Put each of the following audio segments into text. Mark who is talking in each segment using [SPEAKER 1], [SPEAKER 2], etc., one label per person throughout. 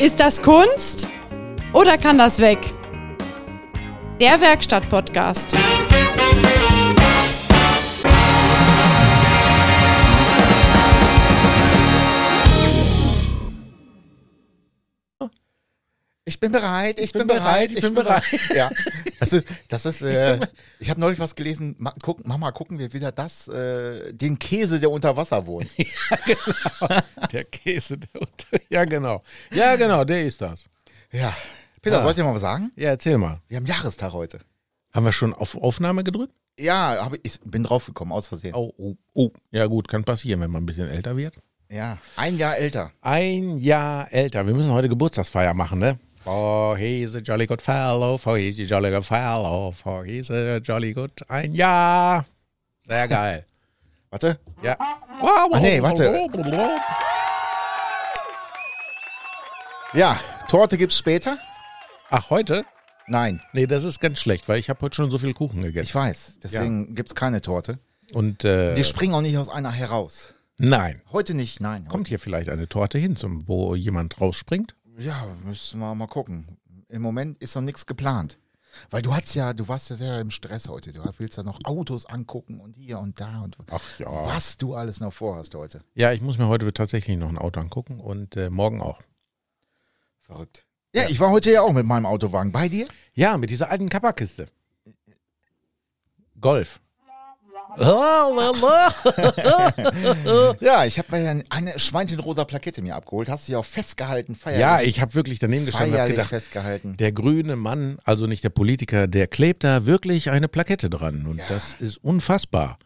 [SPEAKER 1] Ist das Kunst oder kann das weg? Der Werkstatt-Podcast.
[SPEAKER 2] Ich bin bereit, ich, bin, bereit, ich bin bereit. Ja, das ist, das ist, äh, ich habe neulich was gelesen, ma, guck, Mama, gucken wir wieder das, äh, den Käse, der unter Wasser wohnt.
[SPEAKER 3] Der Käse, der unter. Ja, genau. Ja, genau, der ist das.
[SPEAKER 2] Ja. Peter, soll ich dir mal was sagen?
[SPEAKER 3] Ja, erzähl mal.
[SPEAKER 2] Wir haben Jahrestag heute.
[SPEAKER 3] Haben wir schon auf Aufnahme gedrückt?
[SPEAKER 2] Ja, hab, ich- ich bin draufgekommen, aus Versehen.
[SPEAKER 3] Oh, oh, oh. Ja, gut, kann passieren, wenn man ein bisschen älter wird.
[SPEAKER 2] Ja, ein Jahr älter.
[SPEAKER 3] Ein Jahr älter. Wir müssen heute Geburtstagsfeier machen, ne? Oh, he's a jolly good fellow, oh, he's a jolly good fellow, oh, he's a jolly good. Ein Jahr. Sehr geil.
[SPEAKER 2] Warte.
[SPEAKER 3] ja.
[SPEAKER 2] Ah, nee, warte. Ja, Torte gibt's später?
[SPEAKER 3] Ach, heute?
[SPEAKER 2] Nein,
[SPEAKER 3] Nee, das ist ganz schlecht, weil ich habe heute schon so viel Kuchen
[SPEAKER 2] ich
[SPEAKER 3] gegessen.
[SPEAKER 2] weiß. Deswegen gibt's keine Torte.
[SPEAKER 3] Und äh,
[SPEAKER 2] Wir springen auch nicht aus einer heraus.
[SPEAKER 3] nein.
[SPEAKER 2] Heute nicht, nein.
[SPEAKER 3] Kommt hier vielleicht eine Torte hin, zum, wo jemand rausspringt?
[SPEAKER 2] Ja, müssen wir mal gucken. Im Moment ist noch nichts geplant. Weil du hast ja, du warst ja sehr im Stress heute. Du willst ja noch Autos angucken und hier und da und
[SPEAKER 3] Ach ja.
[SPEAKER 2] was du alles noch vorhast heute.
[SPEAKER 3] Ja, ich muss mir heute tatsächlich noch ein Auto angucken und äh, morgen auch.
[SPEAKER 2] Verrückt. Ja, ich war heute ja auch mit meinem Autowagen bei dir.
[SPEAKER 3] Ja, mit dieser alten Kapperkiste. Golf. ja,
[SPEAKER 2] Ja, ich habe mir eine schweinchenrosa Plakette mir abgeholt. Hast du ja auch festgehalten, feierlich.
[SPEAKER 3] ich habe wirklich daneben gestanden und hab
[SPEAKER 2] feierlich
[SPEAKER 3] gedacht,
[SPEAKER 2] festgehalten.
[SPEAKER 3] der grüne Mann, also nicht der Politiker, der klebt da wirklich eine Plakette dran. Und
[SPEAKER 2] Ja.
[SPEAKER 3] das ist unfassbar.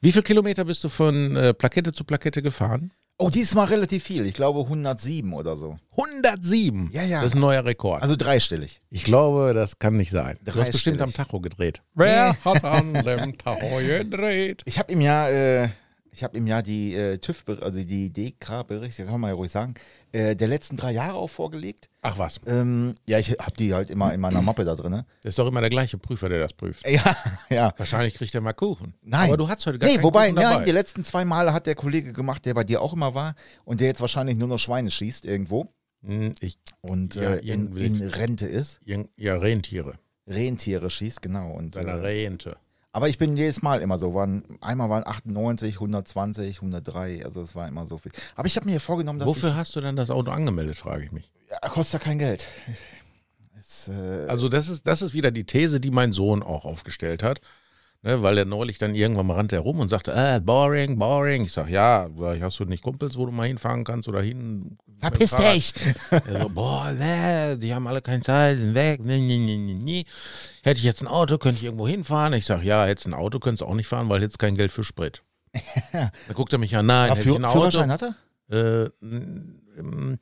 [SPEAKER 3] Wie viele Kilometer bist du von äh, Plakette zu Plakette gefahren?
[SPEAKER 2] Oh, diesmal relativ viel. Ich glaube 107 oder so.
[SPEAKER 3] 107.
[SPEAKER 2] Ja, ja.
[SPEAKER 3] Das ist ein neuer Rekord.
[SPEAKER 2] Also dreistellig.
[SPEAKER 3] Ich glaube, das kann nicht sein. Du hast
[SPEAKER 2] Dreistellig.
[SPEAKER 3] bestimmt am Tacho gedreht. Wer hat an dem Tacho gedreht?
[SPEAKER 2] Ich habe ihm ja, äh, ich habe ihm ja die äh, TÜV, ber- also die DK-Berichte, kann man ja ruhig sagen, äh, der letzten drei Jahre auch vorgelegt.
[SPEAKER 3] Ach was,
[SPEAKER 2] Ähm, ja, ich habe die halt immer in meiner Mappe da drin. Ne?
[SPEAKER 3] das ist doch immer der gleiche Prüfer, der das prüft.
[SPEAKER 2] Ja, ja.
[SPEAKER 3] Wahrscheinlich kriegt er mal Kuchen.
[SPEAKER 2] Nein.
[SPEAKER 3] Aber du hast heute gar
[SPEAKER 2] Nee,
[SPEAKER 3] keinen
[SPEAKER 2] wobei,
[SPEAKER 3] Kuchen dabei.
[SPEAKER 2] nein, die letzten zwei Male hat der Kollege gemacht, der bei dir auch immer war und der jetzt wahrscheinlich nur noch Schweine schießt irgendwo
[SPEAKER 3] Hm, ich,
[SPEAKER 2] und
[SPEAKER 3] Ja,
[SPEAKER 2] äh, in,
[SPEAKER 3] irgendwie.
[SPEAKER 2] in Rente ist.
[SPEAKER 3] irgend- ja, Rentiere.
[SPEAKER 2] Rentiere schießt, genau. Und,
[SPEAKER 3] Seine
[SPEAKER 2] äh,
[SPEAKER 3] Rente.
[SPEAKER 2] aber ich bin jedes Mal immer so. Waren, einmal waren 98, 120, 103, also es war immer so viel. Aber ich habe mir vorgenommen, dass
[SPEAKER 3] Wofür hast du dann das Auto angemeldet, frage ich mich.
[SPEAKER 2] ich... Ja, kostet ja kein Geld. Es, äh,
[SPEAKER 3] Also das ist, das ist wieder die These, die mein Sohn auch aufgestellt hat. Ne, weil er neulich dann irgendwann mal rannte er rum und sagte, äh, boring, boring. Ich sag, ja, sag ich, hast du nicht Kumpels, wo du mal hinfahren kannst oder hin?
[SPEAKER 2] verpiss
[SPEAKER 3] mit dem Fahrrad?
[SPEAKER 2] dich!
[SPEAKER 3] Er so, boah, ne, die haben alle keine Zeit, sind weg. Ne, ne, ne, ne, ne. Hätte ich jetzt ein Auto, könnte ich irgendwo hinfahren. Ich sage, ja, hättest ein Auto, könntest auch nicht fahren, weil jetzt kein Geld für Sprit. da guckt er mich an, nein,
[SPEAKER 2] Aber
[SPEAKER 3] hätte ich
[SPEAKER 2] Führ
[SPEAKER 3] ein Auto.
[SPEAKER 2] Führerschein hat er?
[SPEAKER 3] Äh, n- ähm,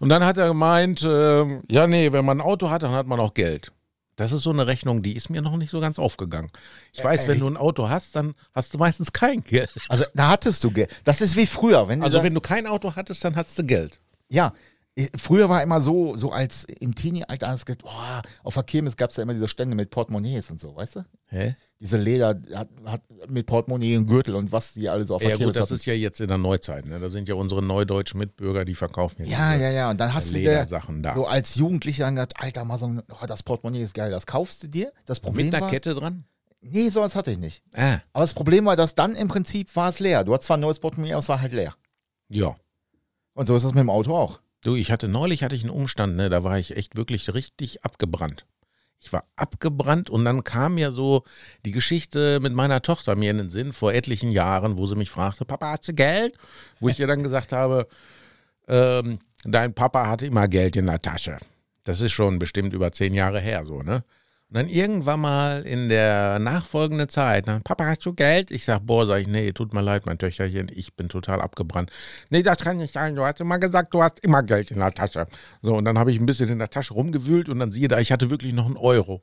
[SPEAKER 3] und dann hat er gemeint, äh, ja, nee, wenn man ein Auto hat, dann hat man auch Geld. Das ist so eine Rechnung, die ist mir noch nicht so ganz aufgegangen. Ich weiß, wenn du ein Auto hast, dann hast du meistens kein Geld.
[SPEAKER 2] Also da hattest du Geld. Das ist wie früher. Wenn du
[SPEAKER 3] Also
[SPEAKER 2] da-
[SPEAKER 3] wenn du kein Auto hattest, dann hast du Geld.
[SPEAKER 2] Ja, eh, früher war immer so, so als im Teenie-Alter, als geht, boah, auf der Kirmes gab es ja immer diese Stände mit Portemonnaies und so, weißt du?
[SPEAKER 3] Hä?
[SPEAKER 2] Diese Leder hat, hat mit Portemonnaie und Gürtel und was die alle so auf der
[SPEAKER 3] Ja gut,
[SPEAKER 2] Kirmes
[SPEAKER 3] das
[SPEAKER 2] hatten.
[SPEAKER 3] ist ja jetzt in der Neuzeit. Ne? Da sind ja unsere neudeutschen Mitbürger, die verkaufen jetzt
[SPEAKER 2] Ja,
[SPEAKER 3] diese
[SPEAKER 2] ja, ja. Und dann hast du dir
[SPEAKER 3] Ledersachen da.
[SPEAKER 2] so als Jugendlicher dann gedacht, Alter, mal so ein, oh, das Portemonnaie ist geil, das kaufst du dir. Das Problem
[SPEAKER 3] Mit einer
[SPEAKER 2] war,
[SPEAKER 3] Kette dran?
[SPEAKER 2] Nee, sowas hatte ich nicht.
[SPEAKER 3] Ah,
[SPEAKER 2] Aber das Problem war, dass dann im Prinzip war es leer. Du hattest zwar ein neues Portemonnaie, aber es war halt leer.
[SPEAKER 3] ja.
[SPEAKER 2] Und so ist das mit dem Auto auch.
[SPEAKER 3] Du, ich hatte neulich hatte ich einen Umstand, ne, da war ich echt wirklich richtig abgebrannt. Ich war abgebrannt und dann kam ja so die Geschichte mit meiner Tochter mir in den Sinn vor etlichen Jahren, wo sie mich fragte, Papa, hast du Geld? Wo ich ihr dann gesagt habe, ähm, dein Papa hatte immer Geld in der Tasche. Das ist schon bestimmt über zehn Jahre her, so, ne? Und dann irgendwann mal in der nachfolgenden Zeit, dann, Papa, hast du Geld? Ich sag, boah, sag ich, nee, tut mir leid, mein Töchterchen, ich bin total abgebrannt. Nee, das kann nicht sein, du hast immer gesagt, du hast immer Geld in der Tasche. So, und dann habe ich ein bisschen in der Tasche rumgewühlt und dann siehe da, ich hatte wirklich noch einen Euro.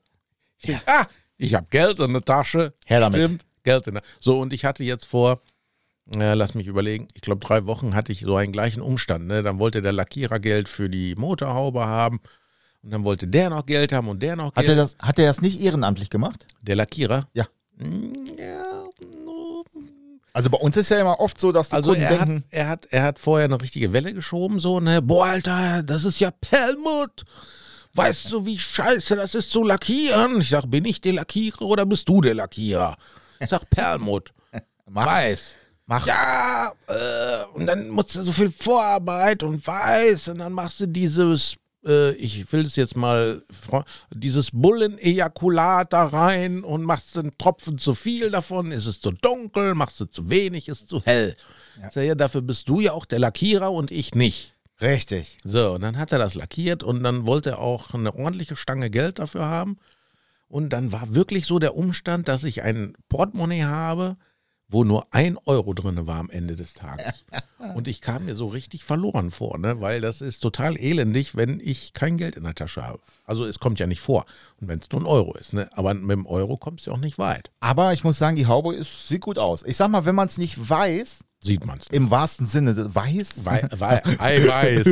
[SPEAKER 3] Ich denk, ah, ich habe Geld in der Tasche.
[SPEAKER 2] Her damit.
[SPEAKER 3] Stimmt, Geld in der So, und ich hatte jetzt vor, ja, lass mich überlegen. Ich glaube, drei Wochen hatte ich so einen gleichen Umstand. Ne? Dann wollte der Lackierer Geld für die Motorhaube haben. Und dann wollte der noch Geld haben und der noch
[SPEAKER 2] Hat,
[SPEAKER 3] Geld.
[SPEAKER 2] er das, hat er das nicht ehrenamtlich gemacht?
[SPEAKER 3] der Lackierer?
[SPEAKER 2] Ja.
[SPEAKER 3] Hm, ja, no.
[SPEAKER 2] Also bei uns ist ja immer oft so, dass die
[SPEAKER 3] Also
[SPEAKER 2] Kunden
[SPEAKER 3] er hat,
[SPEAKER 2] denken,
[SPEAKER 3] er, hat, er hat vorher eine richtige Welle geschoben, so, ne? Boah, Alter, das ist ja Perlmutt. Weißt du, wie scheiße das ist zu lackieren? Ich sag, bin ich der Lackierer oder bist du der Lackierer? Ich sag, Perlmutt.
[SPEAKER 2] mach,
[SPEAKER 3] Weiß.
[SPEAKER 2] mach.
[SPEAKER 3] Ja, äh, und dann musst du so viel Vorarbeit und weiß und dann machst du dieses, äh, ich will es jetzt mal, fro- dieses Bullenejakulat da rein und machst einen Tropfen zu viel davon, ist es zu dunkel, machst du zu wenig, ist zu hell. Ja. Ja, dafür bist du ja auch der Lackierer und ich nicht.
[SPEAKER 2] Richtig.
[SPEAKER 3] So, und dann hat er das lackiert und dann wollte er auch eine ordentliche Stange Geld dafür haben. Und dann war wirklich so der Umstand, dass ich ein Portemonnaie habe, wo nur ein Euro drin war am Ende des Tages. Und ich kam mir so richtig verloren vor, ne? weil das ist total elendig, wenn ich kein Geld in der Tasche habe. Also es kommt ja nicht vor. Und wenn es nur ein Euro ist, ne? aber mit dem Euro kommst du auch nicht weit.
[SPEAKER 2] Aber ich muss sagen, die Haube ist, sieht gut aus. Ich sag mal, wenn man es nicht weiß,
[SPEAKER 3] Sieht man es.
[SPEAKER 2] im wahrsten Sinne des- weiß,
[SPEAKER 3] Eiweiß.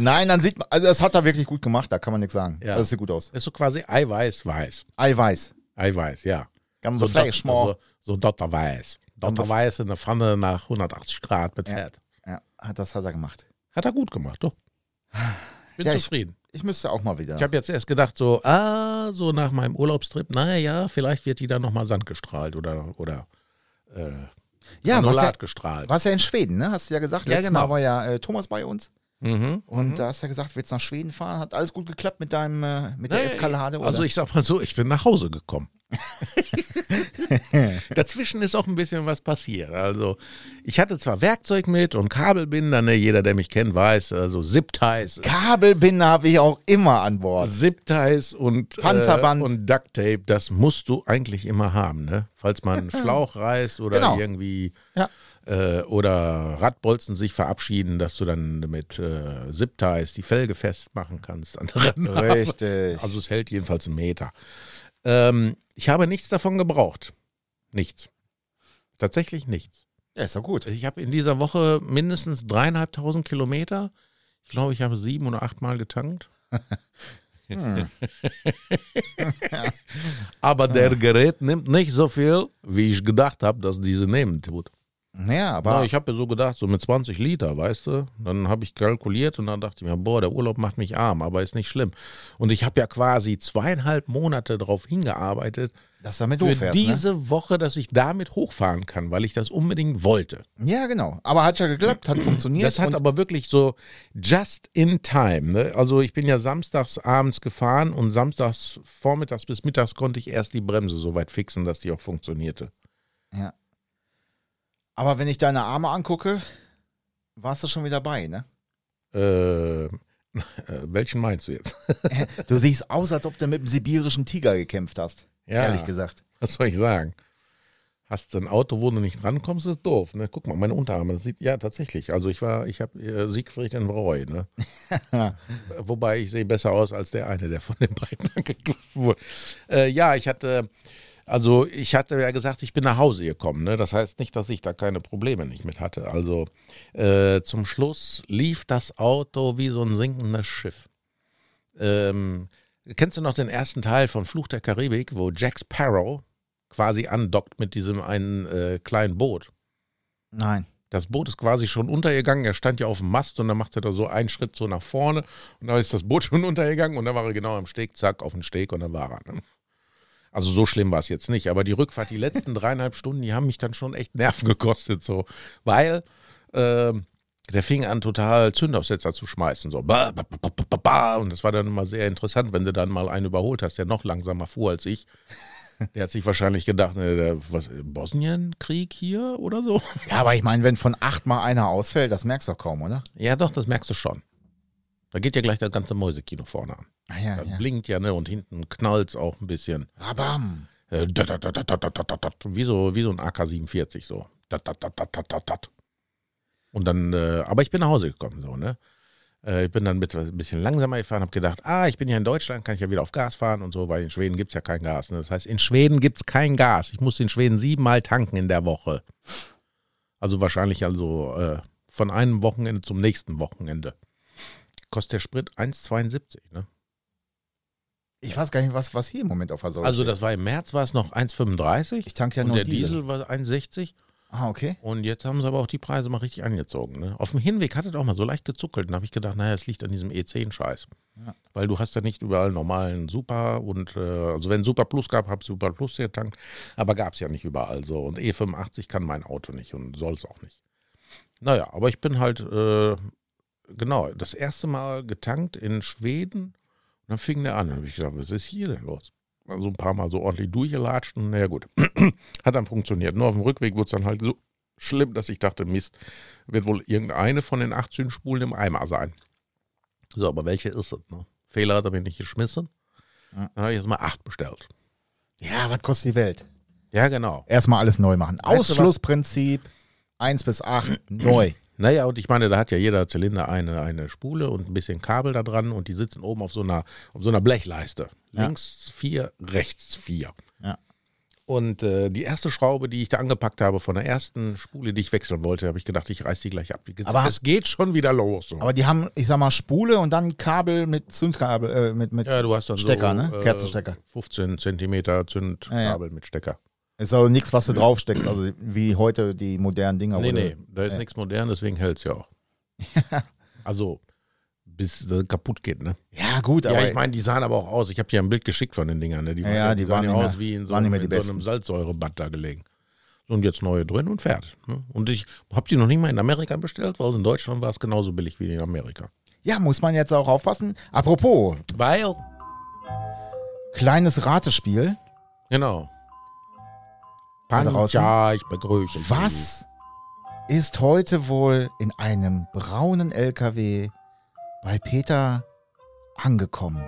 [SPEAKER 2] nein, dann sieht man, also das hat er wirklich gut gemacht, da kann man nichts sagen.
[SPEAKER 3] Ja.
[SPEAKER 2] Das sieht gut aus.
[SPEAKER 3] Ist so quasi Eiweiß-Weiß.
[SPEAKER 2] Eiweiß.
[SPEAKER 3] Eiweiß, ja.
[SPEAKER 2] Ganz
[SPEAKER 3] So,
[SPEAKER 2] so Fleisch,
[SPEAKER 3] Dot- so, so Dotterweiß. Dotterweiß in der Pfanne nach 180 Grad mit
[SPEAKER 2] Ja.
[SPEAKER 3] Fett.
[SPEAKER 2] Ja, hat- das hat er gemacht.
[SPEAKER 3] Hat er gut gemacht, doch. Ich bin
[SPEAKER 2] Ja, ich-
[SPEAKER 3] zufrieden.
[SPEAKER 2] Ich müsste auch mal wieder.
[SPEAKER 3] Ich habe jetzt erst gedacht, so, ah, so nach meinem Urlaubstrip, naja, vielleicht wird die dann nochmal Sand gestrahlt oder, oder äh,
[SPEAKER 2] ja, was ja,
[SPEAKER 3] Granulat gestrahlt.
[SPEAKER 2] warst ja in Schweden, ne? Hast du ja gesagt.
[SPEAKER 3] Ja,
[SPEAKER 2] Letztes
[SPEAKER 3] genau.
[SPEAKER 2] Mal war ja äh, Thomas bei uns.
[SPEAKER 3] Mhm.
[SPEAKER 2] Und da hast du ja gesagt, willst nach Schweden fahren? Hat alles gut geklappt mit deinem, äh, mit der
[SPEAKER 3] Nee,
[SPEAKER 2] Eskalade?
[SPEAKER 3] Also
[SPEAKER 2] oder?
[SPEAKER 3] ich sag mal so, ich bin nach Hause gekommen. Dazwischen ist auch ein bisschen was passiert. Also ich hatte zwar Werkzeug mit und Kabelbinder, ne, jeder, der mich kennt, weiß, also Zip-Ties,
[SPEAKER 2] Kabelbinder habe ich auch immer an
[SPEAKER 3] Also
[SPEAKER 2] Bord.
[SPEAKER 3] Zip-Ties und,
[SPEAKER 2] Panzerband.
[SPEAKER 3] Äh, und Duct-Tape, das musst du eigentlich immer haben, ne? Falls man einen Schlauch reißt oder
[SPEAKER 2] Genau.
[SPEAKER 3] irgendwie
[SPEAKER 2] Ja.
[SPEAKER 3] äh, oder Radbolzen sich verabschieden, dass du dann mit äh, Zip-Ties die Felge festmachen kannst an der Rennbahn.
[SPEAKER 2] Richtig.
[SPEAKER 3] Also es hält jedenfalls einen Meter. Ähm, ich habe nichts davon gebraucht. Nichts. Tatsächlich nichts.
[SPEAKER 2] ja, ist doch gut.
[SPEAKER 3] Ich habe in dieser Woche mindestens dreieinhalbtausend Kilometer. Ich glaube, ich habe sieben oder achtmal getankt.
[SPEAKER 2] Hm.
[SPEAKER 3] Aber der Gerät nimmt nicht so viel, wie ich gedacht habe, dass diese nehmen tut.
[SPEAKER 2] Ja, aber
[SPEAKER 3] Na, ich habe mir so gedacht, so mit 20 Liter, weißt du? Dann habe ich kalkuliert und dann dachte ich mir, boah, der Urlaub macht mich arm, aber ist nicht schlimm. Und ich habe ja quasi zweieinhalb Monate darauf hingearbeitet,
[SPEAKER 2] dass du damit
[SPEAKER 3] für
[SPEAKER 2] hochfährst. ne?
[SPEAKER 3] diese Woche, dass ich damit hochfahren kann, weil ich das unbedingt wollte.
[SPEAKER 2] Ja, genau. Aber hat ja geklappt, hat funktioniert.
[SPEAKER 3] Das hat
[SPEAKER 2] und
[SPEAKER 3] halt aber wirklich so just in time. Ne? Also ich bin ja samstags abends gefahren und samstags vormittags bis mittags konnte ich erst die Bremse so weit fixen, dass die auch funktionierte.
[SPEAKER 2] Aber wenn ich deine Arme angucke, warst du schon wieder bei, ne?
[SPEAKER 3] Äh, äh, welchen meinst du jetzt?
[SPEAKER 2] Du siehst aus, als ob du mit einem sibirischen Tiger gekämpft hast.
[SPEAKER 3] Ja.
[SPEAKER 2] Ehrlich gesagt.
[SPEAKER 3] Was soll ich sagen? Hast du ein Auto, wo du nicht rankommst, ist doof. Ne? Guck mal, meine Unterarme, das sieht ja tatsächlich. Also ich war, ich habe äh, Siegfried in Roy, ne? Wobei ich sehe besser aus als der eine, der von den beiden angegriffen wurde. Äh, ja, ich hatte, also ich hatte ja gesagt, ich bin nach Hause gekommen. Ne? Das heißt nicht, dass ich da keine Probleme nicht mit hatte. Also äh, zum Schluss lief das Auto wie so ein sinkendes Schiff. Ähm, kennst du noch den ersten Teil von Fluch der Karibik, wo Jack Sparrow quasi andockt mit diesem einen äh, kleinen Boot?
[SPEAKER 2] Nein.
[SPEAKER 3] Das Boot ist quasi schon untergegangen. Er stand ja auf dem Mast und dann machte er so einen Schritt so nach vorne und da ist das Boot schon untergegangen und dann war er genau am Steg, zack, auf den Steg und dann war er. Ne? Also so schlimm war es jetzt nicht, aber die Rückfahrt, die letzten dreieinhalb Stunden, die haben mich dann schon echt Nerven gekostet, so, weil ähm, der fing an, total Zündaussetzer zu schmeißen, so, ba, ba, ba, ba, ba, ba, ba. und das war dann immer sehr interessant, wenn du dann mal einen überholt hast, der noch langsamer fuhr als ich. Der hat sich wahrscheinlich gedacht, ne, der, was, Bosnienkrieg hier oder so.
[SPEAKER 2] Ja, aber ich meine, wenn von acht mal einer ausfällt, das merkst du doch kaum, oder?
[SPEAKER 3] Ja, doch, das merkst du schon. Da geht ja gleich das ganze Mäusekino vorne an.
[SPEAKER 2] Ah, ja,
[SPEAKER 3] Da
[SPEAKER 2] ja.
[SPEAKER 3] blinkt ja, ne, und hinten knallt's auch ein bisschen.
[SPEAKER 2] Rabam.
[SPEAKER 3] Äh, dat, dat, dat, dat, dat, dat, dat, dat. Wie, so, wie so ein AK-47 so. Dat, dat, dat, dat, dat, dat, dat. Und dann, äh, aber ich bin nach Hause gekommen, so, ne? Äh, ich bin dann mit, ein bisschen langsamer gefahren, habe gedacht, ah, ich bin ja in Deutschland, kann ich ja wieder auf Gas fahren und so, weil in Schweden gibt's ja kein Gas. Ne? Das heißt, in Schweden gibt's kein Gas. Ich muss in Schweden siebenmal tanken in der Woche. Also wahrscheinlich also äh, von einem Wochenende zum nächsten Wochenende. Kostet der Sprit 1,72, ne?
[SPEAKER 2] Ich weiß gar nicht, was, was hier im Moment auf der Säule
[SPEAKER 3] Also
[SPEAKER 2] steht.
[SPEAKER 3] das war im März, war es noch 1,35
[SPEAKER 2] Ich tank ja
[SPEAKER 3] und
[SPEAKER 2] nur
[SPEAKER 3] der
[SPEAKER 2] Diesel.
[SPEAKER 3] Diesel, war 1,60
[SPEAKER 2] Ah, okay.
[SPEAKER 3] und jetzt haben sie aber auch die Preise mal richtig angezogen. Ne? Auf dem Hinweg hat es auch mal so leicht gezuckelt und habe ich gedacht, naja, es liegt an diesem E10-Scheiß. Weil du hast ja nicht überall normalen Super und äh, also wenn Super Plus gab, habe Super Plus getankt, aber gab es ja nicht überall so. Und E85 kann mein Auto nicht und soll es auch nicht. Naja, aber ich bin halt, äh, genau, das erste Mal getankt in Schweden und dann fing der an. Und habe ich gedacht, was ist hier denn los? Also ein paar Mal so ordentlich durchgelatscht und naja gut, hat dann funktioniert. Nur auf dem Rückweg wurde es dann halt so schlimm, dass ich dachte, Mist, wird wohl irgendeine von den 18 Spulen im Eimer sein. So, aber welche ist es? Ne? Fehler hat er mir nicht geschmissen.
[SPEAKER 2] Ja.
[SPEAKER 3] Dann habe ich jetzt mal 8 bestellt.
[SPEAKER 2] Ja, was kostet die Welt?
[SPEAKER 3] Ja, genau.
[SPEAKER 2] Erstmal alles neu machen.
[SPEAKER 3] du was?
[SPEAKER 2] Ausschlussprinzip 1 bis 8 neu.
[SPEAKER 3] Naja, und ich meine, da hat ja jeder Zylinder eine, eine Spule und ein bisschen Kabel da dran und die sitzen oben auf so einer, auf so einer Blechleiste.
[SPEAKER 2] Ja.
[SPEAKER 3] Links vier, rechts vier.
[SPEAKER 2] Ja.
[SPEAKER 3] Und äh, die erste Schraube, die ich da angepackt habe von der ersten Spule, die ich wechseln wollte, habe ich gedacht, ich reiß die gleich ab. Die geht's-
[SPEAKER 2] Aber-
[SPEAKER 3] es geht schon wieder los. So.
[SPEAKER 2] Aber die haben, ich sag mal, Spule und dann Kabel mit Zündkabel, äh, mit, mit.
[SPEAKER 3] ja, du hast dann
[SPEAKER 2] Stecker,
[SPEAKER 3] so,
[SPEAKER 2] ne? Kerzenstecker.
[SPEAKER 3] 15 Zentimeter Zündkabel mit Stecker.
[SPEAKER 2] Ist also nichts, was du draufsteckst, also wie heute die modernen Dinger.
[SPEAKER 3] Nee,
[SPEAKER 2] wo du-
[SPEAKER 3] nee, da ist
[SPEAKER 2] nee.
[SPEAKER 3] nichts modern, deswegen hält es ja auch. also, bis das kaputt geht, ne?
[SPEAKER 2] Ja, gut, aber.
[SPEAKER 3] Ja, ich meine, die sahen aber auch aus. Ich habe dir ein Bild geschickt von den Dingern. Ne? Die,
[SPEAKER 2] Ja, ja, die waren
[SPEAKER 3] sahen ja
[SPEAKER 2] nicht
[SPEAKER 3] aus
[SPEAKER 2] mehr-
[SPEAKER 3] wie in so,
[SPEAKER 2] waren nicht mehr
[SPEAKER 3] in
[SPEAKER 2] die
[SPEAKER 3] so
[SPEAKER 2] besten.
[SPEAKER 3] einem Salzsäurebad da gelegen. So, Und jetzt neue drin und fertig. Ne? Und ich habe die noch nicht mal in Amerika bestellt, weil in Deutschland war es genauso billig wie in Amerika.
[SPEAKER 2] ja, muss man jetzt auch aufpassen. Apropos,
[SPEAKER 3] Weil?
[SPEAKER 2] kleines Ratespiel.
[SPEAKER 3] Genau.
[SPEAKER 2] Also raus, ne?
[SPEAKER 3] Pancha, ich begrüße Sie.
[SPEAKER 2] Was ist heute wohl in einem braunen LKW bei Peter angekommen?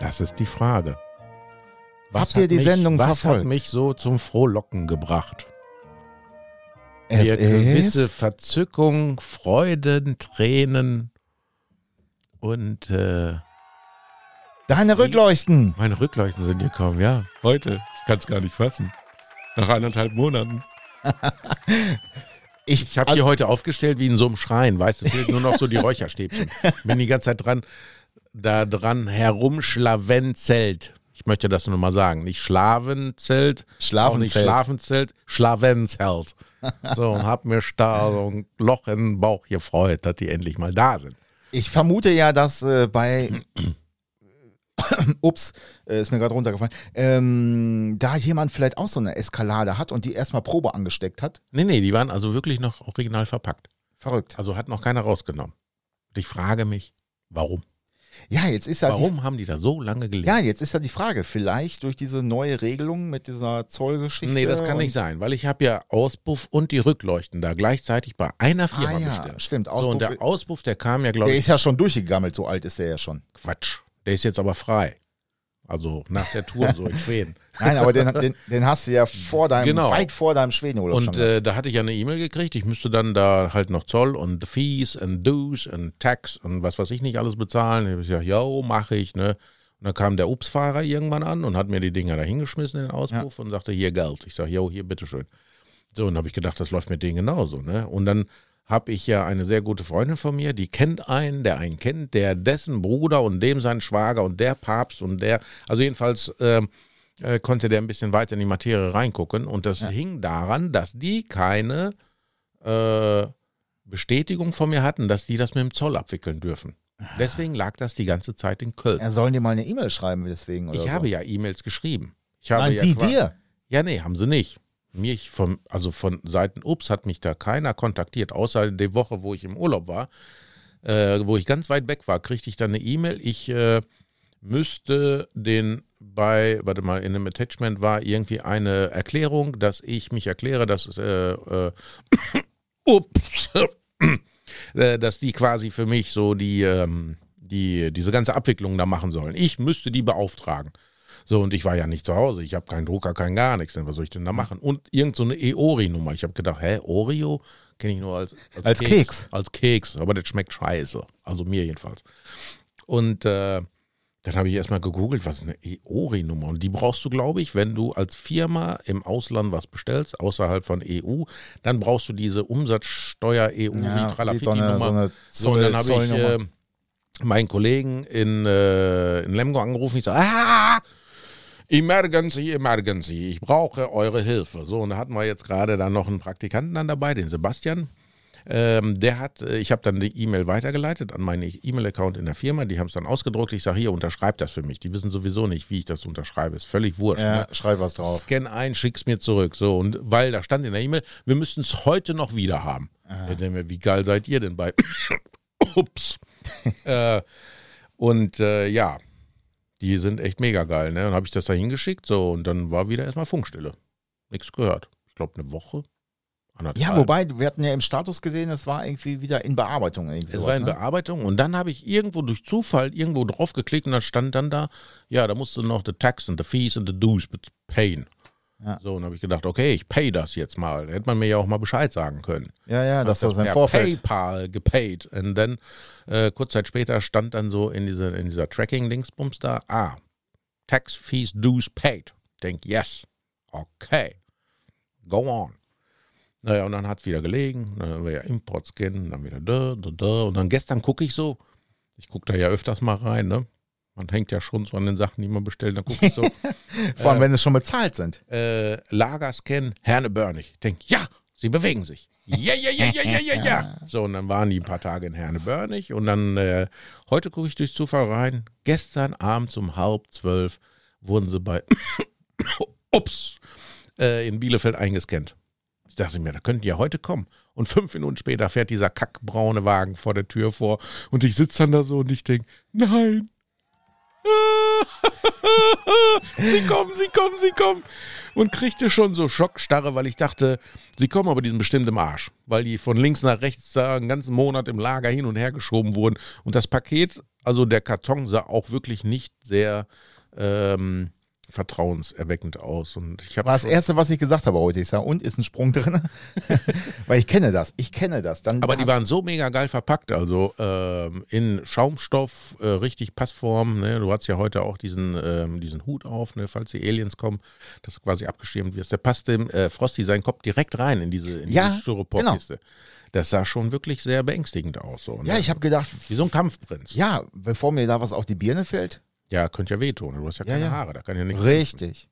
[SPEAKER 3] Das ist die Frage.
[SPEAKER 2] Habt ihr
[SPEAKER 3] hat
[SPEAKER 2] die
[SPEAKER 3] mich,
[SPEAKER 2] Sendung
[SPEAKER 3] was
[SPEAKER 2] verfolgt?
[SPEAKER 3] hat mich so zum Frohlocken gebracht?
[SPEAKER 2] Es
[SPEAKER 3] Eine gewisse
[SPEAKER 2] ist
[SPEAKER 3] Verzückung, Freuden, Tränen und äh,
[SPEAKER 2] deine Rückleuchten.
[SPEAKER 3] meine Rückleuchten sind gekommen, ja. Heute. Ich kann es gar nicht fassen. Nach eineinhalb Monaten. Ich
[SPEAKER 2] also,
[SPEAKER 3] habe die heute aufgestellt wie in so einem Schrein, weißt du, es fehlt nur noch so die Räucherstäbchen. Bin die ganze Zeit dran, da dran herumschlawenzelt. Ich möchte das nur mal sagen. Nicht Schlawenzelt, auch nicht
[SPEAKER 2] Schlafenzelt.
[SPEAKER 3] Schlafenzelt, Schlawenzelt. So, und hab mir da so ein Loch in den Bauch gefreut, dass die endlich mal da sind.
[SPEAKER 2] Ich vermute ja, dass äh, bei. Ups, äh, ist mir gerade runtergefallen. Ähm, da jemand vielleicht auch so eine Eskalade hat und die erstmal Probe angesteckt hat.
[SPEAKER 3] Nee, nee, die waren also wirklich noch original verpackt.
[SPEAKER 2] Verrückt.
[SPEAKER 3] Also hat noch keiner rausgenommen. Und ich frage mich, warum?
[SPEAKER 2] Ja, jetzt ist ja
[SPEAKER 3] Warum haben die da so lange
[SPEAKER 2] die.
[SPEAKER 3] gelegt?
[SPEAKER 2] Ja, jetzt ist ja die Frage, vielleicht durch diese neue Regelung mit dieser Zollgeschichte.
[SPEAKER 3] Nee, das kann
[SPEAKER 2] und-
[SPEAKER 3] nicht sein, weil ich habe ja Auspuff und die Rückleuchten da gleichzeitig bei einer Firma
[SPEAKER 2] Ah, ja,
[SPEAKER 3] bestellt.
[SPEAKER 2] stimmt.
[SPEAKER 3] So, und
[SPEAKER 2] Auspuff,
[SPEAKER 3] der Auspuff, der kam ja, glaube
[SPEAKER 2] der
[SPEAKER 3] ich,
[SPEAKER 2] ist ja schon durchgegammelt, so alt ist der ja schon.
[SPEAKER 3] Quatsch. Der ist jetzt aber frei. Also nach der Tour so in Schweden.
[SPEAKER 2] Nein, aber den, den, den hast du ja vor deinem,
[SPEAKER 3] Genau.
[SPEAKER 2] weit vor deinem Schwedenurlaub
[SPEAKER 3] Und
[SPEAKER 2] schon.
[SPEAKER 3] äh, da hatte ich ja eine E-Mail gekriegt, ich müsste dann da halt noch Zoll und Fees und Dues und Tax und was weiß ich nicht alles bezahlen. Ich habe gesagt, yo, mache ich, ne? Und dann kam der Ups-Fahrer irgendwann an und hat mir die Dinger da hingeschmissen in den Auspuff und sagte, hier Geld. Ich sage, yo, hier, bitteschön. So, und habe ich gedacht, das läuft mit denen genauso, ne? Und dann habe ich ja eine sehr gute Freundin von mir, die kennt einen, der einen kennt, der dessen Bruder und dem sein Schwager und der Papst und der, also jedenfalls ähm, äh, konnte der ein bisschen weiter in die Materie reingucken und das hing daran, dass die keine äh, Bestätigung von mir hatten, dass die das mit dem Zoll abwickeln dürfen.
[SPEAKER 2] Ah.
[SPEAKER 3] Deswegen lag das die ganze Zeit in Köln.
[SPEAKER 2] ja, sollen die mal eine E-Mail schreiben deswegen? Oder
[SPEAKER 3] ich
[SPEAKER 2] so?
[SPEAKER 3] habe ja E-Mails geschrieben. Ich habe
[SPEAKER 2] Nein,
[SPEAKER 3] ja
[SPEAKER 2] die
[SPEAKER 3] quasi-
[SPEAKER 2] dir.
[SPEAKER 3] ja, nee, haben sie nicht. Mich vom, also von Seiten Ups hat mich da keiner kontaktiert, außer die Woche, wo ich im Urlaub war, äh, wo ich ganz weit weg war, kriegte ich dann eine E-Mail. Ich äh, müsste den bei, warte mal, in einem Attachment war irgendwie eine Erklärung, dass ich mich erkläre, dass es, äh, äh, ups, äh, dass die quasi für mich so die, ähm, die, diese ganze Abwicklung da machen sollen. Ich müsste die beauftragen. So, und ich war ja nicht zu Hause. Ich habe keinen Drucker, kein gar nichts. Was soll ich denn da machen? Und irgend so eine EORI-Nummer. Ich habe gedacht, hä, Oreo? Kenne ich nur als,
[SPEAKER 2] Als Keks.
[SPEAKER 3] Als Keks. Aber das schmeckt scheiße. Also mir jedenfalls. Und äh, dann habe ich erstmal gegoogelt, was ist eine EORI-Nummer? Und die brauchst du, glaube ich, wenn du als Firma im Ausland was bestellst, außerhalb von EU, dann brauchst du diese Umsatzsteuer eu
[SPEAKER 2] Ja,
[SPEAKER 3] tralafiti
[SPEAKER 2] so eine, so
[SPEAKER 3] nummer
[SPEAKER 2] eine
[SPEAKER 3] So, und dann habe ich
[SPEAKER 2] Zollnummer.
[SPEAKER 3] äh, meinen Kollegen in, äh, in Lemgo angerufen. Ich so, ah, Emergency, Emergency, ich brauche eure Hilfe. So, und da hatten wir jetzt gerade dann noch einen Praktikanten dann dabei, den Sebastian. Ähm, der hat, äh, ich habe dann die E-Mail weitergeleitet an meinen E-Mail-Account in der Firma. Die haben es dann ausgedruckt. Ich sage, hier, unterschreibt das für mich. Die wissen sowieso nicht, wie ich das unterschreibe. Ist völlig wurscht.
[SPEAKER 2] Ja,
[SPEAKER 3] Ne?
[SPEAKER 2] schreib was drauf.
[SPEAKER 3] Scan ein, schick's mir zurück. So, und weil da stand in der E-Mail, wir müssten es heute noch wieder haben. Da denken wir, wie geil seid ihr denn bei? Ups. äh, und äh, ja, die sind echt mega geil, ne? Und habe ich das da hingeschickt, so, und dann war wieder erstmal Funkstille. Nichts gehört. Ich glaube, eine Woche. anderthalb.
[SPEAKER 2] Ja, wobei, wir hatten ja im Status gesehen, es war irgendwie wieder in Bearbeitung. Irgendwie
[SPEAKER 3] Es
[SPEAKER 2] sowas,
[SPEAKER 3] war in
[SPEAKER 2] ne?
[SPEAKER 3] Bearbeitung und dann habe ich irgendwo durch Zufall irgendwo drauf geklickt und dann stand dann da, ja, da musst du noch the tax and the fees and the dues mit payen.
[SPEAKER 2] Ja.
[SPEAKER 3] So, und habe ich gedacht, okay, ich pay das jetzt mal. Hätte man mir ja auch mal Bescheid sagen können.
[SPEAKER 2] Ja, ja, das war sein
[SPEAKER 3] per
[SPEAKER 2] Vorfeld.
[SPEAKER 3] PayPal gepaid. Und dann, äh, kurz Zeit später, stand dann so in, diese, in dieser Tracking-Linksbums da, ah, Tax, Fees, Dues paid. Ich denk, yes, okay, go on. Naja, und dann hat es wieder gelegen, dann haben wir ja Import scannen, dann wieder da, da, da. Und dann gestern gucke ich so, ich gucke da ja öfters mal rein, ne? Man hängt ja schon so an den Sachen, die man bestellt, dann gucke ich so,
[SPEAKER 2] Vor allem, wenn es schon bezahlt sind.
[SPEAKER 3] äh, Lagerscan Hernebörnig. Ich denke, ja, sie bewegen sich. Ja, ja, ja, ja, ja, ja, ja. So, und dann waren die ein paar Tage in Hernebörnig. Und dann, äh, heute gucke ich durch Zufall rein. Gestern Abend um halb zwölf wurden sie bei Ups äh, in Bielefeld eingescannt. Ich dachte mir, da könnten die ja heute kommen. Und fünf Minuten später fährt dieser kackbraune Wagen vor der Tür vor. Und ich sitze dann da so und ich denke, nein. sie kommen, sie kommen, sie kommen. Und kriegte schon so Schockstarre, weil ich dachte, sie kommen aber diesen bestimmt im Arsch. Weil die von links nach rechts da einen ganzen Monat im Lager hin und her geschoben wurden. Und das Paket, also der Karton, sah auch wirklich nicht sehr ähm, vertrauenserweckend aus. Und ich hab
[SPEAKER 2] War das
[SPEAKER 3] schon-
[SPEAKER 2] Erste, was ich gesagt habe heute. Ich sage, und ist ein Sprung drin? Weil ich kenne das, ich kenne das. Dann
[SPEAKER 3] Aber die
[SPEAKER 2] das-
[SPEAKER 3] waren so mega geil verpackt, also ähm, in Schaumstoff, äh, richtig Passform. Ne? Du hast ja heute auch diesen, ähm, diesen Hut auf, ne? falls die Aliens kommen, dass du quasi abgeschirmt wirst. Der passt dem äh, Frosty seinen Kopf direkt rein in diese, in
[SPEAKER 2] Ja, genau.
[SPEAKER 3] diese Styroporkiste. Das sah schon wirklich sehr beängstigend aus. So, ne?
[SPEAKER 2] Ja, ich habe gedacht,
[SPEAKER 3] Wie so ein Kampfprinz.
[SPEAKER 2] ja, bevor mir da was auf die Birne fällt.
[SPEAKER 3] Ja, könnte ja wehtun. Du hast ja
[SPEAKER 2] Ja,
[SPEAKER 3] keine
[SPEAKER 2] ja.
[SPEAKER 3] Haare, da kann ja nichts.
[SPEAKER 2] Richtig.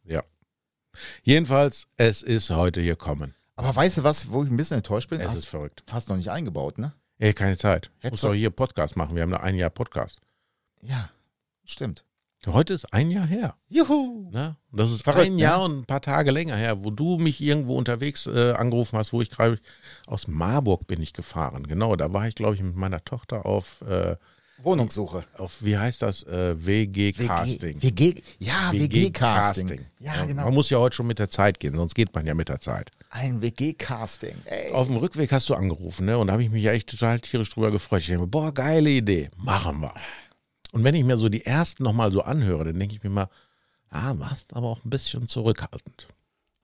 [SPEAKER 3] Jedenfalls, es ist heute hier kommen.
[SPEAKER 2] Aber weißt du was, wo ich ein bisschen enttäuscht bin?
[SPEAKER 3] Es ist
[SPEAKER 2] Hast,
[SPEAKER 3] verrückt.
[SPEAKER 2] hast noch nicht eingebaut, ne?
[SPEAKER 3] Ey, keine Zeit. Ich
[SPEAKER 2] Hättest
[SPEAKER 3] muss
[SPEAKER 2] du-
[SPEAKER 3] doch hier Podcast machen. Wir haben noch ein Jahr Podcast.
[SPEAKER 2] Ja, stimmt.
[SPEAKER 3] Heute ist ein Jahr her.
[SPEAKER 2] Juhu!
[SPEAKER 3] Ne? Das ist
[SPEAKER 2] Verrückt,
[SPEAKER 3] ein
[SPEAKER 2] ne?
[SPEAKER 3] Jahr und ein paar Tage länger her, wo du mich irgendwo unterwegs äh, angerufen hast, wo ich gerade aus Marburg bin ich gefahren. Genau, da war ich, glaube ich, mit meiner Tochter auf, äh,
[SPEAKER 2] Wohnungssuche.
[SPEAKER 3] auf wie heißt das, äh, WG-Casting.
[SPEAKER 2] WG, ja, WG-Casting. ja, genau.
[SPEAKER 3] Man muss ja heute schon mit der Zeit gehen, sonst geht man ja mit der Zeit.
[SPEAKER 2] Ein WG-Casting. Ey.
[SPEAKER 3] Auf dem Rückweg hast du angerufen, ne? Und da habe ich mich ja echt total tierisch drüber gefreut. Ich denke mir, boah, geile Idee, machen wir. Und wenn ich mir so die ersten nochmal so anhöre, dann denke ich mir mal, ah, warst aber auch ein bisschen zurückhaltend.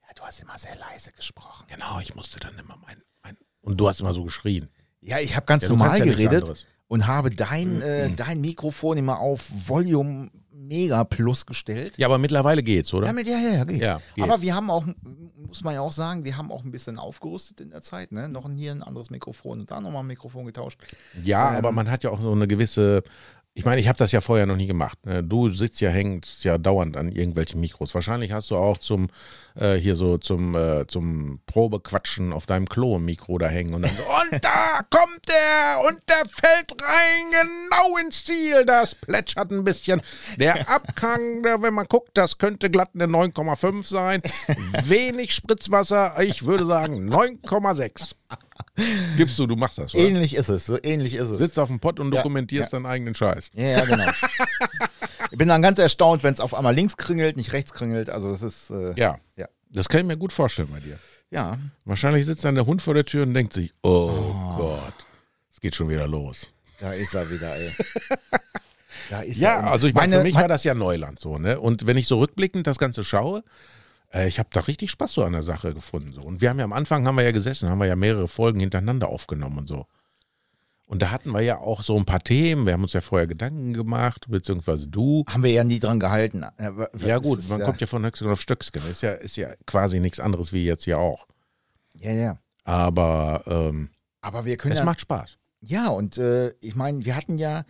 [SPEAKER 2] Ja, du hast immer sehr leise gesprochen.
[SPEAKER 3] Genau, ich musste dann immer mein. mein und du hast immer so geschrien.
[SPEAKER 2] Ja, ich habe ganz
[SPEAKER 3] Ja, du
[SPEAKER 2] normal
[SPEAKER 3] kannst ja nichts
[SPEAKER 2] geredet
[SPEAKER 3] anderes. Mhm.
[SPEAKER 2] und habe dein, äh, dein Mikrofon immer auf Volume Mega Plus gestellt.
[SPEAKER 3] Ja, aber mittlerweile geht's, oder?
[SPEAKER 2] Damit, ja, ja, ja, geht.
[SPEAKER 3] Ja, geht.
[SPEAKER 2] Aber wir haben auch, muss man ja auch sagen, wir haben auch ein bisschen aufgerüstet in der Zeit. Ne? Noch hier ein anderes Mikrofon und da nochmal ein Mikrofon getauscht.
[SPEAKER 3] Ja, aber man hat ja auch so eine gewisse. Ich meine, ich habe das ja vorher noch nie gemacht. ne? Du sitzt ja, hängst ja dauernd an irgendwelchen Mikros. Wahrscheinlich hast du auch zum äh, hier so zum äh, zum Probequatschen auf deinem Klo ein Mikro da hängen und dann so, und da kommt der und der fällt rein genau ins Ziel. Das plätschert ein bisschen. Der Abgang, der, wenn man guckt, das könnte glatt eine 9,5 sein. Wenig Spritzwasser, ich würde sagen 9,6. Gibst du, du machst das. Oder?
[SPEAKER 2] Ähnlich ist es, so ähnlich ist es.
[SPEAKER 3] sitzt auf dem Pott und dokumentierst deinen eigenen Scheiß.
[SPEAKER 2] Ja, ja, genau. ich bin dann ganz erstaunt, wenn es auf einmal links kringelt, nicht rechts kringelt. Also das ist, äh, ja.
[SPEAKER 3] Ja. Das kann ich mir gut vorstellen bei dir.
[SPEAKER 2] ja.
[SPEAKER 3] Wahrscheinlich sitzt dann der Hund vor der Tür und denkt sich, oh, Gott, es geht schon wieder los.
[SPEAKER 2] da ist er wieder, ey. Da ist
[SPEAKER 3] Ja,
[SPEAKER 2] er. Und
[SPEAKER 3] also ich meine, für mich
[SPEAKER 2] mein-
[SPEAKER 3] war das ja Neuland so, ne? Und wenn ich so rückblickend das Ganze schaue, äh, ich habe da richtig Spaß so an der Sache gefunden. So. Und wir haben ja am Anfang, haben wir ja gesessen, haben wir ja mehrere Folgen hintereinander aufgenommen und so. Und da hatten wir ja auch so ein paar Themen, wir haben uns ja vorher Gedanken gemacht, beziehungsweise du.
[SPEAKER 2] haben wir ja nie dran gehalten.
[SPEAKER 3] Ja gut, man kommt ja von Höchstgen auf Stöcksken, ist ja, ist ja quasi nichts anderes wie jetzt hier auch.
[SPEAKER 2] Ja, ja.
[SPEAKER 3] Aber ähm,
[SPEAKER 2] Aber wir können
[SPEAKER 3] es
[SPEAKER 2] ja
[SPEAKER 3] macht Spaß.
[SPEAKER 2] Ja, und äh, ich meine, wir hatten ja,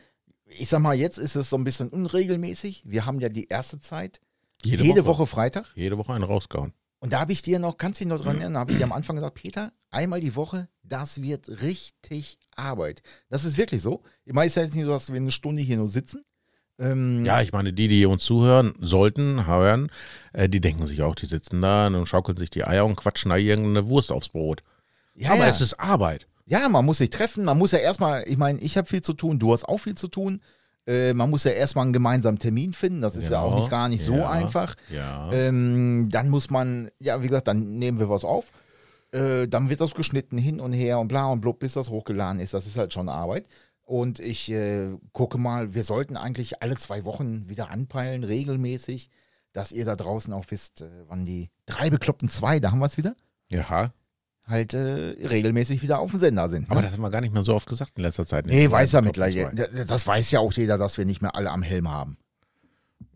[SPEAKER 2] ich sag mal, jetzt ist es so ein bisschen unregelmäßig. Wir haben ja die erste Zeit. Jede,
[SPEAKER 3] Jede
[SPEAKER 2] Woche.
[SPEAKER 3] Woche.
[SPEAKER 2] Freitag.
[SPEAKER 3] Jede Woche einen rausgehauen.
[SPEAKER 2] Und da habe ich dir noch, kannst du dich noch dran erinnern, da habe ich dir am Anfang gesagt, Peter, einmal die Woche, das wird richtig Arbeit. Das ist wirklich so. Ich meine, es ist ja jetzt nicht so, dass wir eine Stunde hier nur sitzen. Ähm,
[SPEAKER 3] Ja, ich meine, die, die uns zuhören sollten, hören, äh, die denken sich auch, die sitzen da und schaukeln sich die Eier und quatschen da irgendeine Wurst aufs Brot.
[SPEAKER 2] ja,
[SPEAKER 3] Aber
[SPEAKER 2] ja.
[SPEAKER 3] es ist Arbeit.
[SPEAKER 2] ja, man muss sich treffen, man muss ja erstmal, ich meine, ich habe viel zu tun, du hast auch viel zu tun. Äh, man muss ja erstmal einen gemeinsamen Termin finden, das ist ja auch
[SPEAKER 3] Genau.
[SPEAKER 2] nicht, gar nicht so
[SPEAKER 3] Ja.
[SPEAKER 2] einfach.
[SPEAKER 3] Ja.
[SPEAKER 2] Ähm, dann muss man, ja, wie gesagt, dann nehmen wir was auf. Äh, dann wird das geschnitten hin und her und bla und blub, bis das hochgeladen ist. Das ist halt schon Arbeit. Und ich äh, gucke mal, wir sollten eigentlich alle zwei Wochen wieder anpeilen, regelmäßig, dass ihr da draußen auch wisst, äh, wann die drei bekloppten zwei, da haben wir es wieder,
[SPEAKER 3] ja.
[SPEAKER 2] halt äh, regelmäßig wieder auf dem Sender sind. ne?
[SPEAKER 3] Aber das haben wir gar nicht mehr so oft gesagt in letzter Zeit.
[SPEAKER 2] nee, weiß ja
[SPEAKER 3] Top
[SPEAKER 2] mittlerweile.
[SPEAKER 3] zwei.
[SPEAKER 2] Das das weiß ja auch jeder, dass wir nicht mehr alle am Helm haben.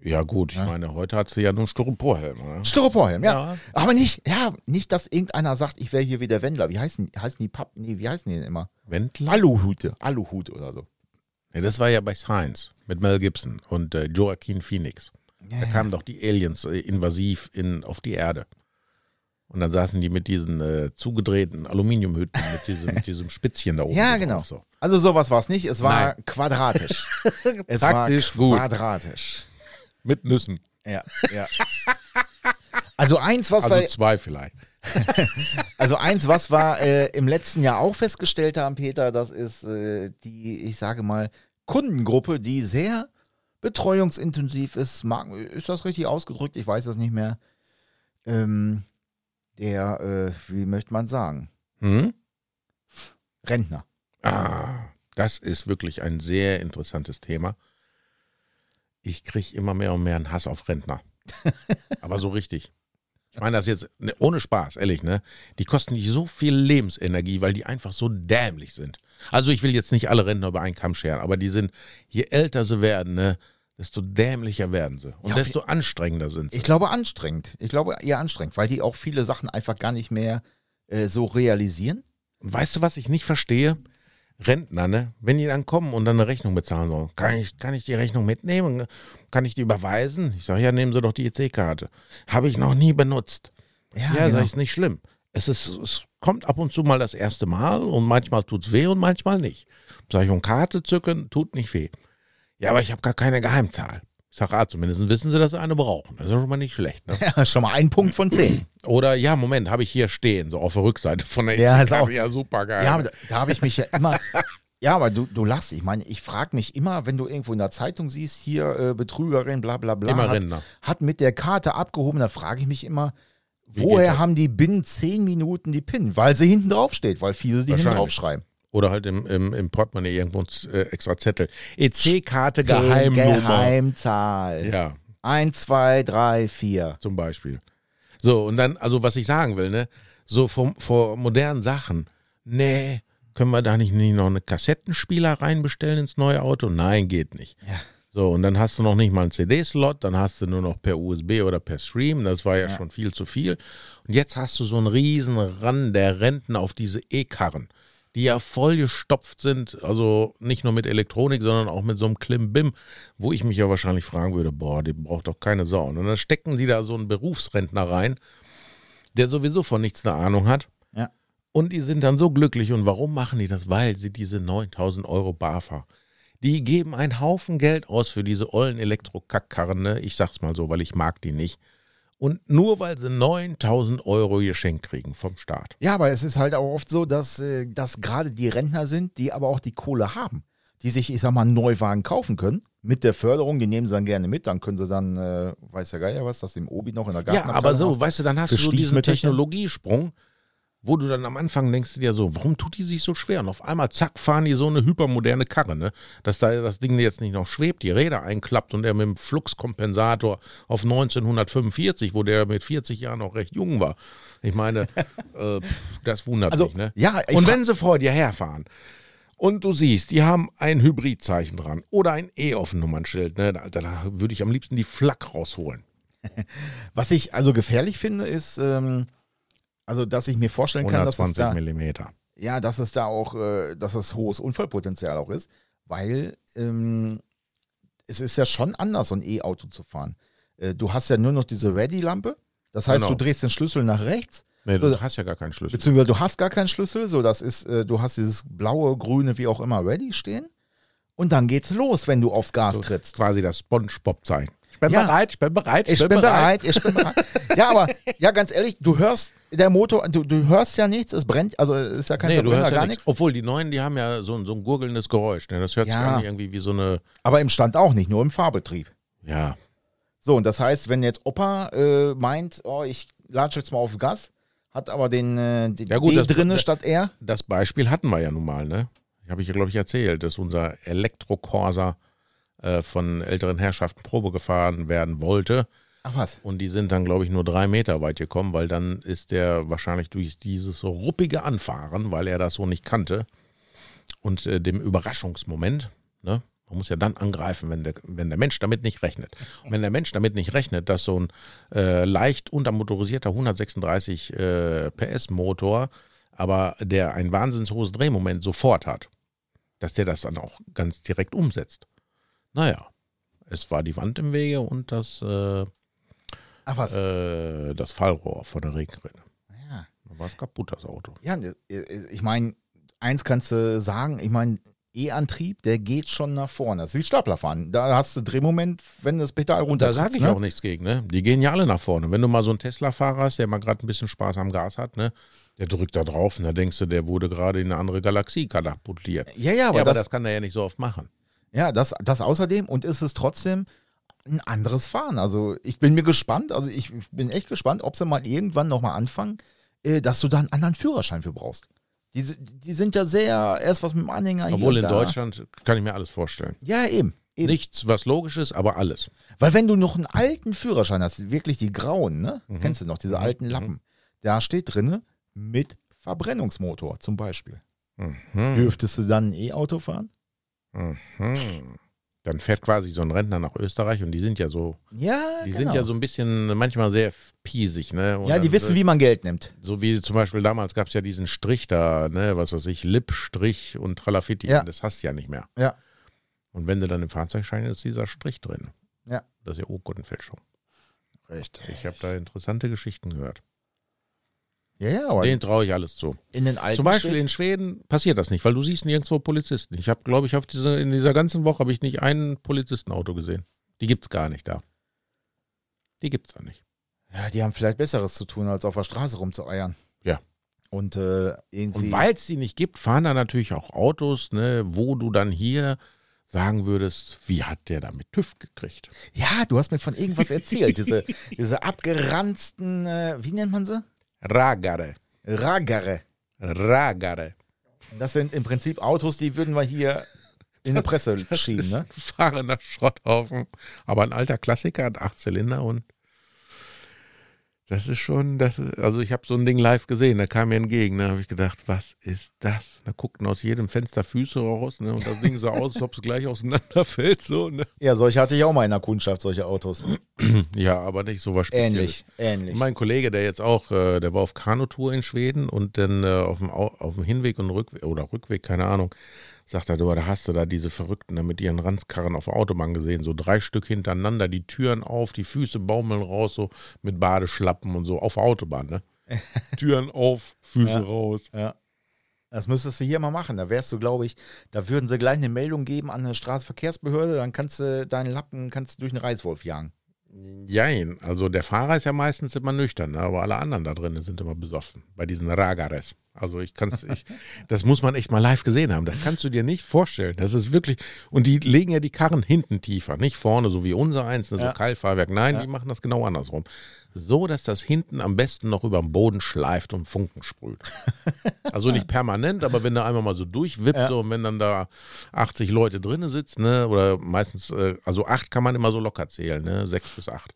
[SPEAKER 3] Ja, gut, ich
[SPEAKER 2] Ja.
[SPEAKER 3] meine, heute hat sie ja nur einen Styroporhelm. Ne?
[SPEAKER 2] Styroporhelm, ja.
[SPEAKER 3] ja.
[SPEAKER 2] Aber nicht, ja, nicht, dass irgendeiner sagt, ich wäre hier wie der Wendler. Wie heißen, heißen die Papp, nee, wie heißen die denn immer?
[SPEAKER 3] Wendler?
[SPEAKER 2] Aluhute, Aluhut oder so.
[SPEAKER 3] Nee, das war ja bei Science mit Mel Gibson und äh, Joaquin Phoenix. Da
[SPEAKER 2] Mhm.
[SPEAKER 3] kamen doch die Aliens äh, invasiv in, auf die Erde. Und dann saßen die mit diesen äh, zugedrehten Aluminiumhüten, mit diesem, mit diesem Spitzchen da oben.
[SPEAKER 2] Ja,
[SPEAKER 3] drauf,
[SPEAKER 2] genau.
[SPEAKER 3] So.
[SPEAKER 2] Also sowas war es nicht, es war quadratisch. es
[SPEAKER 3] Praktisch
[SPEAKER 2] war
[SPEAKER 3] gut.
[SPEAKER 2] quadratisch.
[SPEAKER 3] Mit Nüssen.
[SPEAKER 2] Ja, ja. Also eins, was
[SPEAKER 3] Also
[SPEAKER 2] wir,
[SPEAKER 3] zwei vielleicht.
[SPEAKER 2] also eins, was wir äh, im letzten Jahr auch festgestellt haben, Peter, das ist äh, die, ich sage mal, Kundengruppe, die sehr betreuungsintensiv ist. Mag, ist das richtig ausgedrückt? Ich weiß das nicht mehr. Ähm, der, äh, wie möchte man sagen?
[SPEAKER 3] Hm?
[SPEAKER 2] Rentner.
[SPEAKER 3] Ah, das ist wirklich ein sehr interessantes Thema. Ich kriege immer mehr und mehr einen Hass auf Rentner. Aber so richtig. Ich meine das jetzt ne, ohne Spaß, ehrlich, ne? Die kosten nicht so viel Lebensenergie, weil die einfach so dämlich sind. Also ich will jetzt nicht alle Rentner über einen Kamm scheren, aber die sind, je älter sie werden, ne, desto dämlicher werden sie.
[SPEAKER 2] Ja,
[SPEAKER 3] Und
[SPEAKER 2] auf
[SPEAKER 3] desto anstrengender sind sie.
[SPEAKER 2] Ich glaube anstrengend. Ich glaube eher anstrengend, weil die auch viele Sachen einfach gar nicht mehr äh, so realisieren.
[SPEAKER 3] Und weißt du, was ich nicht verstehe? Rentner, ne? Wenn die dann kommen und dann eine Rechnung bezahlen sollen, kann ich, kann ich die Rechnung mitnehmen? Kann ich die überweisen? Ich sage, ja, nehmen Sie doch die EC-Karte. Habe ich noch nie benutzt. Ja,
[SPEAKER 2] genau.
[SPEAKER 3] sag ich, ist nicht schlimm. Es, ist, es kommt ab und zu mal das erste Mal und manchmal tut's weh und manchmal nicht. Sag ich, und Karte zücken, tut nicht weh. Ja, aber ich habe gar keine Geheimzahl. Ich sage, ah, zumindest wissen Sie, dass Sie eine brauchen. Das ist schon mal nicht schlecht, ne?
[SPEAKER 2] ja, schon mal ein Punkt von zehn.
[SPEAKER 3] Oder, ja, Moment, habe ich hier stehen, so auf der Rückseite von der
[SPEAKER 2] Ja, ist auch-
[SPEAKER 3] EC-Karte. Ja, super geil.
[SPEAKER 2] Ja, aber da, da habe ich mich ja immer. Ja, aber du, du lachst. Ich meine, ich frage mich immer, wenn du irgendwo in der Zeitung siehst, hier äh, Betrügerin, bla bla bla,
[SPEAKER 3] Immer
[SPEAKER 2] hat,
[SPEAKER 3] Rentner.
[SPEAKER 2] hat mit der Karte abgehoben, da frage ich mich immer,
[SPEAKER 3] geht
[SPEAKER 2] woher
[SPEAKER 3] das?
[SPEAKER 2] haben die binnen zehn Minuten die PIN? Weil sie hinten drauf steht, weil viele die hinten
[SPEAKER 3] Wahrscheinlich.
[SPEAKER 2] drauf schreiben.
[SPEAKER 3] Oder halt im, im, im Portemonnaie irgendwo ein Z- äh, extra Zettel. EC-Karte Geheimnummer.
[SPEAKER 2] Geheimzahl.
[SPEAKER 3] Ja,
[SPEAKER 2] Eins, zwei, drei, vier.
[SPEAKER 3] zum Beispiel. So, und dann, also was ich sagen will, ne, so vor, vor modernen Sachen, nee, können wir da nicht, nicht noch eine Kassettenspieler reinbestellen ins neue Auto? Nein, geht nicht.
[SPEAKER 2] Ja.
[SPEAKER 3] So, und dann hast du noch nicht mal einen CD-Slot, dann hast du nur noch per USB oder per Stream, das war ja,
[SPEAKER 2] Ja.
[SPEAKER 3] schon viel zu viel. Und jetzt hast du so einen riesen Rand der Renten auf diese E-Karren, die ja vollgestopft sind, also nicht nur mit Elektronik, sondern auch mit so einem Klimbim, wo ich mich ja wahrscheinlich fragen würde, boah, die braucht doch keine Sau. Und dann stecken die da so einen Berufsrentner rein, der sowieso von nichts eine Ahnung hat.
[SPEAKER 2] Ja.
[SPEAKER 3] Und die sind dann so glücklich. Und warum machen die das? Weil sie diese 9000 Euro BAFA. Die geben einen Haufen Geld aus für diese ollen Elektrokackkarren. Ne? Ich sag's mal so, weil ich mag die nicht. Und nur weil sie 9000 Euro geschenkt kriegen vom Staat.
[SPEAKER 2] Ja, aber es ist halt auch oft so, dass, äh, dass gerade die Rentner sind, die aber auch die Kohle haben, die sich, ich sag mal, einen Neuwagen kaufen können. Mit der Förderung, die nehmen sie dann gerne mit, dann können sie dann, äh, weiß der Geier was, das im Obi noch in der
[SPEAKER 3] Ja,
[SPEAKER 2] Garten.
[SPEAKER 3] aber so, weißt du, dann hast du
[SPEAKER 2] Für
[SPEAKER 3] so diesen
[SPEAKER 2] Stiefmütterchen.
[SPEAKER 3] Technologiesprung, wo du dann am Anfang denkst du dir so, warum tut die sich so schwer? Und auf einmal, zack, fahren die so eine hypermoderne Karre, ne? Dass da das Ding jetzt nicht noch schwebt, die Räder einklappt und er mit dem Fluxkompensator auf 1945, wo der mit 40 Jahren noch recht jung war. Ich meine, äh, pff, das wundert
[SPEAKER 2] Also,
[SPEAKER 3] mich, ne?
[SPEAKER 2] ja, ich
[SPEAKER 3] und
[SPEAKER 2] fra-
[SPEAKER 3] wenn sie vor dir herfahren, und du siehst, die haben ein Hybridzeichen dran oder ein E auf dem Nummernschild. Ne? Da, da würde ich am liebsten die Flak rausholen.
[SPEAKER 2] Was ich also gefährlich finde, ist, ähm, also dass ich mir vorstellen kann, dass es
[SPEAKER 3] 120
[SPEAKER 2] da,
[SPEAKER 3] Millimeter.
[SPEAKER 2] ja, dass es da auch, äh, dass es hohes Unfallpotenzial auch ist. weil ähm, es ist ja schon anders, so ein E-Auto zu fahren. Äh, du hast ja nur noch diese Ready-Lampe. Das heißt,
[SPEAKER 3] Genau.
[SPEAKER 2] du drehst den Schlüssel nach rechts,
[SPEAKER 3] Nee,
[SPEAKER 2] So,
[SPEAKER 3] du hast ja gar keinen Schlüssel.
[SPEAKER 2] beziehungsweise du hast gar keinen Schlüssel. So, das ist, äh, du hast dieses blaue, grüne, wie auch immer, Ready stehen. Und dann geht's los, wenn du aufs Gas
[SPEAKER 3] So,
[SPEAKER 2] trittst.
[SPEAKER 3] Quasi das Spongebob-Zeichen. Ich bin
[SPEAKER 2] Ja.
[SPEAKER 3] bereit, ich bin bereit,
[SPEAKER 2] Ich bin bereit, ich bin bereit. ja, aber ja, ganz ehrlich, du hörst der Motor, du, du hörst ja nichts, es brennt, also es ist ja kein
[SPEAKER 3] Nee, du
[SPEAKER 2] Verbrenner,
[SPEAKER 3] hörst ja
[SPEAKER 2] gar
[SPEAKER 3] nichts. Obwohl, die Neuen, die haben ja so ein, so ein gurgelndes Geräusch. Ne? Das hört sich
[SPEAKER 2] Ja.
[SPEAKER 3] an irgendwie wie so eine,
[SPEAKER 2] Aber im Stand auch nicht, nur im Fahrbetrieb.
[SPEAKER 3] ja,
[SPEAKER 2] So, und das heißt, wenn jetzt Opa äh, meint, oh, ich latsche jetzt mal auf Gas, hat aber den, äh, den
[SPEAKER 3] Ja, gut,
[SPEAKER 2] D
[SPEAKER 3] das-
[SPEAKER 2] drinne
[SPEAKER 3] das-
[SPEAKER 2] statt R.
[SPEAKER 3] das Beispiel hatten wir ja nun mal, ne? Habe ich ja, glaube ich, erzählt, dass unser Elektrokorsa äh, von älteren Herrschaften Probe gefahren werden wollte.
[SPEAKER 2] Ach was.
[SPEAKER 3] Und die sind dann, glaube ich, nur drei Meter weit gekommen, weil dann ist der wahrscheinlich durch dieses ruppige Anfahren, weil er das so nicht kannte, und äh, dem Überraschungsmoment, ne? Man muss ja dann angreifen, wenn der, wenn der Mensch damit nicht rechnet. Und wenn der Mensch damit nicht rechnet, dass so ein äh, leicht untermotorisierter 136 äh, PS-Motor, aber der ein wahnsinnig hohes Drehmoment sofort hat, dass der das dann auch ganz direkt umsetzt. Naja, es war die Wand im Wege und das äh,
[SPEAKER 2] Ach was.
[SPEAKER 3] äh, das Fallrohr von der Regenrinne.
[SPEAKER 2] Ja,
[SPEAKER 3] Da war es kaputt, das Auto.
[SPEAKER 2] ja ne, äh, ich meine, eins kannst du sagen, ich meine, E-Antrieb, der geht schon nach vorne. Das ist wie Staplerfahren. Da hast du Drehmoment, wenn das Pedal runter
[SPEAKER 3] Da sage ich auch nichts gegen, ne? Die gehen ja alle nach vorne. Wenn du mal so einen Tesla-Fahrer hast, der mal gerade ein bisschen Spaß am Gas hat, ne? Der drückt da drauf und da denkst du, der wurde gerade in eine andere Galaxie katapultiert. Ja,
[SPEAKER 2] Ja, ja, aber,
[SPEAKER 3] aber das,
[SPEAKER 2] das,
[SPEAKER 3] kann er ja nicht so oft machen.
[SPEAKER 2] ja, das, das außerdem und ist es trotzdem ein anderes Fahren. Also ich bin mir gespannt, also ich bin echt gespannt, ob sie mal irgendwann nochmal anfangen, äh, dass du da einen anderen Führerschein für brauchst. Die, si- die sind ja sehr, erst was mit dem Anhänger hier
[SPEAKER 3] Obwohl
[SPEAKER 2] und
[SPEAKER 3] in
[SPEAKER 2] da.
[SPEAKER 3] Deutschland kann ich mir alles vorstellen.
[SPEAKER 2] Ja, eben. eben.
[SPEAKER 3] Nichts, was logisch ist, aber alles.
[SPEAKER 2] Weil wenn du noch einen alten Führerschein hast, wirklich die grauen, ne?
[SPEAKER 3] Mhm.
[SPEAKER 2] Kennst du noch, diese alten Lappen. Da steht drinne mit Verbrennungsmotor zum Beispiel.
[SPEAKER 3] Mhm.
[SPEAKER 2] Dürftest du dann ein E-Auto fahren?
[SPEAKER 3] Mhm. Dann fährt quasi so ein Rentner nach Österreich und die sind ja so,
[SPEAKER 2] Ja,
[SPEAKER 3] die
[SPEAKER 2] genau.
[SPEAKER 3] sind ja so ein bisschen manchmal sehr piesig, ne? Und
[SPEAKER 2] Ja, die
[SPEAKER 3] dann,
[SPEAKER 2] wissen,
[SPEAKER 3] äh,
[SPEAKER 2] wie man Geld nimmt.
[SPEAKER 3] So wie zum Beispiel damals gab es ja diesen Strich da, ne, was weiß ich, Lippstrich und Tralafitti.
[SPEAKER 2] Ja.
[SPEAKER 3] Und Das hast du ja nicht mehr.
[SPEAKER 2] Ja.
[SPEAKER 3] Und wenn du dann im Fahrzeugschein ist dieser Strich drin.
[SPEAKER 2] Ja.
[SPEAKER 3] Das ist ja Urkundenfälschung.
[SPEAKER 2] Richtig.
[SPEAKER 3] Ich habe da interessante Geschichten gehört.
[SPEAKER 2] Ja, ja, aber
[SPEAKER 3] Denen traue ich alles zu.
[SPEAKER 2] in den alten
[SPEAKER 3] Zum Beispiel
[SPEAKER 2] steht-
[SPEAKER 3] in Schweden passiert das nicht, weil du siehst nirgendwo Polizisten. Ich habe, glaube ich, auf diese, in dieser ganzen Woche habe ich nicht ein Polizistenauto gesehen. Die gibt's gar nicht da. Die gibt's da nicht.
[SPEAKER 2] Ja, die haben vielleicht Besseres zu tun, als auf der Straße rumzueiern.
[SPEAKER 3] Ja.
[SPEAKER 2] Und äh, irgendwie.
[SPEAKER 3] Und weil es die nicht gibt, fahren da natürlich auch Autos, ne, wo du dann hier sagen würdest, wie hat der damit TÜV gekriegt?
[SPEAKER 2] ja, du hast mir von irgendwas erzählt. diese, diese abgeranzten, äh, wie nennt man sie?
[SPEAKER 3] Ragare.
[SPEAKER 2] Ragare.
[SPEAKER 3] Ragare.
[SPEAKER 2] Das sind im Prinzip Autos, die würden wir hier in die Presse schieben,
[SPEAKER 3] Ist
[SPEAKER 2] ne?
[SPEAKER 3] ein fahrender Schrotthaufen. Aber ein alter Klassiker hat acht Zylinder und das ist schon, das ist, also ich habe so ein Ding live gesehen, da kam mir entgegen, da habe ich gedacht, was ist das? Da guckten aus jedem Fenster Füße raus, ne? Und das Ding sah aus, als ob es gleich auseinanderfällt, so, ne?
[SPEAKER 2] Ja, solche hatte ich auch mal in der Kundschaft, solche Autos.
[SPEAKER 3] Ja, aber nicht so was Spezielles.
[SPEAKER 2] Ähnlich, ähnlich.
[SPEAKER 3] Und Mein Kollege, der jetzt auch, äh, der war auf Kanutour in Schweden und dann äh, auf, dem Au auf dem Hinweg und Rückweg oder Rückweg, keine Ahnung, sagt er, du, da hast du da diese Verrückten da mit ihren Ranzkarren auf der Autobahn gesehen, so drei Stück hintereinander, die Türen auf, die Füße baumeln raus, so mit Badeschlappen und so auf der Autobahn, ne? Türen auf, Füße
[SPEAKER 2] Ja.
[SPEAKER 3] raus.
[SPEAKER 2] Das müsstest du hier mal machen. Da wärst du, glaube ich, da würden sie gleich eine Meldung geben an eine Straßenverkehrsbehörde, dann kannst du deinen Lappen kannst du durch einen Reißwolf jagen.
[SPEAKER 3] Jein, also der Fahrer ist ja meistens immer nüchtern, ne? aber alle anderen da drinnen sind immer besoffen, bei diesen Ragares. Also ich kann's, ich, das muss man echt mal live gesehen haben. Das kannst du dir nicht vorstellen. Das ist wirklich, und die legen ja die Karren hinten tiefer, nicht vorne, so wie unser eins, ne, so
[SPEAKER 2] Ja.
[SPEAKER 3] Keilfahrwerk. Nein,
[SPEAKER 2] Ja.
[SPEAKER 3] die machen das genau andersrum. So, dass das hinten am besten noch über den Boden schleift und Funken sprüht. Also nicht permanent, aber wenn da einmal mal so durchwippt
[SPEAKER 2] Ja.
[SPEAKER 3] so, und wenn dann da 80 Leute drinnen sitzen, ne, oder meistens, äh, also acht kann man immer so locker zählen, ne, sechs bis acht.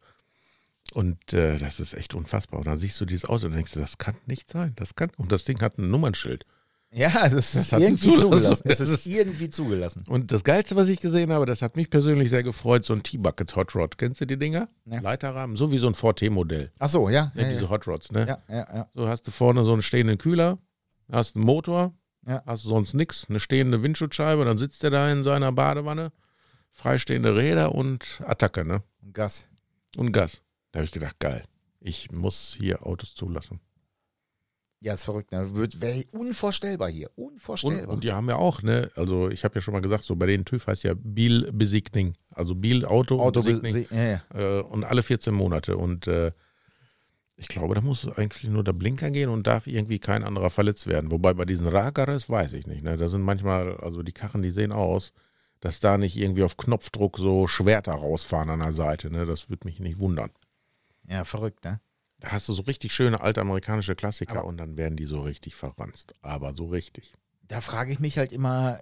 [SPEAKER 3] Und äh, das ist echt unfassbar. Und dann siehst du dieses Auto und denkst du, das kann nicht sein, das kann. Und das Ding hat ein Nummernschild.
[SPEAKER 2] Ja, es ist
[SPEAKER 3] Das hat
[SPEAKER 2] irgendwie
[SPEAKER 3] zugelassen.
[SPEAKER 2] zugelassen. Es
[SPEAKER 3] Das
[SPEAKER 2] ist irgendwie zugelassen.
[SPEAKER 3] Und das Geilste, was ich gesehen habe, das hat mich persönlich sehr gefreut, so ein T-Bucket Hot Rod. Kennst du die Dinger?
[SPEAKER 2] Ja.
[SPEAKER 3] Leiterrahmen, so wie so ein Ford T-Modell.
[SPEAKER 2] Ach so, ja.
[SPEAKER 3] Ne,
[SPEAKER 2] Ja,
[SPEAKER 3] diese
[SPEAKER 2] ja,
[SPEAKER 3] Hot Rods, ne?
[SPEAKER 2] ja, ja, ja.
[SPEAKER 3] So hast du vorne so einen stehenden Kühler, hast einen Motor,
[SPEAKER 2] Ja.
[SPEAKER 3] Hast du sonst nichts. Eine stehende Windschutzscheibe, dann sitzt er da in seiner Badewanne. Freistehende Räder und Attacke, ne?
[SPEAKER 2] Und Gas.
[SPEAKER 3] Und Gas. Da habe ich gedacht, geil. Ich muss hier Autos zulassen.
[SPEAKER 2] Ja, ist verrückt. Ne? Wird- Wäre unvorstellbar hier.
[SPEAKER 3] Und,
[SPEAKER 2] Unvorstellbar.
[SPEAKER 3] und die haben ja auch, ne? Also ich habe ja schon mal gesagt, so bei den TÜV heißt ja Biel-Besigning. Also Biel-Auto
[SPEAKER 2] Auto
[SPEAKER 3] Besigning.
[SPEAKER 2] se- ja, ja.
[SPEAKER 3] äh, und alle 14 Monate. Und äh, ich glaube, da muss eigentlich nur der Blinker gehen und darf irgendwie kein anderer verletzt werden. Wobei bei diesen Ragares weiß ich nicht. Ne? Da sind manchmal, also die Karren, die sehen aus, dass da nicht irgendwie auf Knopfdruck so Schwerter rausfahren an der Seite. Ne? Das würde mich nicht wundern.
[SPEAKER 2] ja, verrückt, ne?
[SPEAKER 3] Da hast du so richtig schöne alte amerikanische Klassiker
[SPEAKER 2] Aber-
[SPEAKER 3] und dann werden die so richtig verranzt. Aber so richtig.
[SPEAKER 2] Da frage ich mich halt immer,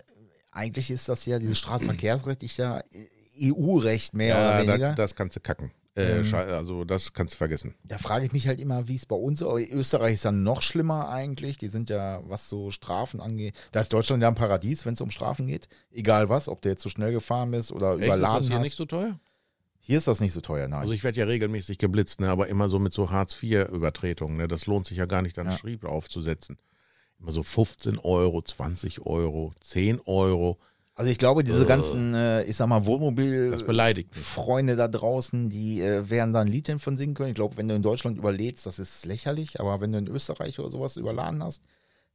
[SPEAKER 2] eigentlich ist das ja dieses Straßenverkehrsrecht, ich ja EU-Recht mehr oder
[SPEAKER 3] Ja,
[SPEAKER 2] weniger.
[SPEAKER 3] das, das kannst du kacken. Äh,
[SPEAKER 2] Ähm.
[SPEAKER 3] schei- Also das kannst du vergessen.
[SPEAKER 2] Da frage ich mich halt immer, wie es bei uns, aber Österreich ist dann noch schlimmer eigentlich. Die sind ja, was so Strafen angeht, da ist Deutschland ja ein Paradies, wenn es um Strafen geht. Egal was, ob der jetzt zu schnell gefahren ist oder
[SPEAKER 3] Echt, ist das
[SPEAKER 2] überladen
[SPEAKER 3] hier
[SPEAKER 2] hast.
[SPEAKER 3] nicht so teuer?
[SPEAKER 2] hier ist das nicht so teuer, nein.
[SPEAKER 3] Also ich werde ja regelmäßig geblitzt, ne, aber immer so mit so Hartz-IV-Übertretungen. Ne, das lohnt sich ja gar nicht, dann
[SPEAKER 2] Ja.
[SPEAKER 3] Schrieb aufzusetzen. Immer so 15 Euro, 20 Euro, 10 Euro.
[SPEAKER 2] also ich glaube, diese
[SPEAKER 3] Äh.
[SPEAKER 2] ganzen, äh, ich sag mal,
[SPEAKER 3] Das
[SPEAKER 2] Wohnmobil.
[SPEAKER 3] beleidigt mich.
[SPEAKER 2] Freunde da draußen, die äh, werden da ein Liedchen von singen können. Ich glaube, wenn du in Deutschland überlädst, das ist lächerlich, aber wenn du in Österreich oder sowas überladen hast,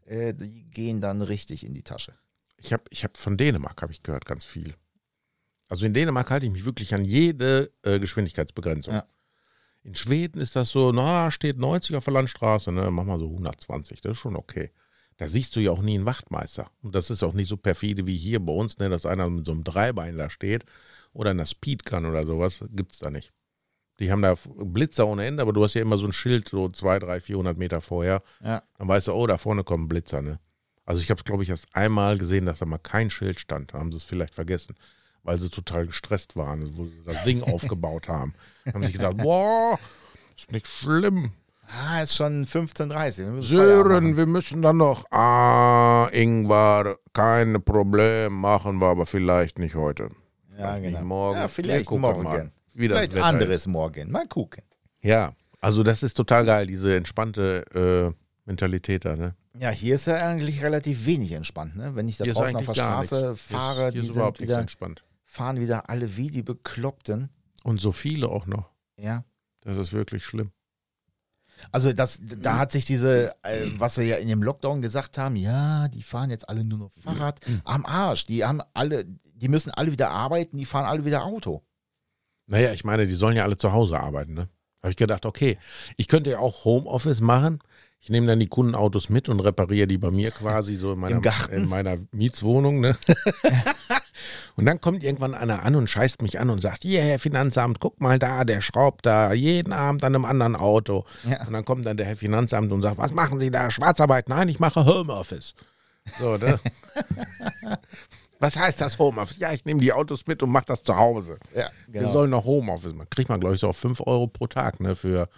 [SPEAKER 2] äh, die gehen dann richtig in die Tasche.
[SPEAKER 3] Ich habe ich hab von Dänemark, habe ich gehört, ganz viel. Also in Dänemark halte ich mich wirklich an jede äh, Geschwindigkeitsbegrenzung.
[SPEAKER 2] Ja.
[SPEAKER 3] In Schweden ist das so, na, steht 90 auf der Landstraße, ne, mach mal so 120, das ist schon okay. Da siehst du ja auch nie einen Wachtmeister. Und das ist auch nicht so perfide wie hier bei uns, ne, dass einer mit so einem Dreibein da steht oder einer Speedgun oder sowas, gibt's da nicht. Die haben da Blitzer ohne Ende, aber du hast ja immer so ein Schild, so 200, 300, 400 Meter vorher.
[SPEAKER 2] Ja.
[SPEAKER 3] Dann weißt du, oh, da vorne kommen Blitzer, ne? Also ich habe es, glaube ich, erst einmal gesehen, dass da mal kein Schild stand. Da haben sie es vielleicht vergessen, weil sie total gestresst waren, wo sie das Ding aufgebaut haben. Da haben sie gedacht, boah, ist nicht schlimm.
[SPEAKER 2] Ah, ist schon 15.30 Uhr.
[SPEAKER 3] Sören, wir müssen dann noch. Ah, Ingvar, kein Problem, machen wir aber vielleicht nicht heute.
[SPEAKER 2] Ja,
[SPEAKER 3] Vielleicht nicht
[SPEAKER 2] genau.
[SPEAKER 3] Morgen.
[SPEAKER 2] Ja,
[SPEAKER 3] Wir
[SPEAKER 2] vielleicht
[SPEAKER 3] gucken
[SPEAKER 2] morgen.
[SPEAKER 3] Mal, wie das
[SPEAKER 2] Vielleicht
[SPEAKER 3] Wetter
[SPEAKER 2] anderes morgen. Mal gucken.
[SPEAKER 3] Ist. Ja, also das ist total geil, diese entspannte äh, Mentalität da, ne?
[SPEAKER 2] Ja, hier ist ja eigentlich relativ wenig entspannt, ne? Wenn ich da
[SPEAKER 3] Hier ist
[SPEAKER 2] draußen auf
[SPEAKER 3] eigentlich
[SPEAKER 2] der
[SPEAKER 3] gar
[SPEAKER 2] Straße
[SPEAKER 3] nichts. Hier ist-
[SPEAKER 2] fahre,
[SPEAKER 3] hier
[SPEAKER 2] die
[SPEAKER 3] ist überhaupt
[SPEAKER 2] sind
[SPEAKER 3] nichts
[SPEAKER 2] wieder,
[SPEAKER 3] entspannt.
[SPEAKER 2] fahren wieder alle wie die Bekloppten.
[SPEAKER 3] Und so viele auch noch.
[SPEAKER 2] Ja.
[SPEAKER 3] Das ist wirklich schlimm.
[SPEAKER 2] Also das, da hat sich diese, äh, was sie ja in dem Lockdown gesagt haben, ja, die fahren jetzt alle nur noch Fahrrad, am Arsch. Die haben alle, die müssen alle wieder arbeiten, die fahren alle wieder Auto.
[SPEAKER 3] Naja, ich meine, die sollen ja alle zu Hause arbeiten, ne? Habe ich gedacht, okay, ich könnte ja auch Homeoffice machen. Ich nehme dann die Kundenautos mit und repariere die bei mir quasi so in meiner,
[SPEAKER 2] Im Garten.
[SPEAKER 3] in meiner Mietswohnung, ne? und dann kommt irgendwann einer an und scheißt mich an und sagt, hier, Herr Finanzamt, guck mal da, der schraubt da jeden Abend an einem anderen Auto.
[SPEAKER 2] Ja.
[SPEAKER 3] Und dann kommt dann der Herr Finanzamt und sagt, was machen Sie da? Schwarzarbeit? Nein, ich mache Homeoffice. So, ne? was heißt das Homeoffice? Ja, ich nehme die Autos mit und mache das zu Hause.
[SPEAKER 2] Ja,
[SPEAKER 3] Wir sollen noch Homeoffice machen. Kriegt man, glaube ich, so auf 5 Euro pro Tag ne, für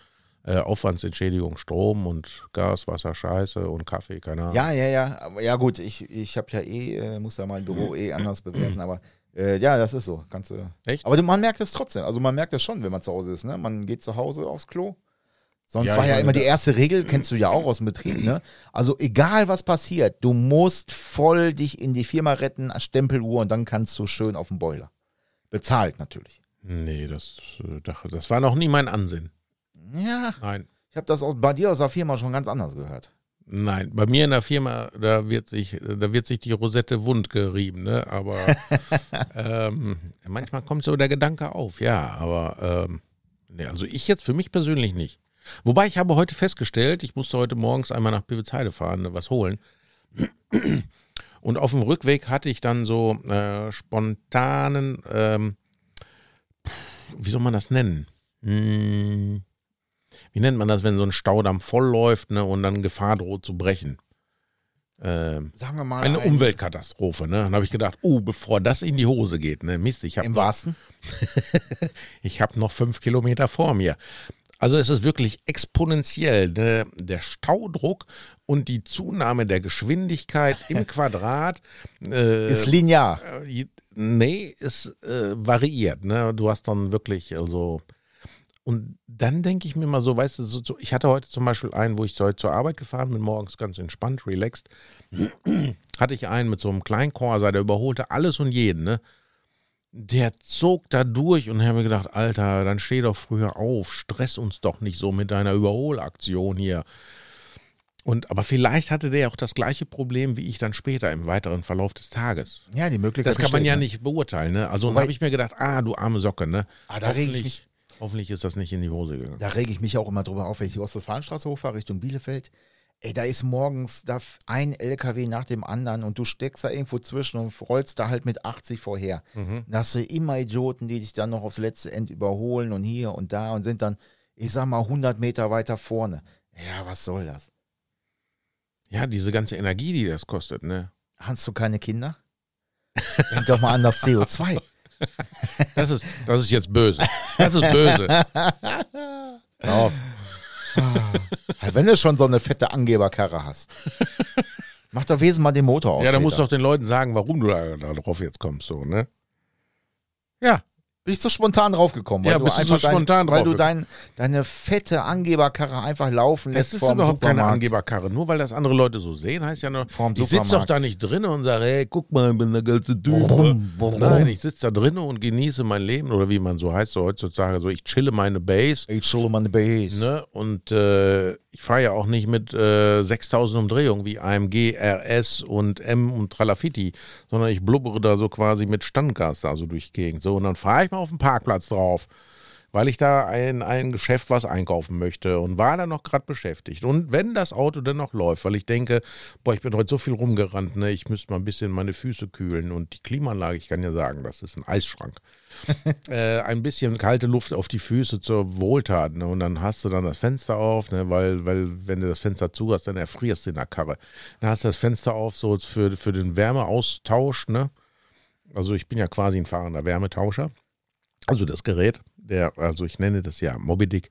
[SPEAKER 3] äh, Aufwandsentschädigung, Strom und Gas, Wasser, Scheiße und Kaffee, keine Ahnung.
[SPEAKER 2] Ja, ja, ja. Aber ja, gut, ich, ich habe ja eh, äh, muss ja mein Büro eh anders bewerten, aber äh, ja, das ist so. Kannst du.
[SPEAKER 3] Echt?
[SPEAKER 2] Aber du- man merkt es trotzdem. Also man merkt es schon, wenn man zu Hause ist. Ne? Man geht zu Hause aufs Klo. Sonst
[SPEAKER 3] Ja,
[SPEAKER 2] war
[SPEAKER 3] ich
[SPEAKER 2] ja
[SPEAKER 3] meine,
[SPEAKER 2] immer die
[SPEAKER 3] da-
[SPEAKER 2] erste Regel, kennst du ja auch aus dem Betrieb, ne? Also egal was passiert, du musst voll dich in die Firma retten, Stempeluhr und dann kannst du schön auf den Boiler. Bezahlt natürlich.
[SPEAKER 3] Nee, das, äh, dach- das war noch nie mein Ansinn.
[SPEAKER 2] Ja,
[SPEAKER 3] Nein.
[SPEAKER 2] ich habe das auch bei dir aus der Firma schon ganz anders gehört.
[SPEAKER 3] Nein, bei mir in der Firma, da wird sich, da wird sich die Rosette wund gerieben, ne? Aber ähm, manchmal kommt so der Gedanke auf, ja, aber ähm, nee, also ich jetzt für mich persönlich nicht. Wobei ich habe heute festgestellt, ich musste heute morgens einmal nach Pivitzheide fahren, ne, was holen. Und auf dem Rückweg hatte ich dann so äh, spontanen, ähm, pff, wie soll man das nennen? Hm, wie nennt man das, wenn so ein Staudamm vollläuft ne, und dann Gefahr droht zu brechen? Ähm,
[SPEAKER 2] Sagen wir mal,
[SPEAKER 3] eine
[SPEAKER 2] ein-
[SPEAKER 3] Umweltkatastrophe, ne? Dann habe ich gedacht, oh, bevor das in die Hose geht, ne? Mist, ich habe
[SPEAKER 2] im
[SPEAKER 3] noch,
[SPEAKER 2] wahrsten.
[SPEAKER 3] ich hab noch fünf Kilometer vor mir. Also es ist wirklich exponentiell, ne? der Staudruck und die Zunahme der Geschwindigkeit im Quadrat. Äh,
[SPEAKER 2] Ist linear.
[SPEAKER 3] äh, je- Nee, es äh, variiert. Ne? Du hast dann wirklich, also Und dann denke ich mir mal so, weißt du, so, so, ich hatte heute zum Beispiel einen, wo ich so heute zur Arbeit gefahren bin, morgens ganz entspannt, relaxed. hatte ich einen mit so einem kleinen Corsa, der überholte alles und jeden, ne? Der zog da durch und habe mir gedacht, Alter, dann steh doch früher auf, stress uns doch nicht so mit deiner Überholaktion hier. Und aber vielleicht hatte der auch das gleiche Problem wie ich dann später im weiteren Verlauf des Tages.
[SPEAKER 2] Ja, die Möglichkeit
[SPEAKER 3] Das kann man
[SPEAKER 2] besteht,
[SPEAKER 3] ja
[SPEAKER 2] ne?
[SPEAKER 3] nicht beurteilen, ne? Also da
[SPEAKER 2] Wobei-
[SPEAKER 3] habe ich mir gedacht, ah, du arme Socke, ne?
[SPEAKER 2] Ah, da reg ich
[SPEAKER 3] Hoffentlich-
[SPEAKER 2] mich-
[SPEAKER 3] Hoffentlich ist das nicht in die Hose gegangen.
[SPEAKER 2] Da rege ich mich auch immer drüber auf, wenn ich die Ostwestfalenstraße hochfahre Richtung Bielefeld. Ey, da ist morgens da f- ein LKW nach dem anderen und du steckst da irgendwo zwischen und rollst da halt mit 80 vorher. Da hast du immer Idioten, die dich dann noch aufs letzte End überholen und hier und da und sind dann, ich sag mal, 100 Meter weiter vorne. Ja, was soll das?
[SPEAKER 3] Ja, diese ganze Energie, die das kostet, ne?
[SPEAKER 2] Hast du keine Kinder? Denk doch mal an das CO2.
[SPEAKER 3] Das ist, das ist jetzt böse. Das ist böse. Hör auf.
[SPEAKER 2] Ja, Ah, Wenn du schon so eine fette Angeberkarre hast, mach doch wesentlich mal den Motor aus.
[SPEAKER 3] Ja, da
[SPEAKER 2] Peter.
[SPEAKER 3] musst du auch den Leuten sagen, warum du da, da drauf jetzt kommst, so, ne? Ja,
[SPEAKER 2] Bin ich so spontan draufgekommen, weil
[SPEAKER 3] Ja,
[SPEAKER 2] du
[SPEAKER 3] bist du
[SPEAKER 2] einfach
[SPEAKER 3] so
[SPEAKER 2] dein,
[SPEAKER 3] spontan
[SPEAKER 2] weil du
[SPEAKER 3] draufgekommen.
[SPEAKER 2] dein, deine fette Angeberkarre einfach laufen
[SPEAKER 3] das
[SPEAKER 2] lässt
[SPEAKER 3] ist
[SPEAKER 2] vorm
[SPEAKER 3] überhaupt keine
[SPEAKER 2] Supermarkt.
[SPEAKER 3] Angeberkarre. Nur weil das andere Leute so sehen, heißt ja noch,
[SPEAKER 2] Vorm
[SPEAKER 3] ich sitze doch
[SPEAKER 2] Supermarkt.
[SPEAKER 3] da nicht drin und sage, hey, guck mal, ich bin der ganze Typ. ne?
[SPEAKER 2] Brumm, brumm.
[SPEAKER 3] Nein, ich sitze da drin und genieße mein Leben oder wie man so heißt, so heutzutage, so ich chille meine Base.
[SPEAKER 2] Ich chill on the base.
[SPEAKER 3] Ne? Und äh, ich fahre ja auch nicht mit äh, 6000 Umdrehungen wie AMG, RS und M und Tralafiti, sondern ich blubbere da so quasi mit Standgas da so durch die Gegend. So, und dann fahre ich mal auf den Parkplatz drauf, weil ich da in ein Geschäft was einkaufen möchte und war da noch gerade beschäftigt. Und wenn das Auto dann noch läuft, weil ich denke, boah, ich bin heute so viel rumgerannt, ne? ich müsste mal ein bisschen meine Füße kühlen und die Klimaanlage, ich kann ja sagen, das ist ein Eisschrank äh, ein bisschen kalte Luft auf die Füße zur Wohltat. Ne? Und dann hast du dann das Fenster auf, ne? weil, weil wenn du das Fenster zu hast, dann erfrierst du in der Karre. Dann hast du das Fenster auf so für, für den Wärmeaustausch. Ne? Also ich bin ja quasi ein fahrender Wärmetauscher. Also das Gerät, der, also ich nenne das ja Moby Dick.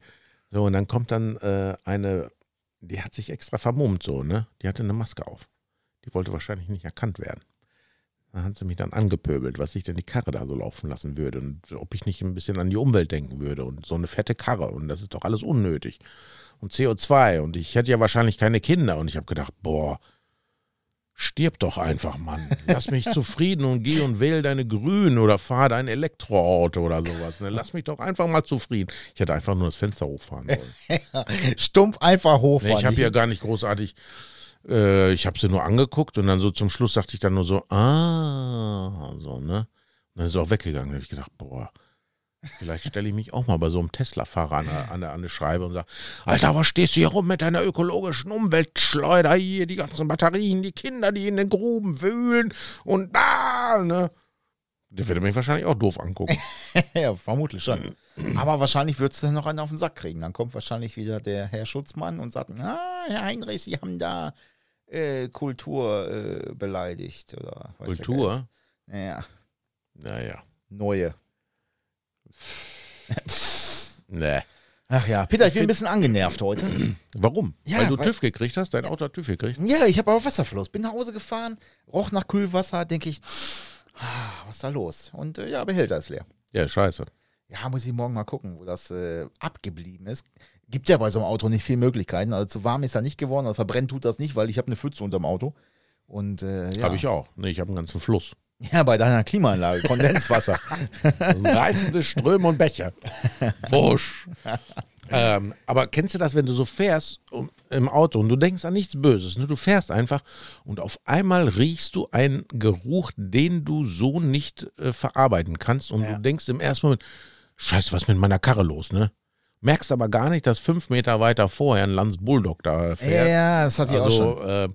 [SPEAKER 3] So, und dann kommt dann äh, eine, die hat sich extra vermummt so, ne? Die hatte eine Maske auf. Die wollte wahrscheinlich nicht erkannt werden. Da hat sie mich dann angepöbelt, was ich denn die Karre da so laufen lassen würde und ob ich nicht ein bisschen an die Umwelt denken würde und so eine fette Karre und das ist doch alles unnötig. Und CO2 und ich hätte ja wahrscheinlich keine Kinder und ich habe gedacht, boah, stirb doch einfach, Mann. Lass mich zufrieden und geh und wähl deine Grünen oder fahr dein Elektroauto oder sowas. Ne? Lass mich doch einfach mal zufrieden. Ich hätte einfach nur das Fenster hochfahren wollen.
[SPEAKER 2] Stumpf einfach hoch.
[SPEAKER 3] Nee, ich habe ja gar nicht großartig. Äh, ich habe sie nur angeguckt und dann so zum Schluss sagte ich dann nur so, ah, so, ne? Und dann ist sie auch weggegangen. Da habe ich gedacht, boah, vielleicht stelle ich mich auch mal bei so einem Tesla-Fahrer an, der- an, der- an eine Scheibe und sage, Alter, was stehst du hier rum mit deiner ökologischen Umweltschleuder hier, die ganzen Batterien, die Kinder, die in den Gruben wühlen und da, ne? Der würde mich wahrscheinlich auch doof angucken.
[SPEAKER 2] ja, vermutlich schon. Aber wahrscheinlich würdest du dann noch einen auf den Sack kriegen. Dann kommt wahrscheinlich wieder der Herr Schutzmann und sagt, ah, Herr Heinrich, Sie haben da äh, Kultur äh, beleidigt. Oder, weiß der
[SPEAKER 3] Kultur?
[SPEAKER 2] Geil. Ja,
[SPEAKER 3] Naja.
[SPEAKER 2] neue.
[SPEAKER 3] Nee.
[SPEAKER 2] Ach ja, Peter, ich bin ein bisschen angenervt heute.
[SPEAKER 3] Warum?
[SPEAKER 2] Ja,
[SPEAKER 3] weil du
[SPEAKER 2] weil-
[SPEAKER 3] TÜV gekriegt hast, dein Auto hat TÜV gekriegt.
[SPEAKER 2] Ja, ich habe aber Wasserfluss. Bin nach Hause gefahren, roch nach Kühlwasser, denke ich, ah, was ist da los? Und äh, ja, Behälter ist leer.
[SPEAKER 3] Ja, scheiße.
[SPEAKER 2] Ja, muss ich morgen mal gucken, wo das äh, abgeblieben ist. Gibt ja bei so einem Auto nicht viele Möglichkeiten. Also zu warm ist er nicht geworden, also verbrennen tut das nicht, weil ich habe eine Pfütze unterm Auto. Und äh, ja.
[SPEAKER 3] Habe ich auch. Nee, ich habe einen ganzen Fluss.
[SPEAKER 2] ja, bei deiner Klimaanlage, Kondenswasser.
[SPEAKER 3] Reißende Ströme und Bäche. Wusch. ähm, aber kennst du das, wenn du so fährst um, im Auto und du denkst an nichts Böses? Ne? Du fährst einfach und auf einmal riechst du einen Geruch, den du so nicht äh, verarbeiten kannst. Und
[SPEAKER 2] Ja.
[SPEAKER 3] du denkst im ersten Moment, scheiße, was ist mit meiner Karre los, ne? Merkst aber gar nicht, dass fünf Meter weiter vorher ein Lanz Bulldog da fährt.
[SPEAKER 2] ja, das hatte ich auch schon.
[SPEAKER 3] Also, äh,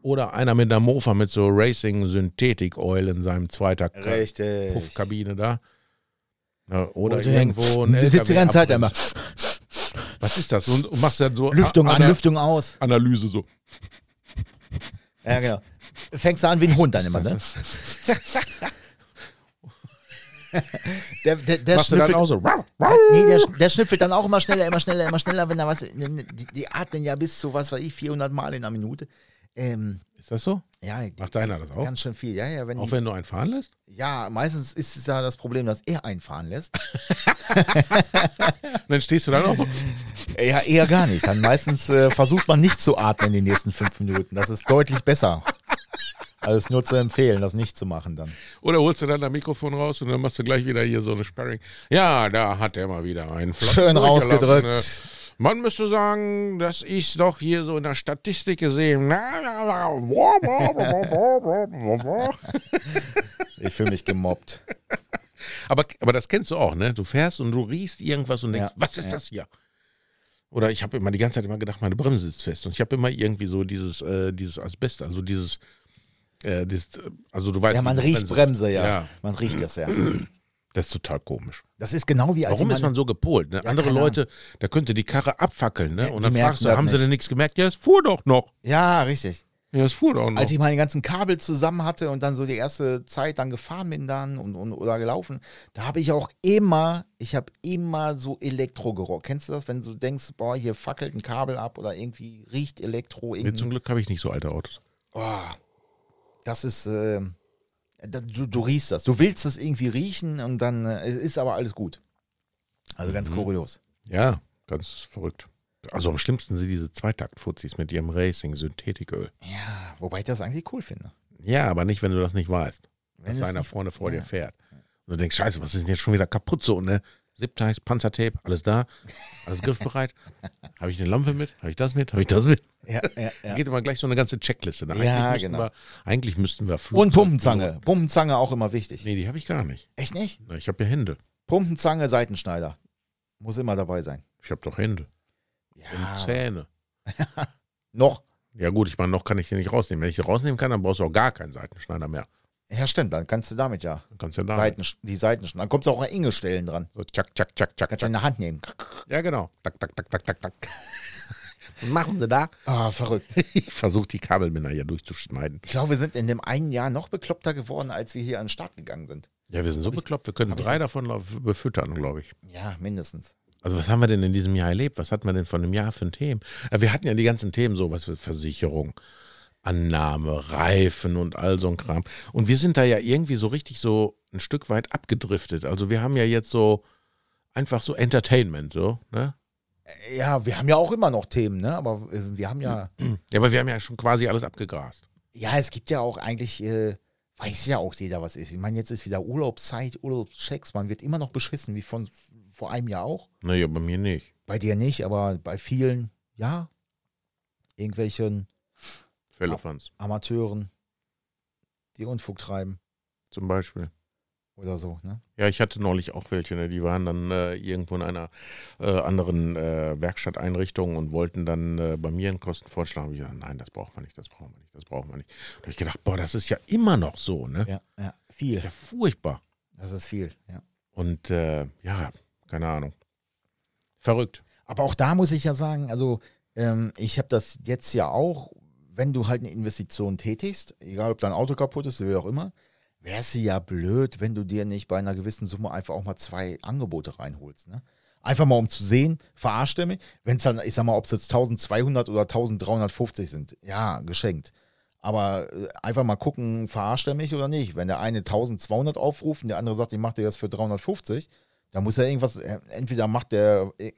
[SPEAKER 3] oder einer mit einer Mofa mit so Racing Synthetic Oil in seinem zweiter Ka-
[SPEAKER 2] Richtig.
[SPEAKER 3] Puffkabine da. Ja,
[SPEAKER 2] Oder
[SPEAKER 3] oder
[SPEAKER 2] du
[SPEAKER 3] irgendwo
[SPEAKER 2] denkst, du sitzt die ganze Zeit
[SPEAKER 3] einmal.
[SPEAKER 2] einmal.
[SPEAKER 3] Was ist das? Und, und machst dann so
[SPEAKER 2] Lüftung
[SPEAKER 3] A-
[SPEAKER 2] an,
[SPEAKER 3] Ana-
[SPEAKER 2] Lüftung aus.
[SPEAKER 3] Analyse so.
[SPEAKER 2] Ja, genau. Fängst du an wie ein Hund dann immer, ne? Der, der, der,
[SPEAKER 3] Machst du dann
[SPEAKER 2] schnüffelt,
[SPEAKER 3] auch so.
[SPEAKER 2] nee, der, sch- der schnüffelt dann auch immer schneller, immer schneller, immer schneller, wenn da was. Die, die atmen ja bis zu, was weiß ich, 400 Mal in einer Minute. Äh, Ähm,
[SPEAKER 3] Ist das so?
[SPEAKER 2] ja,
[SPEAKER 3] Macht deiner das auch?
[SPEAKER 2] ganz schön viel. Ja, ja, wenn
[SPEAKER 3] Auch
[SPEAKER 2] die,
[SPEAKER 3] wenn du einen fahren lässt?
[SPEAKER 2] ja, meistens ist es ja das Problem, dass er einfahren lässt.
[SPEAKER 3] Und dann stehst du dann auch so.
[SPEAKER 2] Ja, eher gar nicht. Dann meistens äh, versucht man nicht zu atmen in den nächsten fünf Minuten. Das ist deutlich besser. Also es ist nur zu empfehlen, das nicht zu machen dann.
[SPEAKER 3] Oder holst du dann dein Mikrofon raus und dann machst du gleich wieder hier so eine Sparring. Ja, da hat er mal wieder einen flott
[SPEAKER 2] Schön
[SPEAKER 3] durchgelassene-
[SPEAKER 2] rausgedrückt.
[SPEAKER 3] Man müsste sagen, dass ich doch hier so in der Statistik gesehen. Na, na, na, boah, boah, boah, boah, boah, boah, boah. ne?
[SPEAKER 2] Ich fühle mich gemobbt.
[SPEAKER 3] aber, aber das kennst du auch, ne? Du fährst und du riechst irgendwas und denkst,
[SPEAKER 2] Ja,
[SPEAKER 3] was ist
[SPEAKER 2] ja.
[SPEAKER 3] das hier? Oder ich habe immer die ganze Zeit immer gedacht, meine Bremse sitzt fest. Und ich habe immer irgendwie so dieses, äh, dieses Asbest, also dieses, äh, dieses, äh, also du weißt.
[SPEAKER 2] Ja, man
[SPEAKER 3] wie die
[SPEAKER 2] riecht Bremse, ja.
[SPEAKER 3] Ja,
[SPEAKER 2] Man riecht das ja.
[SPEAKER 3] das ist total komisch.
[SPEAKER 2] Das ist genau wie als
[SPEAKER 3] Warum ist
[SPEAKER 2] jemand-
[SPEAKER 3] man so gepolt? Ne?
[SPEAKER 2] Ja,
[SPEAKER 3] Andere
[SPEAKER 2] keine
[SPEAKER 3] Leute, da könnte die Karre abfackeln, ne?
[SPEAKER 2] Ja,
[SPEAKER 3] Und
[SPEAKER 2] die
[SPEAKER 3] dann
[SPEAKER 2] merken
[SPEAKER 3] fragst du,
[SPEAKER 2] das
[SPEAKER 3] haben sie
[SPEAKER 2] nicht.
[SPEAKER 3] denn nichts gemerkt? Ja, es fuhr doch noch.
[SPEAKER 2] Ja, richtig.
[SPEAKER 3] Ja, es fuhr doch noch.
[SPEAKER 2] Als ich meine ganzen Kabel zusammen hatte und dann so die erste Zeit dann gefahren bin dann und, und oder gelaufen, da habe ich auch immer, ich habe immer so Elektrogeruch. Kennst du das, wenn du denkst, boah, hier fackelt ein Kabel ab oder irgendwie riecht Elektro
[SPEAKER 3] nee,
[SPEAKER 2] irgendwie.
[SPEAKER 3] zum Glück habe ich nicht so alte Autos.
[SPEAKER 2] Oh, das ist, äh, da, du, du riechst das. Du willst das irgendwie riechen und dann äh, es ist aber alles gut. Also
[SPEAKER 3] Mhm.
[SPEAKER 2] ganz kurios.
[SPEAKER 3] Ja, ganz verrückt. Also am schlimmsten sind diese Zweitaktfuzis mit ihrem Racing-Synthetiköl.
[SPEAKER 2] Ja, wobei ich das eigentlich cool finde.
[SPEAKER 3] Ja, aber nicht, wenn du das nicht weißt.
[SPEAKER 2] Wenn
[SPEAKER 3] Wenn
[SPEAKER 2] es
[SPEAKER 3] dass einer
[SPEAKER 2] nicht-
[SPEAKER 3] vorne vor
[SPEAKER 2] ja.
[SPEAKER 3] dir fährt. Und du denkst, scheiße, was ist denn jetzt schon wieder kaputt so, ne? Zipties, Panzertape, alles da, alles griffbereit. habe ich eine Lampe mit? Habe ich das mit? Habe ich das mit?
[SPEAKER 2] Ja, ja, ja.
[SPEAKER 3] Geht immer gleich so eine ganze Checkliste. Ne? Eigentlich,
[SPEAKER 2] Ja,
[SPEAKER 3] müssten
[SPEAKER 2] genau.
[SPEAKER 3] wir, eigentlich müssten wir Flugzeug-
[SPEAKER 2] Und Pumpenzange. Pumpenzange auch immer wichtig.
[SPEAKER 3] Nee, die habe ich gar nicht.
[SPEAKER 2] Echt nicht?
[SPEAKER 3] Na, Ich habe ja Hände.
[SPEAKER 2] Pumpenzange, Seitenschneider. Muss immer dabei sein.
[SPEAKER 3] Ich habe doch Hände und Zähne.
[SPEAKER 2] Noch.
[SPEAKER 3] Ja gut, ich meine, noch kann ich die nicht rausnehmen. Wenn ich die rausnehmen kann, dann brauchst du auch gar keinen Seitenschneider mehr.
[SPEAKER 2] Ja, stimmt. Dann kannst du damit ja
[SPEAKER 3] Dann kannst du da
[SPEAKER 2] Seiten, die Seitenschneider. Dann kommst du auch an enge Stellen dran.
[SPEAKER 3] so tschak, tschak, tschak, tschak,
[SPEAKER 2] Kannst du
[SPEAKER 3] tschak.
[SPEAKER 2] in der Hand nehmen.
[SPEAKER 3] Ja genau. Tak, tak, tak, tak, tak, tak. Was machen sie da?
[SPEAKER 2] Ah, verrückt.
[SPEAKER 3] Ich versuche die Kabelbinder hier durchzuschneiden.
[SPEAKER 2] Ich glaube, wir sind in dem einen Jahr noch bekloppter geworden, als wir hier an den Start gegangen sind.
[SPEAKER 3] Ja, wir sind so bekloppt, wir können
[SPEAKER 2] hab ich
[SPEAKER 3] drei davon lau- befüttern, glaube ich.
[SPEAKER 2] Ja, mindestens.
[SPEAKER 3] Also was haben wir denn in diesem Jahr erlebt? Was hatten wir denn von einem Jahr für ein Themen? Äh, Wir hatten ja die ganzen Themen, so was für Versicherung, Annahme, Reifen und all so ein Kram. Und wir sind da ja irgendwie so richtig so ein Stück weit abgedriftet. Also wir haben ja jetzt so einfach so Entertainment, so, ne?
[SPEAKER 2] Ja, wir haben ja auch immer noch Themen, ne? Aber äh, wir haben ja.
[SPEAKER 3] Ja, aber wir haben ja schon quasi alles abgegrast.
[SPEAKER 2] Ja, es gibt ja auch eigentlich, äh, weiß ja auch jeder, was ist. Ich meine, jetzt ist wieder Urlaubszeit, Urlaubschecks. Man wird immer noch beschissen, wie von vor einem Jahr auch.
[SPEAKER 3] Naja, Ne, bei mir nicht.
[SPEAKER 2] Bei dir nicht, aber bei vielen, ja. Irgendwelchen
[SPEAKER 3] Fellefans
[SPEAKER 2] Amateuren, die Unfug treiben
[SPEAKER 3] zum Beispiel.
[SPEAKER 2] oder so, ne?
[SPEAKER 3] Ja, ich hatte neulich auch welche, ne? die waren dann äh, irgendwo in einer äh, anderen äh, Werkstatteinrichtung und wollten dann äh, bei mir einen Kostenvorschlag. Hab ich gesagt, nein, das braucht man nicht, das braucht man nicht, das braucht man nicht. Da habe ich gedacht, boah, das ist ja immer noch so, ne?
[SPEAKER 2] Ja, ja.
[SPEAKER 3] Ja,
[SPEAKER 2] Viel.
[SPEAKER 3] furchtbar.
[SPEAKER 2] Das ist viel, ja.
[SPEAKER 3] Und äh, ja, keine Ahnung. Verrückt.
[SPEAKER 2] Aber auch da muss ich ja sagen, also ähm, ich habe das jetzt ja auch, wenn du halt eine Investition tätigst, egal ob dein Auto kaputt ist oder wie auch immer, wäre es ja blöd, wenn du dir nicht bei einer gewissen Summe einfach auch mal zwei Angebote reinholst. Ne? Einfach mal, um zu sehen, verarscht er mich, wenn es dann, ich sag mal, ob es jetzt 1200 oder 1350 sind, ja, geschenkt. Aber äh, einfach mal gucken, verarscht er mich oder nicht. Wenn der eine 1200 aufruft und der andere sagt, ich mache dir das für 350, dann muss er irgendwas, äh, entweder macht der äh,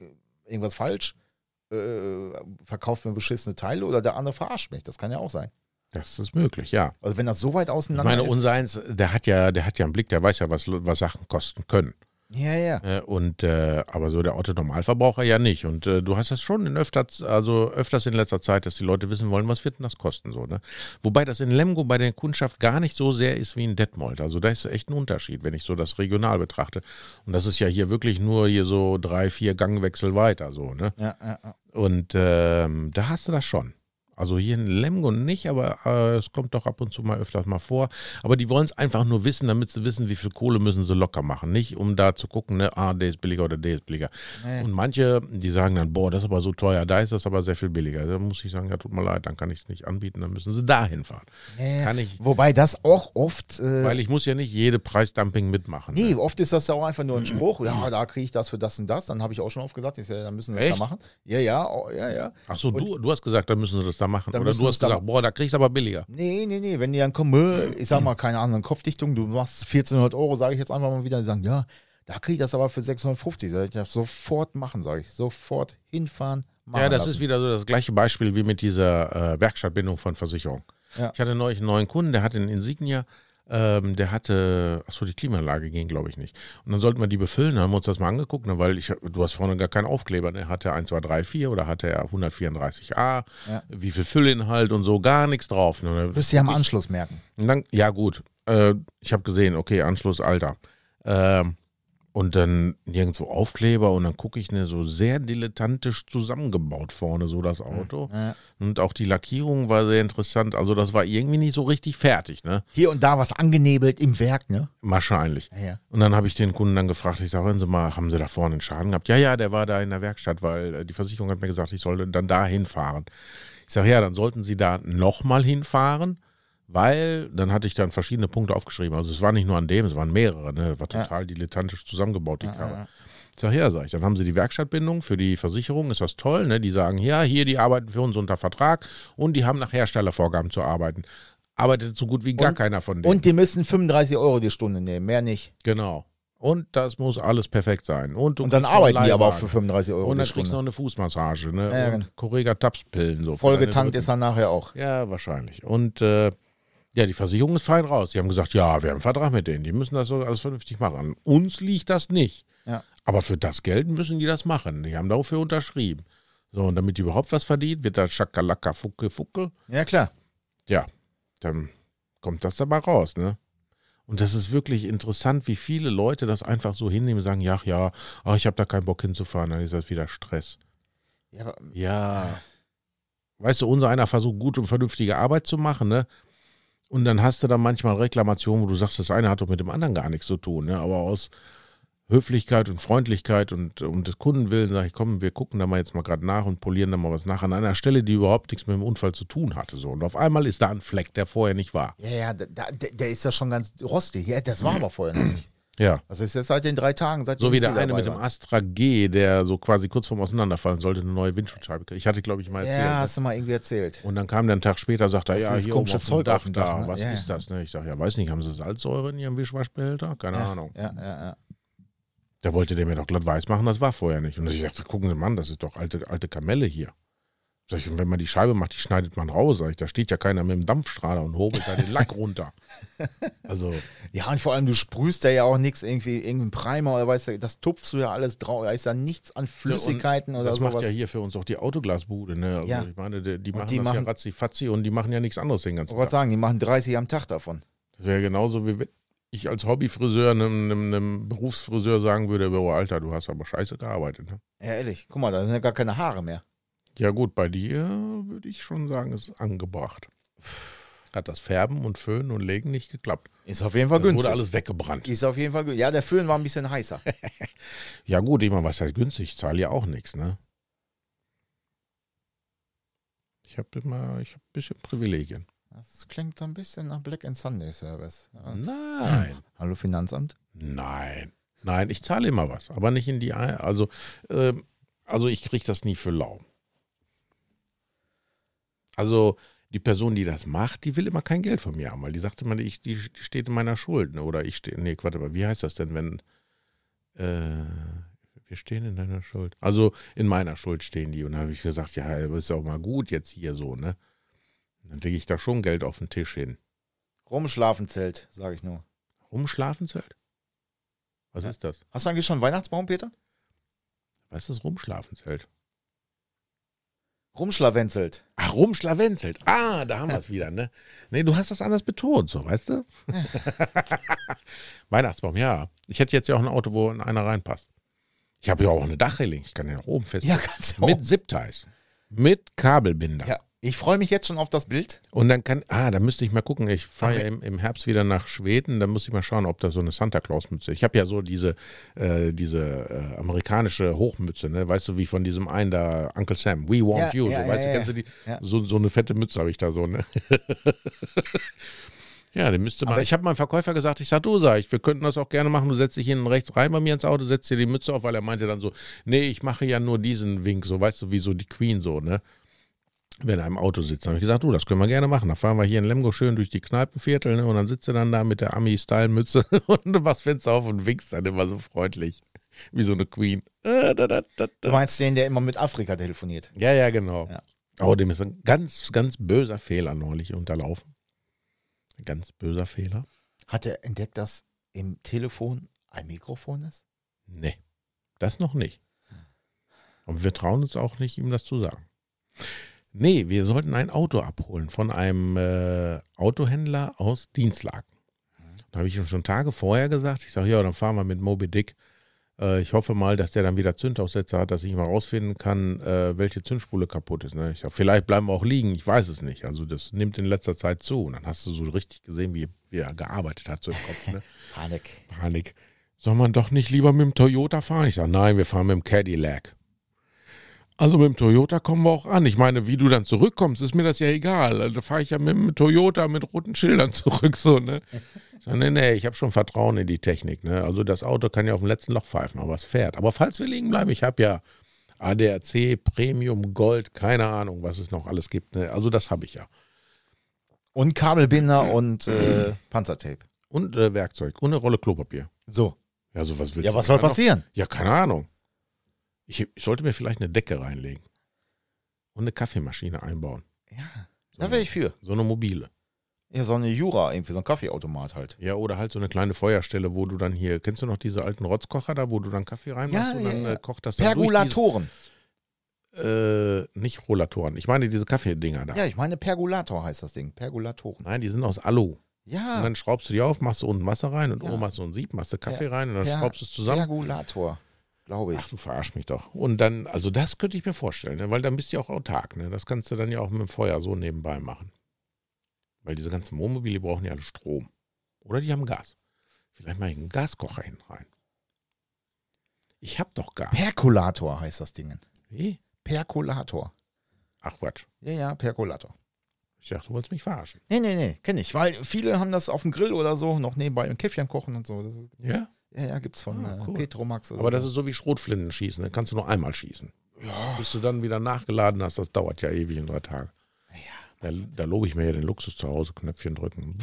[SPEAKER 2] irgendwas falsch, äh, verkauft mir beschissene Teile oder der andere verarscht mich. Das kann ja auch sein.
[SPEAKER 3] Das ist möglich, ja.
[SPEAKER 2] Also wenn das so weit
[SPEAKER 3] Ich
[SPEAKER 2] auseinander
[SPEAKER 3] meine,
[SPEAKER 2] ist.
[SPEAKER 3] unser Eins, der hat ja, der hat ja einen Blick, der weiß ja, was, was Sachen kosten können.
[SPEAKER 2] Ja, ja.
[SPEAKER 3] Äh, und äh, aber so der Autonormalverbraucher ja nicht. Und äh, du hast das schon in öfter, also öfters in letzter Zeit, dass die Leute wissen wollen, was wird denn das kosten so, ne? Wobei das in Lemgo bei der Kundschaft gar nicht so sehr ist wie in Detmold. Also da ist echt ein Unterschied, wenn ich so das regional betrachte. Und das ist ja hier wirklich nur hier so drei, vier Gangwechsel weiter so, ne?
[SPEAKER 2] ja, ja, ja.
[SPEAKER 3] Und ähm, da hast du das schon. Also hier in Lemgo nicht, aber äh, es kommt doch ab und zu mal öfters mal vor. Aber die wollen es einfach nur wissen, damit sie wissen, wie viel Kohle müssen sie locker machen. Nicht um da zu gucken, ne, ah, der ist billiger oder der ist billiger.
[SPEAKER 2] Nee.
[SPEAKER 3] Und manche, die sagen dann, boah, das ist aber so teuer, da ist das aber sehr viel billiger. Da muss ich sagen, ja, tut mir leid, dann kann ich es nicht anbieten, dann müssen sie dahin fahren.
[SPEAKER 2] Ja, ja.
[SPEAKER 3] Kann ich,
[SPEAKER 2] Wobei das auch oft. Äh,
[SPEAKER 3] weil ich muss ja nicht jede Preisdumping mitmachen.
[SPEAKER 2] Nee,
[SPEAKER 3] ne?
[SPEAKER 2] oft ist das ja auch einfach nur ein Spruch. Ja, da kriege ich das für das und das. Dann habe ich auch schon oft gesagt, ich sage, dann müssen wir das da
[SPEAKER 3] Echt?
[SPEAKER 2] machen. Ja, ja, oh, ja, ja.
[SPEAKER 3] Ach so, du, du hast gesagt, dann müssen sie das da machen.
[SPEAKER 2] Dann
[SPEAKER 3] Oder
[SPEAKER 2] müssen
[SPEAKER 3] du
[SPEAKER 2] wir
[SPEAKER 3] hast
[SPEAKER 2] es da-
[SPEAKER 3] gesagt, boah, da kriegst du aber billiger.
[SPEAKER 2] Nee, nee, nee, wenn die dann kommen, äh, ich sag mal, keine Ahnung, Kopfdichtung, du machst 1400 Euro, sage ich jetzt einfach mal wieder, die sagen, ja, da kriege ich das aber für 650, sag ich, ja, sofort machen, sage ich, sofort hinfahren, machen
[SPEAKER 3] Ja, das
[SPEAKER 2] lassen.
[SPEAKER 3] ist wieder so das gleiche Beispiel wie mit dieser äh, Werkstattbindung von Versicherung.
[SPEAKER 2] Ja.
[SPEAKER 3] Ich hatte neulich einen neuen Kunden, der hatte einen Insignia, ähm, der hatte, achso, die Klimaanlage ging, glaube ich, nicht. Und dann sollten wir die befüllen, dann haben wir uns das mal angeguckt, ne, weil ich, du hast vorne gar keinen Aufkleber, ne? Hatte er 1, 2, 3, 4 oder hatte er 134a,
[SPEAKER 2] Ja.
[SPEAKER 3] wie viel Füllinhalt und so, gar nichts drauf. Ne?
[SPEAKER 2] Wirst du ja am Anschluss merken.
[SPEAKER 3] Und dann, ja, gut. Äh, ich habe gesehen, okay, Anschluss, Alter. Ähm, und dann nirgendwo Aufkleber und dann gucke ich ne, so sehr dilettantisch zusammengebaut vorne, so das Auto.
[SPEAKER 2] Ja.
[SPEAKER 3] Und auch die Lackierung war sehr interessant. Also, das war irgendwie nicht so richtig fertig, ne?
[SPEAKER 2] Hier und da was angenebelt im Werk, ne?
[SPEAKER 3] Wahrscheinlich.
[SPEAKER 2] Ja.
[SPEAKER 3] Und dann habe ich den Kunden dann gefragt, ich sage, hören Sie mal, haben Sie da vorne einen Schaden gehabt? Ja, ja, der war da in der Werkstatt, weil äh, die Versicherung hat mir gesagt, ich sollte dann da hinfahren. Ich sage, ja, dann sollten Sie da nochmal hinfahren, weil dann hatte ich dann verschiedene Punkte aufgeschrieben. Also es war nicht nur an dem, es waren mehrere. Ne? Das war
[SPEAKER 2] Ja.
[SPEAKER 3] total dilettantisch zusammengebaut, die
[SPEAKER 2] Ja,
[SPEAKER 3] Karre.
[SPEAKER 2] ja, ja.
[SPEAKER 3] Ich sage, ja, sag ich, dann haben Sie die Werkstattbindung für die Versicherung, ist das toll. Ne? Die sagen, ja, hier, die arbeiten für uns unter Vertrag und die haben nach Herstellervorgaben zu arbeiten. Arbeitet so gut wie gar
[SPEAKER 2] Und-
[SPEAKER 3] keiner von denen.
[SPEAKER 2] Und die müssen 35 Euro die Stunde nehmen, mehr nicht.
[SPEAKER 3] Genau. Und das muss alles perfekt sein. Und, du
[SPEAKER 2] Und dann
[SPEAKER 3] kriegst noch einen
[SPEAKER 2] arbeiten die aber auch für
[SPEAKER 3] Leihwagen.
[SPEAKER 2] 35 Euro
[SPEAKER 3] Und
[SPEAKER 2] die
[SPEAKER 3] dann kriegst du noch
[SPEAKER 2] Stunde.
[SPEAKER 3] eine Fußmassage, ne?
[SPEAKER 2] Ja, genau.
[SPEAKER 3] und Correga Tapspillen so. für
[SPEAKER 2] Vollgetankt
[SPEAKER 3] deine
[SPEAKER 2] ist dann nachher auch.
[SPEAKER 3] Rücken. Ja, wahrscheinlich. Und äh, ja, die Versicherung ist fein raus. Die haben gesagt, ja, wir haben einen Vertrag mit denen. Die müssen das so alles vernünftig machen. Uns liegt das nicht.
[SPEAKER 2] Ja.
[SPEAKER 3] Aber für das Geld müssen die das machen. Die haben dafür unterschrieben. So, und damit die überhaupt was verdient, wird da Schakalaka Fucke Fucke
[SPEAKER 2] Ja, klar.
[SPEAKER 3] ja, dann kommt das dabei raus, ne? Und das ist wirklich interessant, wie viele Leute das einfach so hinnehmen und sagen, ja, ja, ah, ich habe da keinen Bock hinzufahren, dann ist das wieder Stress.
[SPEAKER 2] Ja, aber
[SPEAKER 3] Ja. Weißt du, unser einer versucht, gute und vernünftige Arbeit zu machen, ne? Und dann hast du da manchmal Reklamationen, wo du sagst, das eine hat doch mit dem anderen gar nichts zu tun, ne? Aber aus Höflichkeit und Freundlichkeit und um des Kundenwillen sage ich, komm, wir gucken da mal jetzt mal gerade nach und polieren da mal was nach an einer Stelle, die überhaupt nichts mit dem Unfall zu tun hatte. So. Und auf einmal ist da ein Fleck, der vorher nicht war.
[SPEAKER 2] ja, ja da, da, der ist ja schon ganz rostig. Ja, das war aber vorher noch nicht.
[SPEAKER 3] Ja.
[SPEAKER 2] Das ist jetzt seit den drei Tagen. Seit
[SPEAKER 3] So wie der eine mit dem Astra G, der so quasi kurz vorm Auseinanderfallen sollte, eine neue Windschutzscheibe. kriegen. Ich hatte, glaube ich, mal erzählt.
[SPEAKER 2] Ja,
[SPEAKER 3] ne?
[SPEAKER 2] hast du mal irgendwie erzählt.
[SPEAKER 3] Und dann kam der einen Tag später, sagt er,
[SPEAKER 2] Das ist
[SPEAKER 3] ja,
[SPEAKER 2] das
[SPEAKER 3] hier oben
[SPEAKER 2] komische
[SPEAKER 3] auf dem
[SPEAKER 2] Zeug
[SPEAKER 3] Dach,
[SPEAKER 2] auf dem
[SPEAKER 3] da,
[SPEAKER 2] Dach, ne?
[SPEAKER 3] was
[SPEAKER 2] Ja,
[SPEAKER 3] ist das? Ne? Ich sage, ja, weiß nicht, haben sie Salzsäure in ihrem Wischwaschbehälter? Keine
[SPEAKER 2] ja,
[SPEAKER 3] Ahnung.
[SPEAKER 2] Ja, ja, ja.
[SPEAKER 3] Da wollte der mir doch glatt weiß machen, das war vorher nicht. Und ich dachte, gucken Sie, Mann, das ist doch alte, alte Kamelle hier. Sag ich, und wenn man die Scheibe macht, die schneidet man raus. Sag ich, da steht ja keiner mit dem Dampfstrahler und hobelt da den Lack runter. Also,
[SPEAKER 2] Ja, und vor allem, du sprühst da ja auch nichts, irgendwie irgendeinen Primer oder weißt du, das tupfst du ja alles drauf. Da ist ja nichts an Flüssigkeiten oder
[SPEAKER 3] das
[SPEAKER 2] sowas.
[SPEAKER 3] macht ja hier für uns auch die Autoglasbude. Ne? Also,
[SPEAKER 2] Ja.
[SPEAKER 3] Ich meine, die, die machen
[SPEAKER 2] die
[SPEAKER 3] das
[SPEAKER 2] machen-
[SPEAKER 3] ja ratzi-fatzi und die machen ja nichts anderes den
[SPEAKER 2] ich
[SPEAKER 3] ganzen
[SPEAKER 2] wollte
[SPEAKER 3] Tag.
[SPEAKER 2] sagen, die machen 30 am Tag davon.
[SPEAKER 3] Das wäre genauso wie wenn ich als Hobbyfriseur einem, einem, einem Berufsfriseur sagen würde, oh, Alter, du hast aber scheiße gearbeitet. Ne?
[SPEAKER 2] Ja, ehrlich. Guck mal, da sind ja gar keine Haare mehr.
[SPEAKER 3] Ja gut, bei dir würde ich schon sagen, ist angebracht. Hat das Färben und Föhnen und Legen nicht geklappt.
[SPEAKER 2] Ist auf jeden Fall
[SPEAKER 3] Das
[SPEAKER 2] günstig.
[SPEAKER 3] wurde alles weggebrannt.
[SPEAKER 2] ist auf jeden Fall günstig. Ja, der Föhn war ein bisschen heißer.
[SPEAKER 3] Ja gut, ich meine, was heißt günstig? Ich zahle ja auch nichts, ne? Ich habe immer, ich habe ein bisschen Privilegien.
[SPEAKER 2] Das klingt so ein bisschen nach Black and Sunday Service. Ja.
[SPEAKER 3] Nein.
[SPEAKER 2] Hallo Finanzamt?
[SPEAKER 3] Nein, nein, ich zahle immer was, aber nicht in die. Ein also, ähm, also ich kriege das nie für lau. Also die Person, die das macht, die will immer kein Geld von mir haben, weil die sagt immer, ich, die, die steht in meiner Schuld. Ne? Oder ich stehe, nee, warte mal, wie heißt das denn, wenn äh, wir stehen in deiner Schuld? Also in meiner Schuld stehen die. Und dann habe ich gesagt, ja, aber ist auch mal gut jetzt hier so, ne? Dann lege ich da schon Geld auf den Tisch hin.
[SPEAKER 2] Rumschlafenzelt, sage ich nur.
[SPEAKER 3] Rumschlafenzelt? Was
[SPEAKER 2] Ja.
[SPEAKER 3] ist das?
[SPEAKER 2] Hast du eigentlich schon einen Weihnachtsbaum, Peter?
[SPEAKER 3] Was ist Rumschlafenzelt?
[SPEAKER 2] Rumschlawenzelt.
[SPEAKER 3] Ach, rumschlawenzelt. Ah, da haben wir es wieder, ne? Nee, du hast das anders betont, so, weißt du? Weihnachtsbaum, ja. Ich hätte jetzt ja auch ein Auto, wo einer reinpasst. Ich habe ja auch eine Dachreling, ich kann den nach oben
[SPEAKER 2] Ja,
[SPEAKER 3] festmachen.
[SPEAKER 2] ganz
[SPEAKER 3] Mit Zipties. Mit Kabelbinder.
[SPEAKER 2] Ja, ich freue mich jetzt schon auf das Bild.
[SPEAKER 3] Und dann kann, ah, da müsste ich mal gucken. Ich fahre ja
[SPEAKER 2] Okay.
[SPEAKER 3] im, im Herbst wieder nach Schweden. Da muss ich mal schauen, ob da so eine Santa Claus-Mütze. Ich habe ja so diese, äh, diese äh, amerikanische Hochmütze, ne? Weißt du, wie von diesem einen da, Uncle Sam, We
[SPEAKER 2] Ja,
[SPEAKER 3] Want You.
[SPEAKER 2] ja,
[SPEAKER 3] so, weißt
[SPEAKER 2] ja,
[SPEAKER 3] du, kennst du die?
[SPEAKER 2] ja.
[SPEAKER 3] So, so eine fette Mütze habe ich da so, ne? ja, den müsste man.
[SPEAKER 2] Aber
[SPEAKER 3] Ich habe meinem Verkäufer gesagt, ich sag, du sag ich, wir könnten das auch gerne machen. Du setzt dich hinten rechts rein bei mir ins Auto, setzt dir die Mütze auf, weil er meinte dann so, nee, ich mache ja nur diesen Wink, so, weißt du, wie so die Queen, so, ne? wenn er im Auto sitzt. Dann habe ich gesagt, du, das können wir gerne machen. Dann fahren wir hier in Lemgo schön durch die Kneipenviertel ne? und dann sitzt er dann da mit der Ami-Style-Mütze und machst Fenster auf und winkst dann immer so freundlich. Wie so eine Queen. Äh, da, da, da,
[SPEAKER 2] Du
[SPEAKER 3] da.
[SPEAKER 2] meinst den, der immer mit Afrika telefoniert?
[SPEAKER 3] Ja, ja, genau.
[SPEAKER 2] Ja.
[SPEAKER 3] Oh, dem ist ein ganz, ganz böser Fehler neulich unterlaufen. Ein ganz böser Fehler.
[SPEAKER 2] Hat er entdeckt, dass im Telefon ein Mikrofon ist?
[SPEAKER 3] Nee, das noch nicht. Und wir trauen uns auch nicht, ihm das zu sagen. Nee, wir sollten ein Auto abholen von einem äh, Autohändler aus Dienstlaken. Da habe ich ihm schon Tage vorher gesagt, ich sage, ja, dann fahren wir mit Moby Dick. Äh, ich hoffe mal, dass der dann wieder Zündaussetzer hat, dass ich mal rausfinden kann, äh, welche Zündspule kaputt ist. Ne? Ich sage, vielleicht bleiben wir auch liegen, ich weiß es nicht. Also das nimmt in letzter Zeit zu. Und dann hast du so richtig gesehen, wie, wie er gearbeitet hat, so im Kopf. Ne?
[SPEAKER 2] Panik.
[SPEAKER 3] Panik. Soll man doch nicht lieber mit dem Toyota fahren? Ich sage, nein, wir fahren mit dem Cadillac. Also mit dem Toyota kommen wir auch an. Ich meine, wie du dann zurückkommst, ist mir das ja egal. Also, Da fahre ich ja mit dem Toyota mit roten Schildern zurück, so, ne? Ich sag, nee, nee, ich habe schon Vertrauen in die Technik, ne? Also das Auto kann ja auf dem letzten Loch pfeifen, aber es fährt. Aber falls wir liegen bleiben, ich habe ja ADAC, Premium, Gold, keine Ahnung, was es noch alles gibt, ne? Also das habe ich ja.
[SPEAKER 2] Und Kabelbinder und äh, Panzertape.
[SPEAKER 3] Und äh, Werkzeug und eine Rolle Klopapier.
[SPEAKER 2] So.
[SPEAKER 3] Ja, so was willst
[SPEAKER 2] Ja,
[SPEAKER 3] du
[SPEAKER 2] was
[SPEAKER 3] denn
[SPEAKER 2] soll
[SPEAKER 3] da noch?
[SPEAKER 2] passieren?
[SPEAKER 3] Ja, keine Ahnung. Ich, ich sollte mir vielleicht eine Decke reinlegen. Und eine Kaffeemaschine einbauen.
[SPEAKER 2] Ja,
[SPEAKER 3] So
[SPEAKER 2] da
[SPEAKER 3] eine,
[SPEAKER 2] wäre ich für.
[SPEAKER 3] so eine mobile.
[SPEAKER 2] Ja, so eine Jura, irgendwie so ein Kaffeeautomat halt.
[SPEAKER 3] Ja, oder halt so eine kleine Feuerstelle, wo du dann hier, kennst du noch diese alten Rotzkocher da, wo du dann Kaffee reinmachst
[SPEAKER 2] Ja,
[SPEAKER 3] und
[SPEAKER 2] ja,
[SPEAKER 3] dann
[SPEAKER 2] ja.
[SPEAKER 3] Äh, kocht das dann
[SPEAKER 2] Pergolatoren.
[SPEAKER 3] durch diese, äh, nicht Rollatoren. Ich meine diese Kaffeedinger da.
[SPEAKER 2] Ja, ich meine, Pergolator heißt das Ding. Pergolatoren.
[SPEAKER 3] Nein, die sind aus Alu. Und
[SPEAKER 2] Ja,
[SPEAKER 3] dann schraubst du die auf, machst du unten Wasser rein und
[SPEAKER 2] Ah. Ja.
[SPEAKER 3] oben machst du einen Sieb, machst du Kaffee rein und dann
[SPEAKER 2] Ja.
[SPEAKER 3] schraubst du es zusammen.
[SPEAKER 2] Pergolator, glaube ich.
[SPEAKER 3] Ach, du verarsch mich doch. Und dann, also das könnte ich mir vorstellen, ne? weil dann bist du ja auch autark. Ne? Das kannst du dann ja auch mit dem Feuer so nebenbei machen. Weil diese ganzen Wohnmobile brauchen ja alle Strom. Oder die haben Gas. Vielleicht mache ich einen Gaskocher hin rein. Ich habe doch Gas.
[SPEAKER 2] Perkulator heißt das Ding.
[SPEAKER 3] Wie?
[SPEAKER 2] Perkulator.
[SPEAKER 3] Ach Quatsch.
[SPEAKER 2] Ja, ja, Perkulator.
[SPEAKER 3] Ich dachte, du wolltest mich verarschen.
[SPEAKER 2] Nee, nee, nee, kenne ich, weil viele haben das auf dem Grill oder so, noch nebenbei ein Käffchen kochen und so. Das ist,
[SPEAKER 3] Ja.
[SPEAKER 2] ja, ja, gibt's von
[SPEAKER 3] Ah, cool.
[SPEAKER 2] äh, Petromax oder
[SPEAKER 3] Aber das
[SPEAKER 2] so.
[SPEAKER 3] ist so wie Schrotflinten schießen. Dann kannst du nur einmal schießen. Ja. Bis du dann wieder nachgeladen hast, das dauert ja ewig in drei Tagen. Da, da lobe ich mir ja den Luxus zu Hause, Knöpfchen drücken.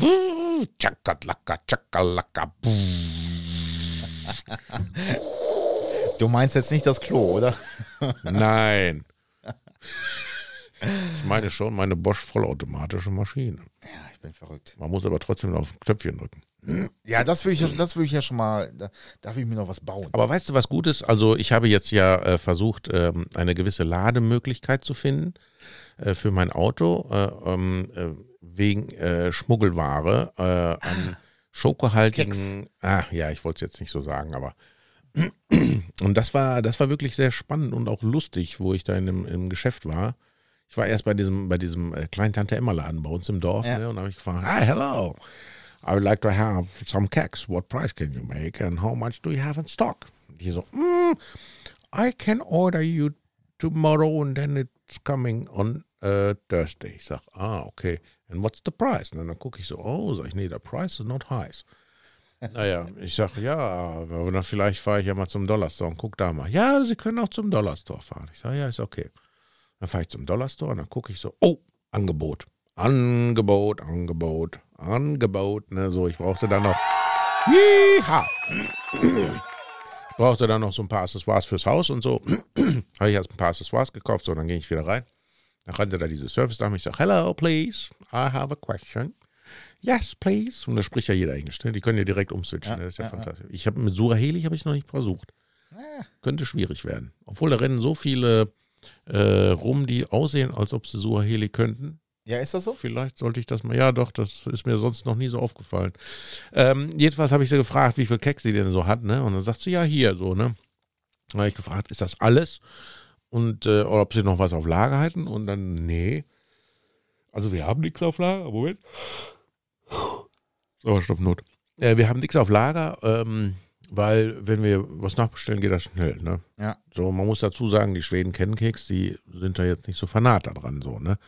[SPEAKER 3] Tschakalaka, tschakalaka.
[SPEAKER 2] Du meinst jetzt nicht das Klo, oder?
[SPEAKER 3] Nein. Ich meine schon meine Bosch vollautomatische Maschine.
[SPEAKER 2] Ja, ich bin verrückt.
[SPEAKER 3] Man muss aber trotzdem noch auf ein Knöpfchen drücken.
[SPEAKER 2] Ja, das will ich, ja- das will ich ja schon mal, da, da will ich mir noch was bauen.
[SPEAKER 3] Aber weißt du, was gut ist? Also ich habe jetzt ja äh, versucht, ähm, eine gewisse Lademöglichkeit zu finden äh, für mein Auto äh, ähm, äh, wegen äh, Schmuggelware äh, an schokohaltigen. Ah, ja, ich wollte es jetzt nicht so sagen, aber und das war das war wirklich sehr spannend und auch lustig, wo ich da in dem, im Geschäft war. Ich war erst bei diesem bei diesem äh, kleinen Tante Emma Laden bei uns im Dorf
[SPEAKER 2] Ja.
[SPEAKER 3] ne, und habe ich gefragt, hi, hello. I would like to have some cakes. What price can you make and how much do you have in stock? Und die so, mm, I can order you tomorrow and then it's coming on äh, Thursday. Ich sag, ah, okay. And what's the price? Und dann gucke ich so, oh, sag ich, nee, der Price is not high. Naja, ich sag, ja, aber dann vielleicht fahre ich ja mal zum Dollarstore und guck da mal. Ja, Sie können auch zum Dollarstore fahren. Ich sag, ja, ist okay. Dann fahre ich zum Dollarstore und dann gucke ich so, oh, Angebot. Angebot, Angebot, Angebot. Ne, so, ich brauchte dann noch. Jeha! Ich brauchte dann noch so ein paar Accessoires fürs Haus und so. Habe ich erst ein paar Accessoires gekauft, so, dann ging ich wieder rein. Dann rannte da diese Service-Dame. Ich sag, hello, please, I have a question. Yes, please. Und da spricht ja jeder Englisch. Ne? Die können ja direkt umswitchen.
[SPEAKER 2] Ja,
[SPEAKER 3] ne? Das ist ja,
[SPEAKER 2] ja, Ah. ja.
[SPEAKER 3] fantastisch. Ich habe mit Suraheli habe ich noch nicht versucht. Könnte schwierig werden. Obwohl da rennen so viele äh, rum, die aussehen, als ob sie Suaheli könnten.
[SPEAKER 2] Ja, ist das so?
[SPEAKER 3] Vielleicht sollte ich das mal. Ja, doch, das ist mir sonst noch nie so aufgefallen. Ähm, jedenfalls habe ich sie gefragt, wie viel Keks sie denn so hat, ne? Und dann sagt sie, ja, hier, so, ne? Dann habe ich gefragt, ist das alles? Und äh, oder ob sie noch was auf Lager halten? Und dann, nee. Also, wir haben nichts auf Lager. Moment. Sauerstoffnot. Äh, wir haben nichts auf Lager, ähm, weil, wenn wir was nachbestellen, geht das schnell, ne?
[SPEAKER 2] Ja.
[SPEAKER 3] So, man muss dazu sagen, die Schweden kennen Keks, die sind da jetzt nicht so fanat daran, so, ne?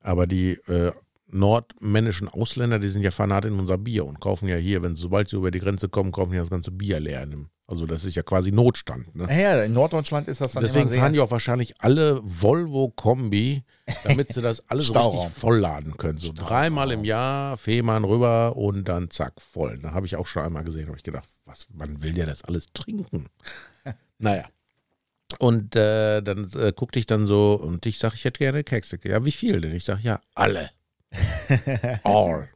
[SPEAKER 3] Aber die äh, nordmännischen Ausländer, die sind ja Fanat in unser Bier und kaufen ja hier, wenn sobald sie über die Grenze kommen, kaufen die das ganze Bier leer in einem Also das ist ja quasi Notstand. Ne?
[SPEAKER 2] Naja, in Norddeutschland ist das dann
[SPEAKER 3] Deswegen
[SPEAKER 2] immer sehr...
[SPEAKER 3] fahren die auch wahrscheinlich alle Volvo-Kombi, damit sie das alles so richtig
[SPEAKER 2] Stauraum.
[SPEAKER 3] vollladen können. So dreimal im Jahr Fehmarn rüber und dann zack, voll. Da habe ich auch schon einmal gesehen, habe ich gedacht, was, man will ja das alles trinken. naja. Und äh, dann äh, guckte ich dann so und ich sage, ich hätte gerne Kekse. Ja, wie viel denn? Ich sage, ja, alle. all.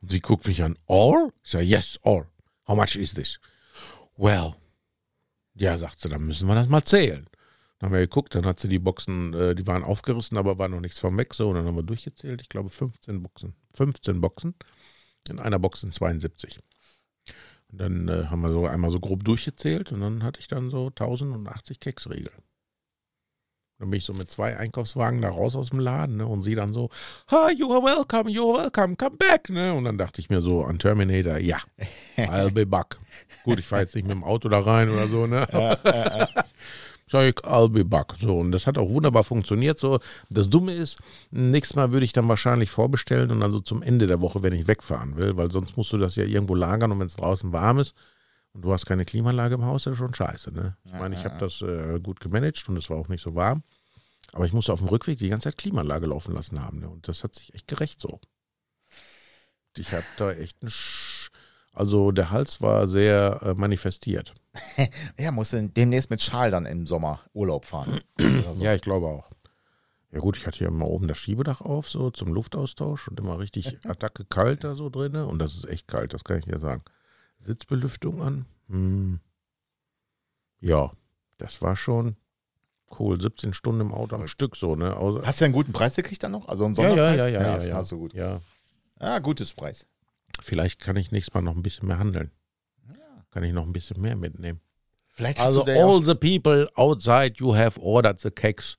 [SPEAKER 3] Und sie guckt mich an, all? Ich sage, yes, all. How much is this? Well, ja, sagt sie, dann müssen wir das mal zählen. Dann haben wir geguckt, dann hat sie die Boxen, äh, die waren aufgerissen, aber war noch nichts vom weg. So, und dann haben wir durchgezählt, ich glaube 15 Boxen. 15 Boxen. In einer Box sind 72. Und dann äh, haben wir so einmal so grob durchgezählt und dann hatte ich dann so 1080 Keksriegel. Dann bin ich so mit zwei Einkaufswagen da raus aus dem Laden ne, und sie dann so, hi, you are welcome, you are welcome, come back. Ne? Und dann dachte ich mir so an Terminator, ja, I'll be back. Gut, ich fahre jetzt nicht mit dem Auto da rein oder so, ne? Sag ich, I'll be back. So, und das hat auch wunderbar funktioniert. So, das Dumme ist, nächstes Mal würde ich dann wahrscheinlich vorbestellen und dann so zum Ende der Woche, wenn ich wegfahren will, weil sonst musst du das ja irgendwo lagern und wenn es draußen warm ist und du hast keine Klimaanlage im Haus, das ist schon scheiße. Ne? Ich meine, ich habe das äh, gut gemanagt und es war auch nicht so warm. Aber ich musste auf dem Rückweg die ganze Zeit Klimaanlage laufen lassen haben. Ne? Und das hat sich echt gerecht so. Ich habe da echt einen Sch Also der Hals war sehr äh, manifestiert.
[SPEAKER 2] Ja, musst du demnächst mit Schal dann im Sommer Urlaub fahren. Oder so.
[SPEAKER 3] Ja, ich glaube auch. Ja gut, ich hatte ja immer oben das Schiebedach auf, so zum Luftaustausch und immer richtig Attacke kalt da so drin. ne? Und das ist echt kalt, das kann ich ja sagen. Sitzbelüftung an. Hm. Ja, das war schon cool. 17 Stunden im Auto am Stück so, ne? Außer,
[SPEAKER 2] Hast du einen guten Preis gekriegt dann noch? Also einen
[SPEAKER 3] ja, ja,
[SPEAKER 2] Sonderpreis?
[SPEAKER 3] ja, ja, ja,
[SPEAKER 2] das
[SPEAKER 3] ja.
[SPEAKER 2] Hast du gut.
[SPEAKER 3] ja.
[SPEAKER 2] Ja, gutes Preis.
[SPEAKER 3] Vielleicht kann ich nächstes Mal noch ein bisschen mehr handeln. Kann ich noch ein bisschen mehr mitnehmen.
[SPEAKER 2] Vielleicht hast
[SPEAKER 3] Also
[SPEAKER 2] du da ja auch
[SPEAKER 3] all the people outside you have ordered the cakes.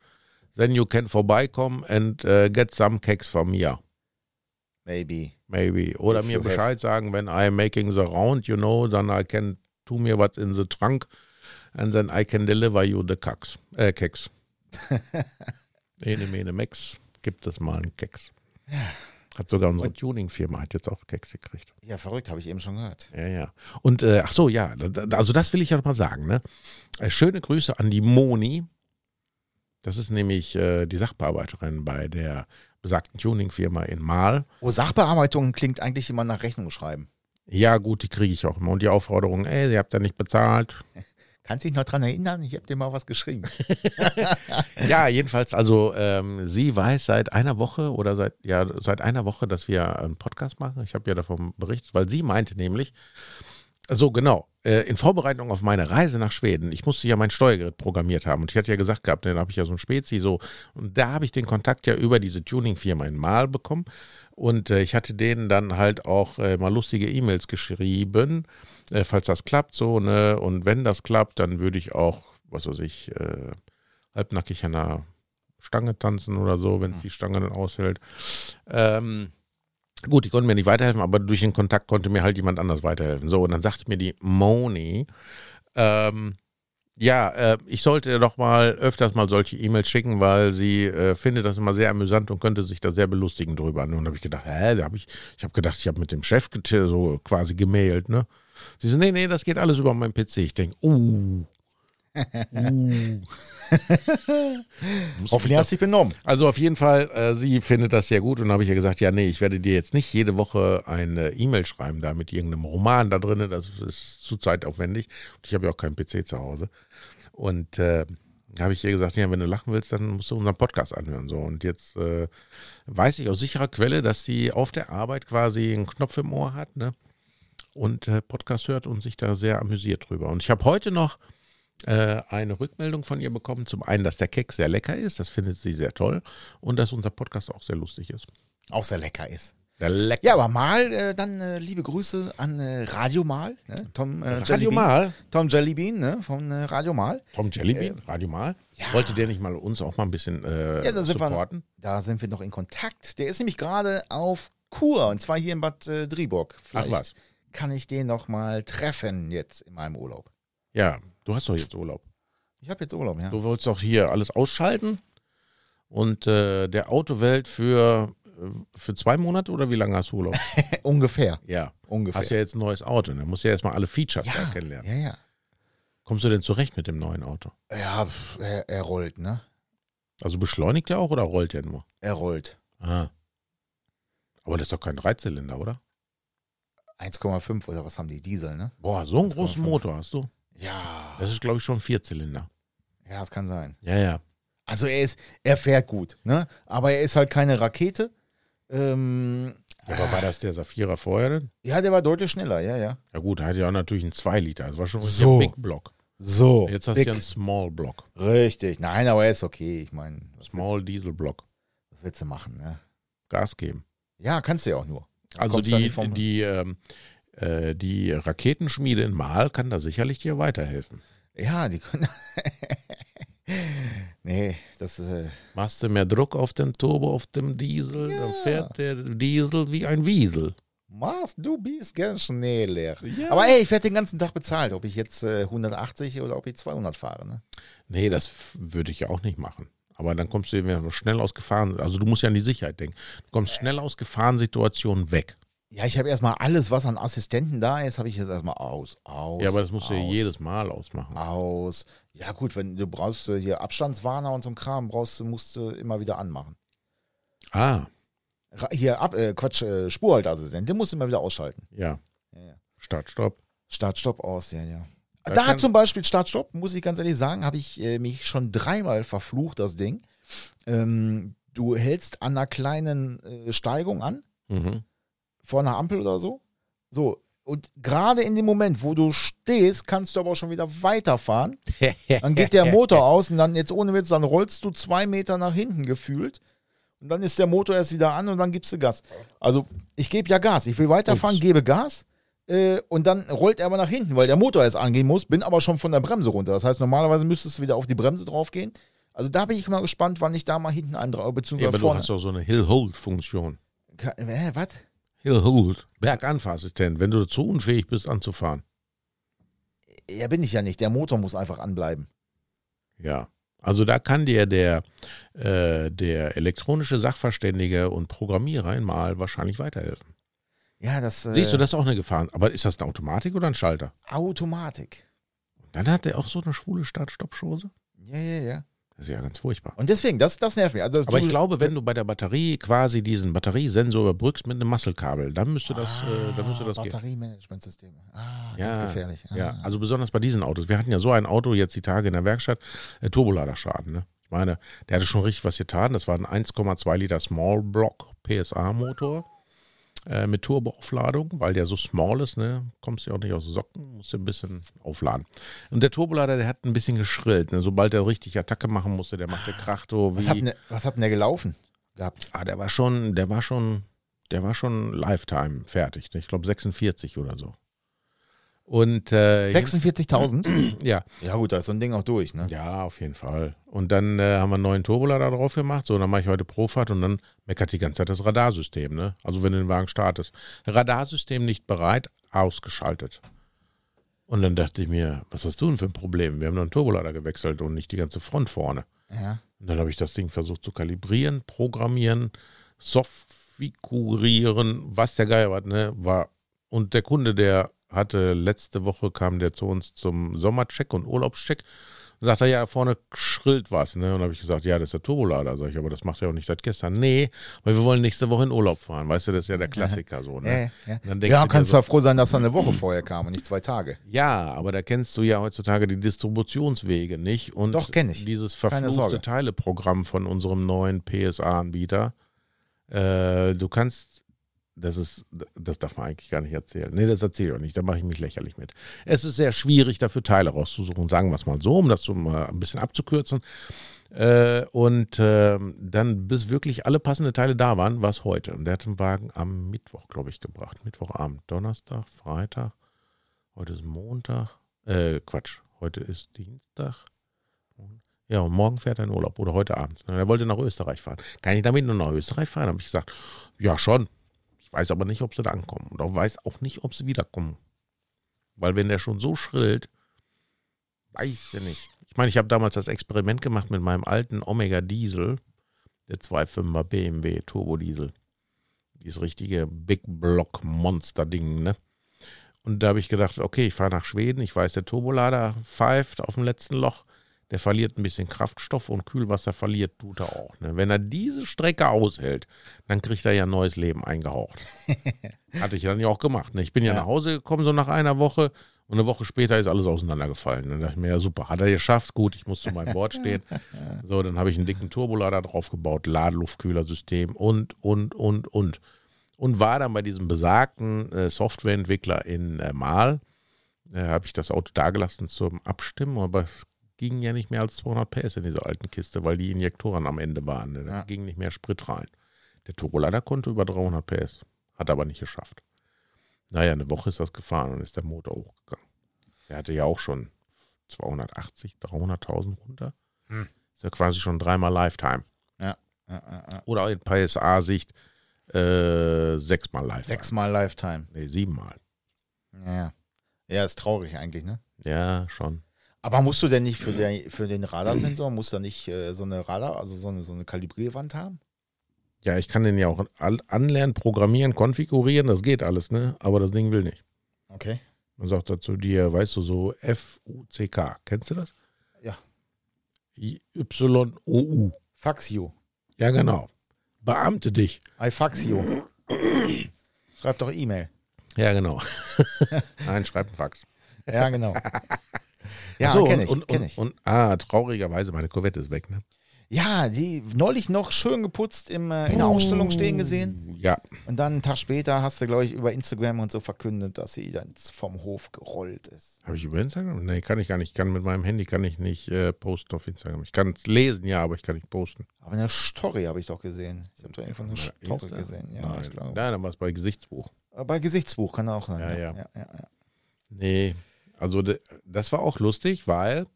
[SPEAKER 3] Then you can vorbeikommen and äh, get some cakes from here.
[SPEAKER 2] Maybe.
[SPEAKER 3] Maybe. Oder
[SPEAKER 2] If
[SPEAKER 3] mir
[SPEAKER 2] you have-
[SPEAKER 3] Bescheid sagen, when I'm making the round, you know, then I can tu mir was in the trunk and then I can deliver you the Kacks. Äh, Keks. Ene, mene, Mex. Gibt es mal einen Keks. Hat sogar unsere Tuning-Firma hat jetzt auch Keks gekriegt.
[SPEAKER 2] Ja, verrückt, habe ich eben schon gehört.
[SPEAKER 3] Ja, ja. Und äh, ach so, ja, da- da- also das will ich ja noch mal sagen. Ne? Äh, schöne Grüße an die Moni. Das ist nämlich äh, die Sachbearbeiterin bei der besagten Tuning-Firma in Mahl.
[SPEAKER 2] Oh, Sachbearbeitung klingt eigentlich immer nach Rechnung schreiben.
[SPEAKER 3] Ja, gut, die kriege ich auch immer. Und die Aufforderung, ey, ihr habt ja nicht bezahlt.
[SPEAKER 2] Kannst dich noch dran erinnern? Ich habe dir mal was geschrieben.
[SPEAKER 3] Ja, jedenfalls, also ähm, sie weiß seit einer Woche oder seit, ja, seit einer Woche, dass wir einen Podcast machen. Ich habe ja davon berichtet, weil sie meinte nämlich, so genau, äh, in Vorbereitung auf meine Reise nach Schweden, ich musste ja mein Steuergerät programmiert haben und ich hatte ja gesagt gehabt, dann habe ich ja so ein Spezi so und da habe ich den Kontakt ja über diese Tuning-Firma in Mal bekommen und äh, ich hatte denen dann halt auch äh, mal lustige E-Mails geschrieben, äh, falls das klappt so, ne, und wenn das klappt, dann würde ich auch, was weiß ich, äh, halbnackig an einer Stange tanzen oder so, wenn es die Stange dann aushält. Ähm, gut, die konnten mir nicht weiterhelfen, aber durch den Kontakt konnte mir halt jemand anders weiterhelfen. So, und dann sagte mir die Moni, ähm, ja, äh, ich sollte doch mal öfters mal solche E-Mails schicken, weil sie äh, findet das immer sehr amüsant und könnte sich da sehr belustigen drüber. ne? Und habe ich gedacht, hä, da habe ich, ich habe gedacht, ich habe mit dem Chef gete- so quasi gemailt, ne? Sie so, nee, nee, das geht alles über meinen PC. Ich denke, uh, uh. Muss
[SPEAKER 2] Hoffentlich hast du dich benommen.
[SPEAKER 3] also auf jeden Fall, äh, sie findet das sehr gut und habe ich ihr gesagt, ja, nee, ich werde dir jetzt nicht jede Woche eine E-Mail schreiben, da mit irgendeinem Roman da drin, das ist zu zeitaufwendig. Und ich habe ja auch keinen PC zu Hause. Und äh, da habe ich ihr gesagt, ja, wenn du lachen willst, dann musst du unseren Podcast anhören. So. Und jetzt äh, weiß ich aus sicherer Quelle, dass sie auf der Arbeit quasi einen Knopf im Ohr hat, ne? Und äh, Podcast hört und sich da sehr amüsiert drüber. Und ich habe heute noch äh, eine Rückmeldung von ihr bekommen. Zum einen, dass der Keks sehr lecker ist, das findet sie sehr toll. Und dass unser Podcast auch sehr lustig ist.
[SPEAKER 2] Auch sehr lecker ist.
[SPEAKER 3] Der lecker.
[SPEAKER 2] Ja, aber mal äh, dann äh, liebe Grüße an äh, Radio Mal. Ne? Tom, äh,
[SPEAKER 3] Radio
[SPEAKER 2] Jellybean.
[SPEAKER 3] Mal.
[SPEAKER 2] Tom Jellybean ne? von äh, Radio Mal.
[SPEAKER 3] Tom Jellybean, Radio Mal. Wollte der nicht mal uns auch mal ein bisschen äh,
[SPEAKER 2] Äh, Ja, da sind, wir,
[SPEAKER 3] supporten?
[SPEAKER 2] da sind wir noch in Kontakt. Der ist nämlich gerade auf Kur und zwar hier in Bad äh, Driburg. Vielleicht
[SPEAKER 3] was.
[SPEAKER 2] kann ich den noch mal treffen jetzt in meinem Urlaub.
[SPEAKER 3] Ja, du hast doch jetzt Urlaub.
[SPEAKER 2] Ich habe jetzt Urlaub, ja.
[SPEAKER 3] Du wolltest doch hier alles ausschalten und äh, der Autowelt für, äh, für zwei Monate oder wie lange hast du Urlaub?
[SPEAKER 2] Ungefähr,
[SPEAKER 3] ja.
[SPEAKER 2] ungefähr.
[SPEAKER 3] Hast ja jetzt ein neues Auto, ne? Musst ja erstmal alle Features da kennenlernen.
[SPEAKER 2] Ja, ja.
[SPEAKER 3] Kommst du denn zurecht mit dem neuen Auto?
[SPEAKER 2] Ja, pf, er, er rollt, ne?
[SPEAKER 3] Also beschleunigt er auch oder rollt er nur?
[SPEAKER 2] Er rollt.
[SPEAKER 3] Ah. Aber das ist doch kein Dreizylinder, oder?
[SPEAKER 2] 1,5 oder was haben die? Diesel, ne?
[SPEAKER 3] Boah, so einen
[SPEAKER 2] 1,5.
[SPEAKER 3] großen Motor hast du.
[SPEAKER 2] Ja.
[SPEAKER 3] Das ist, glaube ich, schon ein Vierzylinder.
[SPEAKER 2] Ja, das kann sein.
[SPEAKER 3] Ja, ja.
[SPEAKER 2] Also er ist, er fährt gut, ne? Aber er ist halt keine Rakete. Ähm,
[SPEAKER 3] Ja, Aber war das der Saphira vorher denn?
[SPEAKER 2] ja, der war deutlich schneller, ja, ja.
[SPEAKER 3] Ja gut, da hatte ja auch natürlich einen 2 Liter. Das war schon
[SPEAKER 2] So.
[SPEAKER 3] ein Big Block.
[SPEAKER 2] So.
[SPEAKER 3] Jetzt hast du
[SPEAKER 2] dick.
[SPEAKER 3] ja einen Small Block.
[SPEAKER 2] Richtig. Nein, aber er ist okay. Ich meine, was, willst-
[SPEAKER 3] Small Diesel Block.
[SPEAKER 2] was willst du machen, ne?
[SPEAKER 3] Gas geben.
[SPEAKER 2] Ja, kannst du ja auch nur.
[SPEAKER 3] Also
[SPEAKER 2] kommst du an
[SPEAKER 3] die,
[SPEAKER 2] die Formel.
[SPEAKER 3] die, ähm, äh, die Raketenschmiede in Mahl kann da sicherlich dir weiterhelfen.
[SPEAKER 2] Ja, die können. nee, das ist. Äh,
[SPEAKER 3] Machst du mehr Druck auf den Turbo, auf dem Diesel,
[SPEAKER 2] Ja.
[SPEAKER 3] dann fährt der Diesel wie ein Wiesel.
[SPEAKER 2] Mars, du bist ganz schneller.
[SPEAKER 3] Ja.
[SPEAKER 2] Aber ey, ich werde den ganzen Tag bezahlt, ob ich jetzt äh, 180 oder ob ich 200 fahre. Ne?
[SPEAKER 3] Nee, das f- würde ich ja auch nicht machen. Aber dann kommst du eben schnell aus Gefahren. Also du musst ja an die Sicherheit denken. Du kommst schnell aus Gefahrensituationen weg.
[SPEAKER 2] Ja, ich habe erstmal alles, was an Assistenten da ist, habe ich jetzt erstmal aus, aus.
[SPEAKER 3] ja, aber das musst
[SPEAKER 2] aus,
[SPEAKER 3] du ja jedes Mal ausmachen.
[SPEAKER 2] Aus. Ja, gut, wenn du brauchst äh, hier Abstandswarner und so einen Kram, brauchst du, musst du immer wieder anmachen.
[SPEAKER 3] Ah,
[SPEAKER 2] Ra hier, ab, äh, Quatsch, äh, Spurhaltassistent, den musst du immer wieder ausschalten.
[SPEAKER 3] ja.
[SPEAKER 2] Ja, ja.
[SPEAKER 3] Start, Stopp.
[SPEAKER 2] Start, Stopp aus, ja, ja.
[SPEAKER 3] Da
[SPEAKER 2] Da
[SPEAKER 3] kann-
[SPEAKER 2] zum Beispiel Start, Stopp, muss ich ganz ehrlich sagen, habe ich äh, mich schon dreimal verflucht, das Ding. Ähm, du hältst an einer kleinen äh, Steigung an,
[SPEAKER 3] Mhm.
[SPEAKER 2] vor einer Ampel oder so. So, und gerade in dem Moment, wo du stehst, kannst du aber auch schon wieder weiterfahren. Dann geht der Motor aus und dann, jetzt ohne Witz, dann rollst du zwei Meter nach hinten gefühlt. Und dann ist der Motor erst wieder an und dann gibst du Gas. Also, ich gebe ja Gas. Ich will weiterfahren,
[SPEAKER 3] Ups.
[SPEAKER 2] gebe Gas. Äh, und dann rollt er aber nach hinten, weil der Motor erst angehen muss, bin aber schon von der Bremse runter. Das heißt, normalerweise müsstest du wieder auf die Bremse draufgehen. Also, da bin ich mal gespannt, wann ich da mal hinten einen drauf,
[SPEAKER 3] Ja,
[SPEAKER 2] beziehungsweise
[SPEAKER 3] aber du
[SPEAKER 2] vorne.
[SPEAKER 3] hast doch so eine Hill-Hold-Funktion.
[SPEAKER 2] Ka- Hä, was?
[SPEAKER 3] Hill-Hold. Berganfahrassistent, wenn du zu unfähig bist anzufahren.
[SPEAKER 2] Ja, bin ich ja nicht. Der Motor muss einfach anbleiben.
[SPEAKER 3] Ja. Also da kann dir der, äh, der elektronische Sachverständige und Programmierer in Mal wahrscheinlich weiterhelfen.
[SPEAKER 2] Ja, das. Äh,
[SPEAKER 3] Siehst du, das ist auch eine Gefahr. Aber ist das eine Automatik oder ein Schalter?
[SPEAKER 2] Automatik.
[SPEAKER 3] Dann hat er auch so eine schwule Start-Stopp-Schose.
[SPEAKER 2] Ja, ja, ja.
[SPEAKER 3] Das ist ja ganz furchtbar.
[SPEAKER 2] Und deswegen, das, das nervt mich. Also, dass
[SPEAKER 3] Aber
[SPEAKER 2] du-
[SPEAKER 3] ich glaube, wenn du bei der Batterie quasi diesen Batteriesensor überbrückst mit einem Muskelkabel, dann müsste das, äh, dann
[SPEAKER 2] Ah,
[SPEAKER 3] müsste das gehen.
[SPEAKER 2] Batteriemanagementsystem. Ah,
[SPEAKER 3] Ja,
[SPEAKER 2] ganz gefährlich. Ah.
[SPEAKER 3] Ja, also besonders bei diesen Autos. Wir hatten ja so ein Auto jetzt die Tage in der Werkstatt, äh, Turboladerschaden. Ne? Ich meine, der hatte schon richtig was getan. Das war ein 1,2 Liter Small Block PSA-Motor äh, mit Turboaufladung, weil der so small ist, ne? kommst ja auch nicht aus den Socken, musst du ein bisschen aufladen. Und der Turbolader, der hat ein bisschen geschrillt. Ne? Sobald er richtig Attacke machen musste, der machte Krachto.
[SPEAKER 2] was, hat denn,
[SPEAKER 3] Wie,
[SPEAKER 2] der- was hat denn der gelaufen gehabt?
[SPEAKER 3] ah, der war schon, der war schon, der war schon Lifetime fertig. Ne? Ich glaube 46 oder so. Und äh,
[SPEAKER 2] 46.000?
[SPEAKER 3] ja,
[SPEAKER 2] ja, gut, da ist so ein Ding auch durch, ne?
[SPEAKER 3] ja, auf jeden Fall. Und dann äh, haben wir einen neuen Turbolader drauf gemacht. So, dann mache ich heute Profahrt und dann meckert die ganze Zeit das Radarsystem. Ne? Also, wenn du den Wagen startest. Radarsystem nicht bereit, ausgeschaltet. Und dann dachte ich mir, was hast du denn für ein Problem? Wir haben doch einen Turbolader gewechselt und nicht die ganze Front vorne.
[SPEAKER 2] Ja.
[SPEAKER 3] Und dann habe ich das Ding versucht zu kalibrieren, programmieren, softfigurieren, was der Geier war, ne, war. Und der Kunde, der hatte letzte Woche kam der zu uns zum Sommercheck und Urlaubscheck und sagte, ja, vorne schrillt was, ne? Und habe ich gesagt, ja, das ist der Turbolader, sag ich, aber das macht er auch nicht seit gestern. Nee, weil wir wollen nächste Woche in Urlaub fahren, weißt du, das ist ja der Klassiker so, ne?
[SPEAKER 2] Ja, ja.
[SPEAKER 3] Dann denkst
[SPEAKER 2] ja
[SPEAKER 3] du dir
[SPEAKER 2] kannst
[SPEAKER 3] so-
[SPEAKER 2] du ja froh sein, dass er eine Woche vorher kam und nicht zwei Tage.
[SPEAKER 3] ja, aber da kennst du ja heutzutage die Distributionswege nicht. Und
[SPEAKER 2] Doch, kenn ich.
[SPEAKER 3] Dieses
[SPEAKER 2] Keine Sorge.
[SPEAKER 3] verfluchte Teileprogramm von unserem neuen PSA-Anbieter. Äh, du kannst, das ist, das darf man eigentlich gar nicht erzählen. Nee, das erzähle ich auch nicht, da mache ich mich lächerlich mit. Es ist sehr schwierig, dafür Teile rauszusuchen, sagen wir es mal so, um das so mal ein bisschen abzukürzen. Äh, und ähm, dann, bis wirklich alle passenden Teile da waren, war es heute. Und der hat den Wagen am Mittwoch, glaube ich, gebracht. Mittwochabend, Donnerstag, Freitag. Heute ist Montag. Äh, Quatsch. Heute ist Dienstag. Ja, und morgen fährt er in Urlaub oder heute Abend. Na, Er wollte nach Österreich fahren. Kann ich damit nur nach Österreich fahren? Habe ich gesagt, ja schon. Ich weiß aber nicht, ob sie da ankommen. Und auch weiß auch nicht, ob sie wiederkommen. Weil wenn der schon so schrillt, weiß ich nicht. Ich meine, ich habe damals das Experiment gemacht mit meinem alten Omega Diesel, der 2.5er BMW Turbo Diesel. Dieses richtige Big Block Monster Ding, ne? Und da habe ich gedacht, okay, ich fahre nach Schweden. Ich weiß, der Turbolader pfeift auf dem letzten Loch. Der verliert ein bisschen Kraftstoff und Kühlwasser verliert, tut er auch. Ne? Wenn er diese Strecke aushält, dann kriegt er ja neues Leben eingehaucht. Hatte ich dann ja auch gemacht. Ne? Ich bin ja,
[SPEAKER 2] Ja.
[SPEAKER 3] nach Hause gekommen, so nach einer Woche. Und eine Woche später ist alles auseinandergefallen. Dann dachte ich mir, ja super, hat er geschafft, gut, ich muss zu meinem Board stehen. So, dann habe ich einen dicken Turbolader draufgebaut, Ladeluftkühlersystem und, und, und, und und war dann bei diesem besagten äh, Softwareentwickler in äh, Mal. Äh, Habe ich das Auto dagelassen zum Abstimmen, aber es ging ja nicht mehr als 200 PS in dieser alten Kiste, weil die Injektoren am Ende waren. Ne? Da
[SPEAKER 2] Ja.
[SPEAKER 3] ging nicht mehr Sprit rein. Der Turbolader konnte über 300 PS, hat aber nicht geschafft. Naja, eine Woche ist das gefahren und ist der Motor hochgegangen. Der hatte ja auch schon 280, 300.000 runter.
[SPEAKER 2] Hm.
[SPEAKER 3] Ist ja quasi schon dreimal Lifetime.
[SPEAKER 2] Äh, äh, äh.
[SPEAKER 3] Oder in PSA-Sicht äh, sechsmal Lifetime.
[SPEAKER 2] Sechsmal Lifetime.
[SPEAKER 3] Nee, siebenmal.
[SPEAKER 2] Ja, Ja. ja, ist traurig eigentlich, ne?
[SPEAKER 3] Ja, schon.
[SPEAKER 2] Aber musst du denn nicht für, den für den Radarsensor, musst du da nicht äh, so eine Radar, also so eine, so eine Kalibrierwand haben?
[SPEAKER 3] Ja, ich kann den ja auch an- anlernen, programmieren, konfigurieren, das geht alles, ne? Aber das Ding will nicht.
[SPEAKER 2] Okay.
[SPEAKER 3] Man sagt dazu dir, weißt du, so F-U-C-K. Kennst du das?
[SPEAKER 2] Ja.
[SPEAKER 3] Y-O-U.
[SPEAKER 2] Fax you.
[SPEAKER 3] Ja, genau. Beamte dich.
[SPEAKER 2] I fax you. Schreib doch E-Mail.
[SPEAKER 3] Ja, genau. Nein, schreib einen Fax.
[SPEAKER 2] Ja, genau. Ja,
[SPEAKER 3] Ach so,
[SPEAKER 2] kenne ich,
[SPEAKER 3] Und, und,
[SPEAKER 2] kenne ich.
[SPEAKER 3] Und, und, ah, traurigerweise, meine Korvette ist weg, ne?
[SPEAKER 2] Ja, die neulich noch schön geputzt im, äh, in der Ausstellung
[SPEAKER 3] Oh.
[SPEAKER 2] stehen gesehen.
[SPEAKER 3] Ja.
[SPEAKER 2] Und dann einen Tag später hast du, glaube ich, über Instagram und so verkündet, dass sie dann vom Hof gerollt ist.
[SPEAKER 3] Habe ich über Instagram? Nee, kann ich gar nicht. Ich kann mit meinem Handy kann ich nicht äh, posten auf Instagram. Ich kann es lesen, ja, aber ich kann nicht posten.
[SPEAKER 2] Aber eine Story habe ich doch gesehen. Ich habe da irgendwo eine
[SPEAKER 3] Oder
[SPEAKER 2] Story
[SPEAKER 3] Insta?
[SPEAKER 2] gesehen. Ja,
[SPEAKER 3] Nein.
[SPEAKER 2] ich glaube.
[SPEAKER 3] Nein, dann war es bei Gesichtsbuch.
[SPEAKER 2] Äh, Bei Gesichtsbuch kann das auch sein.
[SPEAKER 3] Ja, ja.
[SPEAKER 2] ja, ja, ja.
[SPEAKER 3] Nee, also de- das war auch lustig, weil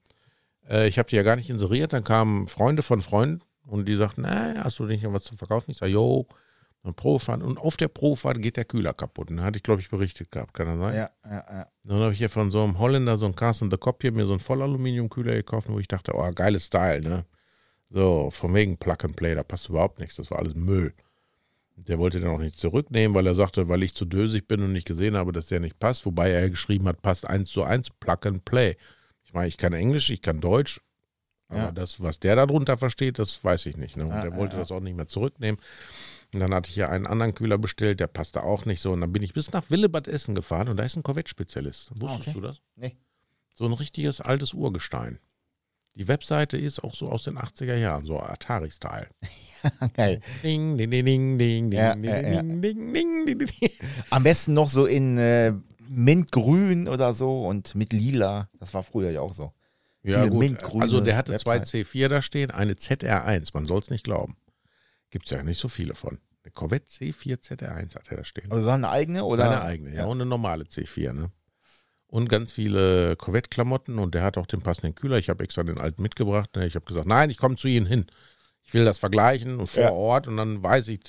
[SPEAKER 3] äh, ich habe die ja gar nicht inseriert. Dann kamen Freunde von Freunden und die sagten, nee, hast du nicht noch was zu verkaufen? Ich sage, jo, eine Probefahrt. Und auf der Probefahrt geht der Kühler kaputt. Und hatte ich, glaube ich, berichtet gehabt, kann das sein?
[SPEAKER 2] Ja, ja, ja.
[SPEAKER 3] Und Dann habe ich hier von so einem Holländer, so einem Carsten the Cop hier, mir so einen Vollaluminiumkühler gekauft, wo ich dachte, oh, geiles Style, ne? So, von wegen Plug and Play, da passt überhaupt nichts, das war alles Müll. Der wollte dann auch nicht zurücknehmen, weil er sagte, weil ich zu dösig bin und nicht gesehen habe, dass der nicht passt, wobei er geschrieben hat, passt eins zu eins, Plug and Play. Ich meine, ich kann Englisch, ich kann Deutsch, aber
[SPEAKER 2] Ja.
[SPEAKER 3] das, was der darunter versteht, das weiß ich nicht. Ne? Und
[SPEAKER 2] Ja,
[SPEAKER 3] der
[SPEAKER 2] ja,
[SPEAKER 3] wollte
[SPEAKER 2] ja.
[SPEAKER 3] das auch nicht mehr zurücknehmen. Und dann hatte ich ja einen anderen Kühler bestellt, der passte auch nicht so. Und dann bin ich bis nach Willebad Essen gefahren und da ist ein Corvette-Spezialist. Wusstest
[SPEAKER 2] okay.
[SPEAKER 3] du das?
[SPEAKER 2] Nee.
[SPEAKER 3] So ein richtiges altes Urgestein. Die Webseite ist auch so aus den 80er Jahren, so Atari-Style.
[SPEAKER 2] Geil.
[SPEAKER 3] Ding, ding, ding, ding, ding,
[SPEAKER 2] Ja,
[SPEAKER 3] ding,
[SPEAKER 2] ja, ja.
[SPEAKER 3] ding, ding, ding, ding, ding, ding.
[SPEAKER 2] Am besten noch so in äh, Mintgrün oder so und mit Lila. Das war früher ja auch so.
[SPEAKER 3] Ja,
[SPEAKER 2] Viele
[SPEAKER 3] gut.
[SPEAKER 2] mintgrüne
[SPEAKER 3] Also der hatte zwei
[SPEAKER 2] Webseiten.
[SPEAKER 3] C4 da stehen, eine ZR1, man soll es nicht glauben. Gibt es ja nicht so viele von. Eine Corvette C4 ZR1 hat er da stehen.
[SPEAKER 2] Also seine eigene oder?
[SPEAKER 3] Seine eigene, ja,
[SPEAKER 2] Ja.
[SPEAKER 3] und eine normale C4, ne? Und ganz viele Corvette-Klamotten und der hat auch den passenden Kühler. Ich habe extra den alten mitgebracht. Ne? Ich habe gesagt, nein, ich komme zu Ihnen hin. Ich will das vergleichen und vor
[SPEAKER 2] Ja.
[SPEAKER 3] Ort und dann weiß ich,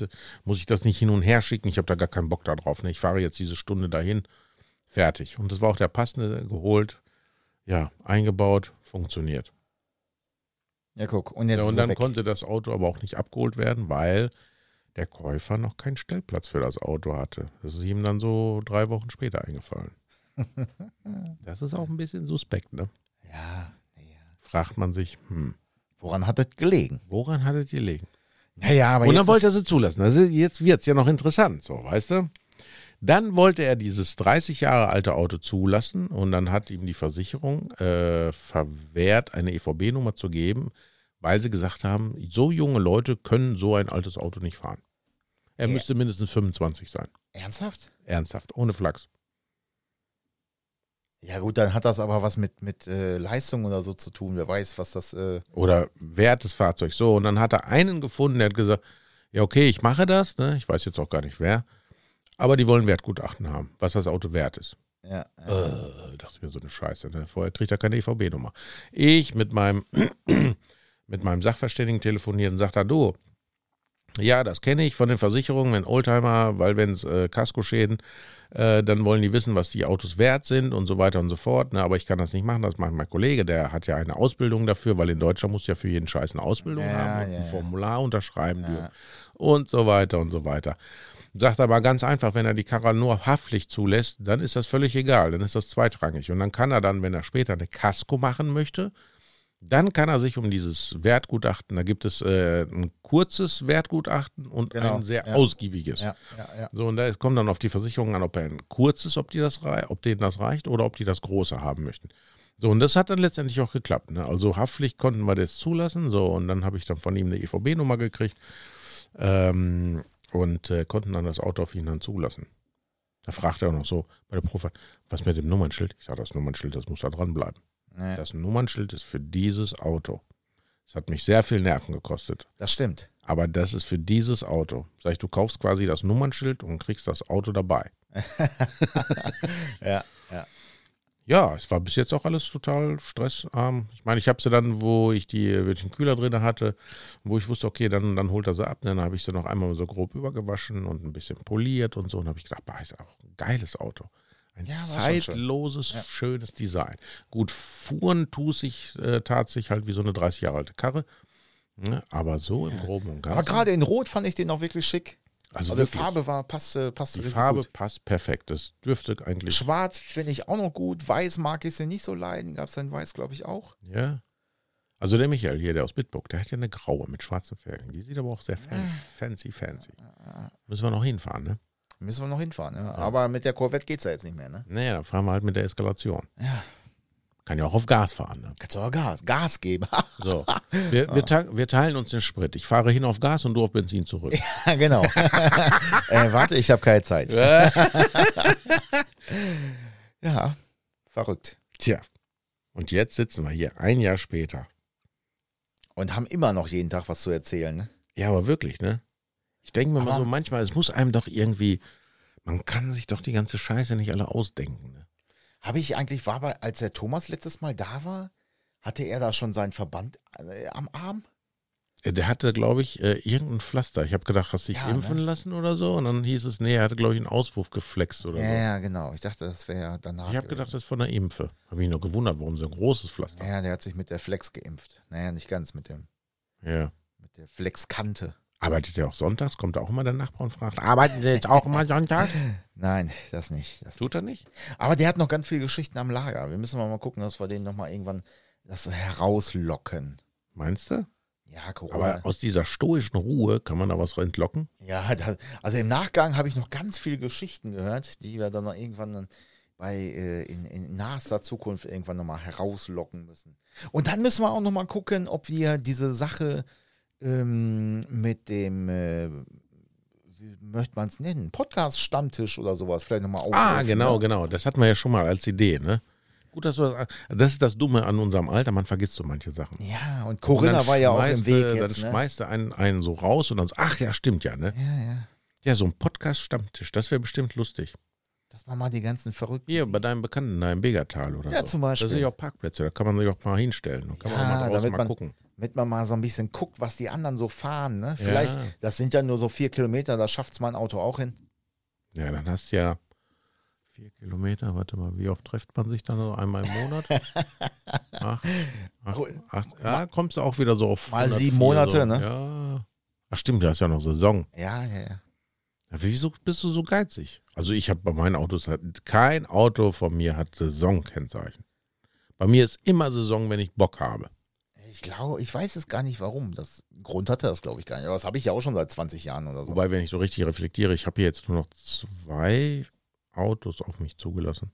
[SPEAKER 3] muss ich das nicht hin und her schicken. Ich habe da gar keinen Bock darauf. Ne? Ich fahre jetzt diese Stunde dahin. Fertig. Und das war auch der passende geholt. Ja, eingebaut, funktioniert.
[SPEAKER 2] Ja, guck. Und jetzt
[SPEAKER 3] Ja,
[SPEAKER 2] ist
[SPEAKER 3] und
[SPEAKER 2] er
[SPEAKER 3] dann
[SPEAKER 2] weg.
[SPEAKER 3] konnte das Auto aber auch nicht abgeholt werden, weil der Käufer noch keinen Stellplatz für das Auto hatte. Das ist ihm dann so drei Wochen später eingefallen. Das ist auch ein bisschen suspekt, ne?
[SPEAKER 2] Ja, ja.
[SPEAKER 3] Fragt man sich, hm,
[SPEAKER 2] Woran hat das gelegen?
[SPEAKER 3] woran hattet ihr liegen?
[SPEAKER 2] Naja, aber
[SPEAKER 3] und
[SPEAKER 2] jetzt
[SPEAKER 3] dann wollte
[SPEAKER 2] ist,
[SPEAKER 3] er sie zulassen. Also jetzt wird es ja noch interessant, so, weißt du? Dann wollte er dieses 30 Jahre alte Auto zulassen und dann hat ihm die Versicherung äh, verwehrt, eine EVB-Nummer zu geben, weil sie gesagt haben, so junge Leute können so ein altes Auto nicht fahren. Er
[SPEAKER 2] Ja.
[SPEAKER 3] müsste mindestens 25 sein.
[SPEAKER 2] Ernsthaft?
[SPEAKER 3] Ernsthaft, ohne Flachs.
[SPEAKER 2] Ja gut, dann hat das aber was mit, mit äh, Leistung oder so zu tun. Wer weiß, was das... Äh,
[SPEAKER 3] Oder wert das Fahrzeug so. Und dann hat er einen gefunden, der hat gesagt, ja okay, ich mache das, ne? ich weiß jetzt auch gar nicht wer, aber die wollen Wertgutachten haben, was das Auto wert ist.
[SPEAKER 2] ja, äh,
[SPEAKER 3] Äh, dachte ich mir so eine Scheiße. Ne? Vorher kriegt er keine EVB-Nummer. Ich mit meinem, mit meinem Sachverständigen telefoniert und sagt er, du, ja, das kenne ich von den Versicherungen, wenn Oldtimer, weil wenn es äh, Kaskoschäden, äh, dann wollen die wissen, was die Autos wert sind und so weiter und so fort. Ne? Aber ich kann das nicht machen, das macht mein Kollege, der hat ja eine Ausbildung dafür, weil in Deutschland muss ja für jeden Scheiß eine Ausbildung
[SPEAKER 2] Ja,
[SPEAKER 3] haben und
[SPEAKER 2] ja, ja.
[SPEAKER 3] ein Formular unterschreiben
[SPEAKER 2] Ja.
[SPEAKER 3] dürfen und so weiter und so weiter. Sagt aber ganz einfach, wenn er die Karre nur haftlich zulässt, dann ist das völlig egal, dann ist das zweitrangig. Und dann kann er dann, wenn er später eine Kasko machen möchte, dann kann er sich um dieses Wertgutachten, da gibt es äh, ein kurzes Wertgutachten und
[SPEAKER 2] Genau,
[SPEAKER 3] ein sehr
[SPEAKER 2] ja.
[SPEAKER 3] ausgiebiges.
[SPEAKER 2] Ja, ja, ja.
[SPEAKER 3] So, und da kommt dann auf die Versicherung an, ob er ein kurzes, ob, die das, rei- ob denen das reicht oder ob die das große haben möchten. So, und das hat dann letztendlich auch geklappt. Ne? Also Haftpflicht konnten wir das zulassen. So, und dann habe ich dann von ihm eine EVB-Nummer gekriegt ähm, und äh, konnten dann das Auto auf ihn dann zulassen. Da fragte er auch noch so bei der Profi, was mit dem Nummernschild? Ich sage, das Nummernschild, das muss da dranbleiben.
[SPEAKER 2] Nee,
[SPEAKER 3] Das Nummernschild ist für dieses Auto. Es hat mich sehr viel Nerven gekostet.
[SPEAKER 2] das stimmt.
[SPEAKER 3] Aber das ist für dieses Auto. Sag ich, du kaufst quasi das Nummernschild und kriegst das Auto dabei.
[SPEAKER 2] Ja, ja.
[SPEAKER 3] Ja, es war bis jetzt auch alles total stressarm. Ich meine, ich habe sie dann, wo ich die wo ich den Kühler drin hatte, wo ich wusste, okay, dann, dann holt er sie ab. Dann habe ich sie noch einmal so grob übergewaschen und ein bisschen poliert und so. Und habe ich gedacht, bah, ist auch ein geiles Auto. Ein
[SPEAKER 2] Ja, war schon schön.
[SPEAKER 3] zeitloses,
[SPEAKER 2] Ja.
[SPEAKER 3] schönes Design. Gut, fuhren tue sich, äh, tat sich halt wie so eine 30 Jahre alte Karre. Ne? Aber so im Groben und Ganzen.
[SPEAKER 2] Aber gerade in Rot fand ich den auch wirklich schick. Also, die
[SPEAKER 3] wirklich.
[SPEAKER 2] Farbe war, passte, passte
[SPEAKER 3] Die
[SPEAKER 2] richtig
[SPEAKER 3] Farbe
[SPEAKER 2] gut.
[SPEAKER 3] passt perfekt. Das dürfte eigentlich.
[SPEAKER 2] Schwarz finde ich auch noch gut. Weiß mag ich sie nicht so leiden. Gab es ein Weiß, glaube ich, auch.
[SPEAKER 3] Ja. Also der Michael hier, der aus Bitburg, der hat ja eine graue mit schwarzen Felgen. Die sieht aber auch sehr fancy,
[SPEAKER 2] Ah.
[SPEAKER 3] fancy, fancy. Müssen wir noch hinfahren, ne?
[SPEAKER 2] Müssen wir noch hinfahren. Ja. Aber mit der Corvette geht es ja jetzt nicht mehr. Ne?
[SPEAKER 3] Naja, dann fahren wir halt mit der Eskalation.
[SPEAKER 2] Ja.
[SPEAKER 3] Kann ja auch auf Gas fahren, ne?
[SPEAKER 2] Kannst du aber Gas, Gas geben.
[SPEAKER 3] So. Wir,
[SPEAKER 2] Ah.
[SPEAKER 3] wir, ta- wir teilen uns den Sprit. Ich fahre hin auf Gas und du auf Benzin zurück.
[SPEAKER 2] genau. äh, warte, ich habe keine Zeit. ja, verrückt.
[SPEAKER 3] Tja. Und jetzt sitzen wir hier, ein Jahr später.
[SPEAKER 2] Und haben immer noch jeden Tag was zu erzählen. Ne?
[SPEAKER 3] Ja, aber wirklich, ne? Ich denke mir mal
[SPEAKER 2] Aber-
[SPEAKER 3] so manchmal, es muss einem doch irgendwie, man kann sich doch die ganze Scheiße nicht alle ausdenken, ne?
[SPEAKER 2] Habe ich eigentlich, war bei, als der Thomas letztes Mal da war, hatte er da schon seinen Verband äh, am Arm?
[SPEAKER 3] Äh, Der hatte, glaube ich, äh, irgendein Pflaster. Ich habe gedacht, hast dich
[SPEAKER 2] Ja, ne?
[SPEAKER 3] impfen lassen oder so? Und dann hieß es, nee, er hatte, glaube ich, einen Auspuff geflext oder
[SPEAKER 2] Ja,
[SPEAKER 3] so.
[SPEAKER 2] ja, genau. Ich dachte, das wäre ja danach.
[SPEAKER 3] Ich habe gedacht, das ist von der Impfe. Habe mich noch gewundert, warum so ein großes Pflaster.
[SPEAKER 2] Ja, der hat sich mit der Flex geimpft. Naja, nicht ganz mit dem,
[SPEAKER 3] Ja.
[SPEAKER 2] mit der Flexkante.
[SPEAKER 3] Arbeitet er auch sonntags? Kommt da auch immer der Nachbar und fragt, arbeiten Sie jetzt auch immer sonntags?
[SPEAKER 2] Nein, das nicht. Das
[SPEAKER 3] Tut er nicht?
[SPEAKER 2] Aber der hat noch ganz viele Geschichten am Lager. Wir müssen mal, mal gucken, dass wir den nochmal irgendwann das herauslocken.
[SPEAKER 3] Meinst du?
[SPEAKER 2] Ja, Corona.
[SPEAKER 3] Aber aus dieser stoischen Ruhe kann man da was entlocken?
[SPEAKER 2] ja, da, also im Nachgang habe ich noch ganz viele Geschichten gehört, die wir dann noch irgendwann dann bei äh, in, in nahester Zukunft irgendwann nochmal herauslocken müssen. Und dann müssen wir auch nochmal gucken, ob wir diese Sache ähm, mit dem, äh, wie möchte man es nennen, Podcast-Stammtisch oder sowas vielleicht nochmal aufrufen.
[SPEAKER 3] Ah, genau,
[SPEAKER 2] ne?
[SPEAKER 3] genau. Das hatten wir ja schon mal als Idee, ne? Gut, dass du das, das ist das Dumme an unserem Alter, man vergisst so manche Sachen.
[SPEAKER 2] Ja, und
[SPEAKER 3] genau. Und dann
[SPEAKER 2] Corinna war ja auch im
[SPEAKER 3] schmeißt
[SPEAKER 2] Weg
[SPEAKER 3] du-
[SPEAKER 2] jetzt.
[SPEAKER 3] Dann
[SPEAKER 2] ne?
[SPEAKER 3] schmeißt du einen, einen so raus und dann so, ach ja, stimmt ja, ne?
[SPEAKER 2] Ja, ja.
[SPEAKER 3] Ja, so ein Podcast-Stammtisch, das wäre bestimmt lustig.
[SPEAKER 2] Dass man mal die ganzen Verrückten.
[SPEAKER 3] Hier
[SPEAKER 2] sieht.
[SPEAKER 3] bei deinem Bekannten da im Begertal oder
[SPEAKER 2] Ja,
[SPEAKER 3] so.
[SPEAKER 2] zum Beispiel.
[SPEAKER 3] Da sind ja auch Parkplätze, da kann man sich auch mal hinstellen. und kann man
[SPEAKER 2] Ja,
[SPEAKER 3] auch mal draußen
[SPEAKER 2] damit
[SPEAKER 3] mal
[SPEAKER 2] man-
[SPEAKER 3] gucken.
[SPEAKER 2] Damit man mal so ein bisschen guckt, was die anderen so fahren. Ne?
[SPEAKER 3] Ja.
[SPEAKER 2] Vielleicht, das sind ja nur so vier Kilometer, da schafft es mein Auto auch hin.
[SPEAKER 3] Ja, dann hast du ja vier Kilometer, warte mal, wie oft trifft man sich dann so einmal im Monat? Ach, ach, ach, ja, kommst du auch wieder so auf.
[SPEAKER 2] Mal
[SPEAKER 3] 104
[SPEAKER 2] sieben Monate,
[SPEAKER 3] so.
[SPEAKER 2] ne?
[SPEAKER 3] Ja. Ach stimmt, da ist ja noch Saison.
[SPEAKER 2] Ja, ja, ja.
[SPEAKER 3] Ja, Wieso bist du so geizig? Also ich habe bei meinen Autos halt, kein Auto von mir hat Saisonkennzeichen. Bei mir ist immer Saison, wenn ich Bock habe.
[SPEAKER 2] Ich glaube, ich weiß es gar nicht warum. Das Grund hatte das, glaube ich, gar nicht. Aber das habe ich ja auch schon seit 20 Jahren oder so.
[SPEAKER 3] Wobei, wenn ich so richtig reflektiere, ich habe hier jetzt nur noch zwei Autos auf mich zugelassen.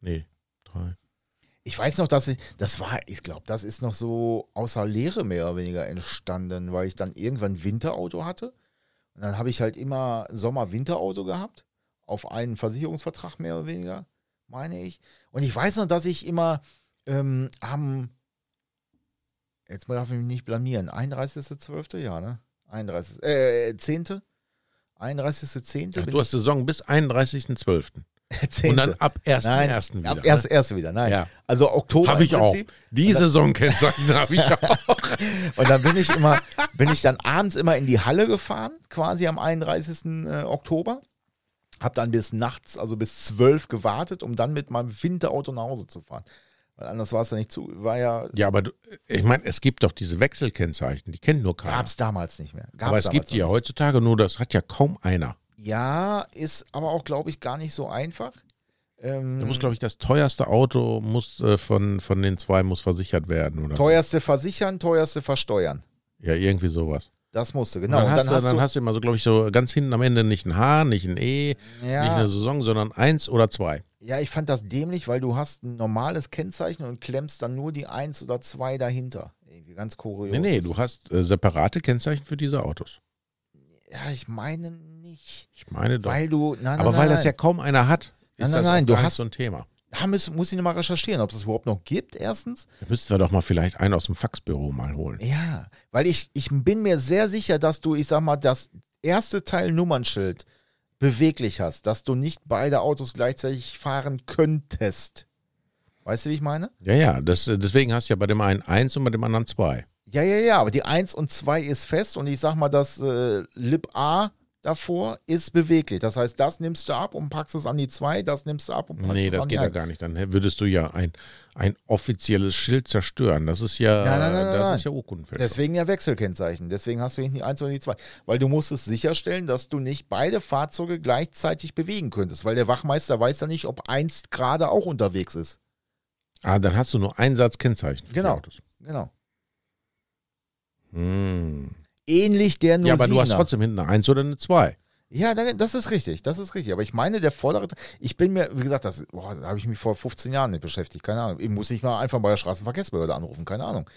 [SPEAKER 3] Nee, drei.
[SPEAKER 2] Ich weiß noch, dass ich, das war, ich glaube, das ist noch so außer Lehre mehr oder weniger entstanden, weil ich dann irgendwann ein Winterauto hatte. Und dann habe ich halt immer Sommer-Winterauto gehabt, auf einen Versicherungsvertrag mehr oder weniger, meine ich. Und ich weiß noch, dass ich immer ähm, am, jetzt darf ich mich nicht blamieren, 31.12. ja, ne? 31. Äh, 10. 31.10.
[SPEAKER 3] Ach,
[SPEAKER 2] bin
[SPEAKER 3] du hast Saison bis 31.12.
[SPEAKER 2] ich- 10..
[SPEAKER 3] Und dann ab 1.1.
[SPEAKER 2] Nein,
[SPEAKER 3] wieder. ne?
[SPEAKER 2] ab erst, erst wieder, nein.
[SPEAKER 3] Ja.
[SPEAKER 2] Also Oktober
[SPEAKER 3] Habe ich
[SPEAKER 2] im
[SPEAKER 3] auch.
[SPEAKER 2] Prinzip.
[SPEAKER 3] Die Saisonkennzeichen habe ich auch.
[SPEAKER 2] Und dann bin ich immer, bin ich dann abends immer in die Halle gefahren, quasi am 31. äh, Oktober. Hab dann bis nachts, also bis 12 gewartet, um dann mit meinem Winterauto nach Hause zu fahren. Weil anders war es ja nicht zu. War ja.
[SPEAKER 3] Ja, aber du, ich meine, es gibt doch diese Wechselkennzeichen, die kennt nur keiner.
[SPEAKER 2] Gab es damals nicht mehr. Gab's
[SPEAKER 3] aber es
[SPEAKER 2] damals
[SPEAKER 3] gibt die ja
[SPEAKER 2] noch
[SPEAKER 3] heutzutage nur, das hat ja kaum einer.
[SPEAKER 2] nicht. Ja, ist aber auch, glaube ich, gar nicht so einfach. Ähm,
[SPEAKER 3] Da muss, glaube ich, das teuerste Auto muss äh, von, von den zwei muss versichert werden, oder?
[SPEAKER 2] teuerste versichern, teuerste versteuern.
[SPEAKER 3] Ja, irgendwie sowas.
[SPEAKER 2] Das musste,
[SPEAKER 3] Und
[SPEAKER 2] genau.
[SPEAKER 3] dann,
[SPEAKER 2] Und
[SPEAKER 3] hast, du, dann hast du immer so, glaube ich, so ganz hinten am Ende nicht ein H, nicht ein E, nicht
[SPEAKER 2] ja,
[SPEAKER 3] eine Saison, sondern eins oder zwei.
[SPEAKER 2] ja, ich fand das dämlich, weil du hast ein normales Kennzeichen und klemmst dann nur die eins oder zwei dahinter. Irgendwie ganz kurios.
[SPEAKER 3] Nee, nee, du hast äh, separate Kennzeichen für diese Autos.
[SPEAKER 2] Ja, ich meine nicht.
[SPEAKER 3] Ich meine doch.
[SPEAKER 2] Weil du. Nein, nein,
[SPEAKER 3] aber weil
[SPEAKER 2] nein,
[SPEAKER 3] das ja kaum einer hat, ist
[SPEAKER 2] Nein, nein,
[SPEAKER 3] das
[SPEAKER 2] nein,
[SPEAKER 3] auch
[SPEAKER 2] du
[SPEAKER 3] gar nicht
[SPEAKER 2] hast-
[SPEAKER 3] so ein Thema.
[SPEAKER 2] Da muss, muss ich nochmal recherchieren, ob es das überhaupt noch gibt, erstens.
[SPEAKER 3] Da müssten wir doch mal vielleicht einen aus dem Faxbüro mal holen.
[SPEAKER 2] Ja, weil ich, ich bin mir sehr sicher, dass du, ich sag mal, das erste Teil Nummernschild beweglich hast, dass du nicht beide Autos gleichzeitig fahren könntest. Weißt du, wie ich meine?
[SPEAKER 3] Ja, ja, das, äh, deswegen hast du ja bei dem einen eins und bei dem anderen zwei.
[SPEAKER 2] Ja, ja, ja, aber die 1 und 2 ist fest und ich sag mal, das äh, Lib A davor ist beweglich. Das heißt, das nimmst du ab und packst es an die 2, das nimmst du ab und packst
[SPEAKER 3] Nee,
[SPEAKER 2] es
[SPEAKER 3] das
[SPEAKER 2] an die
[SPEAKER 3] geht ja
[SPEAKER 2] 1.
[SPEAKER 3] gar nicht. Dann hä, würdest du ja ein, ein offizielles Schild zerstören. Das ist ja,
[SPEAKER 2] Nein, nein, nein,
[SPEAKER 3] das
[SPEAKER 2] nein,
[SPEAKER 3] ist ja Urkundenfälschung.
[SPEAKER 2] Deswegen ja Wechselkennzeichen. Deswegen hast du hinten die 1 oder die 2. Weil du musstest sicherstellen, dass du nicht beide Fahrzeuge gleichzeitig bewegen könntest. Weil der Wachmeister weiß ja nicht, ob eins gerade auch unterwegs ist.
[SPEAKER 3] Ah, dann hast du nur einen Satz Kennzeichen. für die
[SPEAKER 2] Genau.
[SPEAKER 3] Autos.
[SPEAKER 2] Genau.
[SPEAKER 3] Hm.
[SPEAKER 2] Ähnlich der 07er.
[SPEAKER 3] Ja, aber du hast trotzdem hinten eine eins oder eine zwei.
[SPEAKER 2] Ja, dann- das ist richtig. Das ist richtig. Aber ich meine, der vordere. Ich bin mir, wie gesagt, das, boah, da habe ich mich vor 15 Jahren mit beschäftigt. Keine Ahnung. Ich muss nicht mal einfach bei der Straßenverkehrsbehörde anrufen. Keine Ahnung.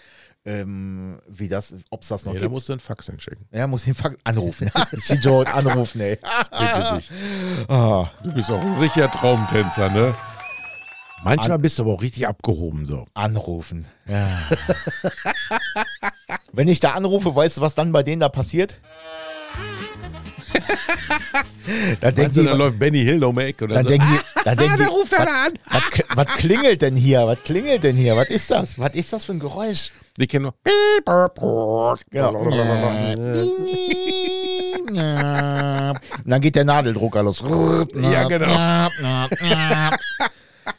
[SPEAKER 2] Ähm, wie das, ob es das noch
[SPEAKER 3] Nee, da
[SPEAKER 2] gibt.
[SPEAKER 3] musst du einen Fax hinschicken.
[SPEAKER 2] ja, muss den Fakt anrufen. Idiot, anrufen, ey.
[SPEAKER 3] Bitte dich.
[SPEAKER 2] Ah.
[SPEAKER 3] Du bist auch ein richtiger Traumtänzer, ne? Manchmal bist du aber auch richtig abgehoben so.
[SPEAKER 2] Anrufen. Ja. Wenn ich da anrufe, weißt du, was dann bei denen da passiert? da denken
[SPEAKER 3] Meinst du,
[SPEAKER 2] die,
[SPEAKER 3] dann läuft Benny Hill um die Ecke Ah, und
[SPEAKER 2] dann
[SPEAKER 3] dann,
[SPEAKER 2] denken die, dann denken
[SPEAKER 3] sagt,
[SPEAKER 2] die,
[SPEAKER 3] der ruft
[SPEAKER 2] was,
[SPEAKER 3] einer an.
[SPEAKER 2] was, k- was klingelt denn hier? Was klingelt denn hier? Was ist das? Was ist das für ein Geräusch? Genau.
[SPEAKER 3] Die kennen nur Piep, Piep, Piep.
[SPEAKER 2] Ja. Und dann geht der Nadeldrucker los.
[SPEAKER 3] Ja, genau.
[SPEAKER 2] genau.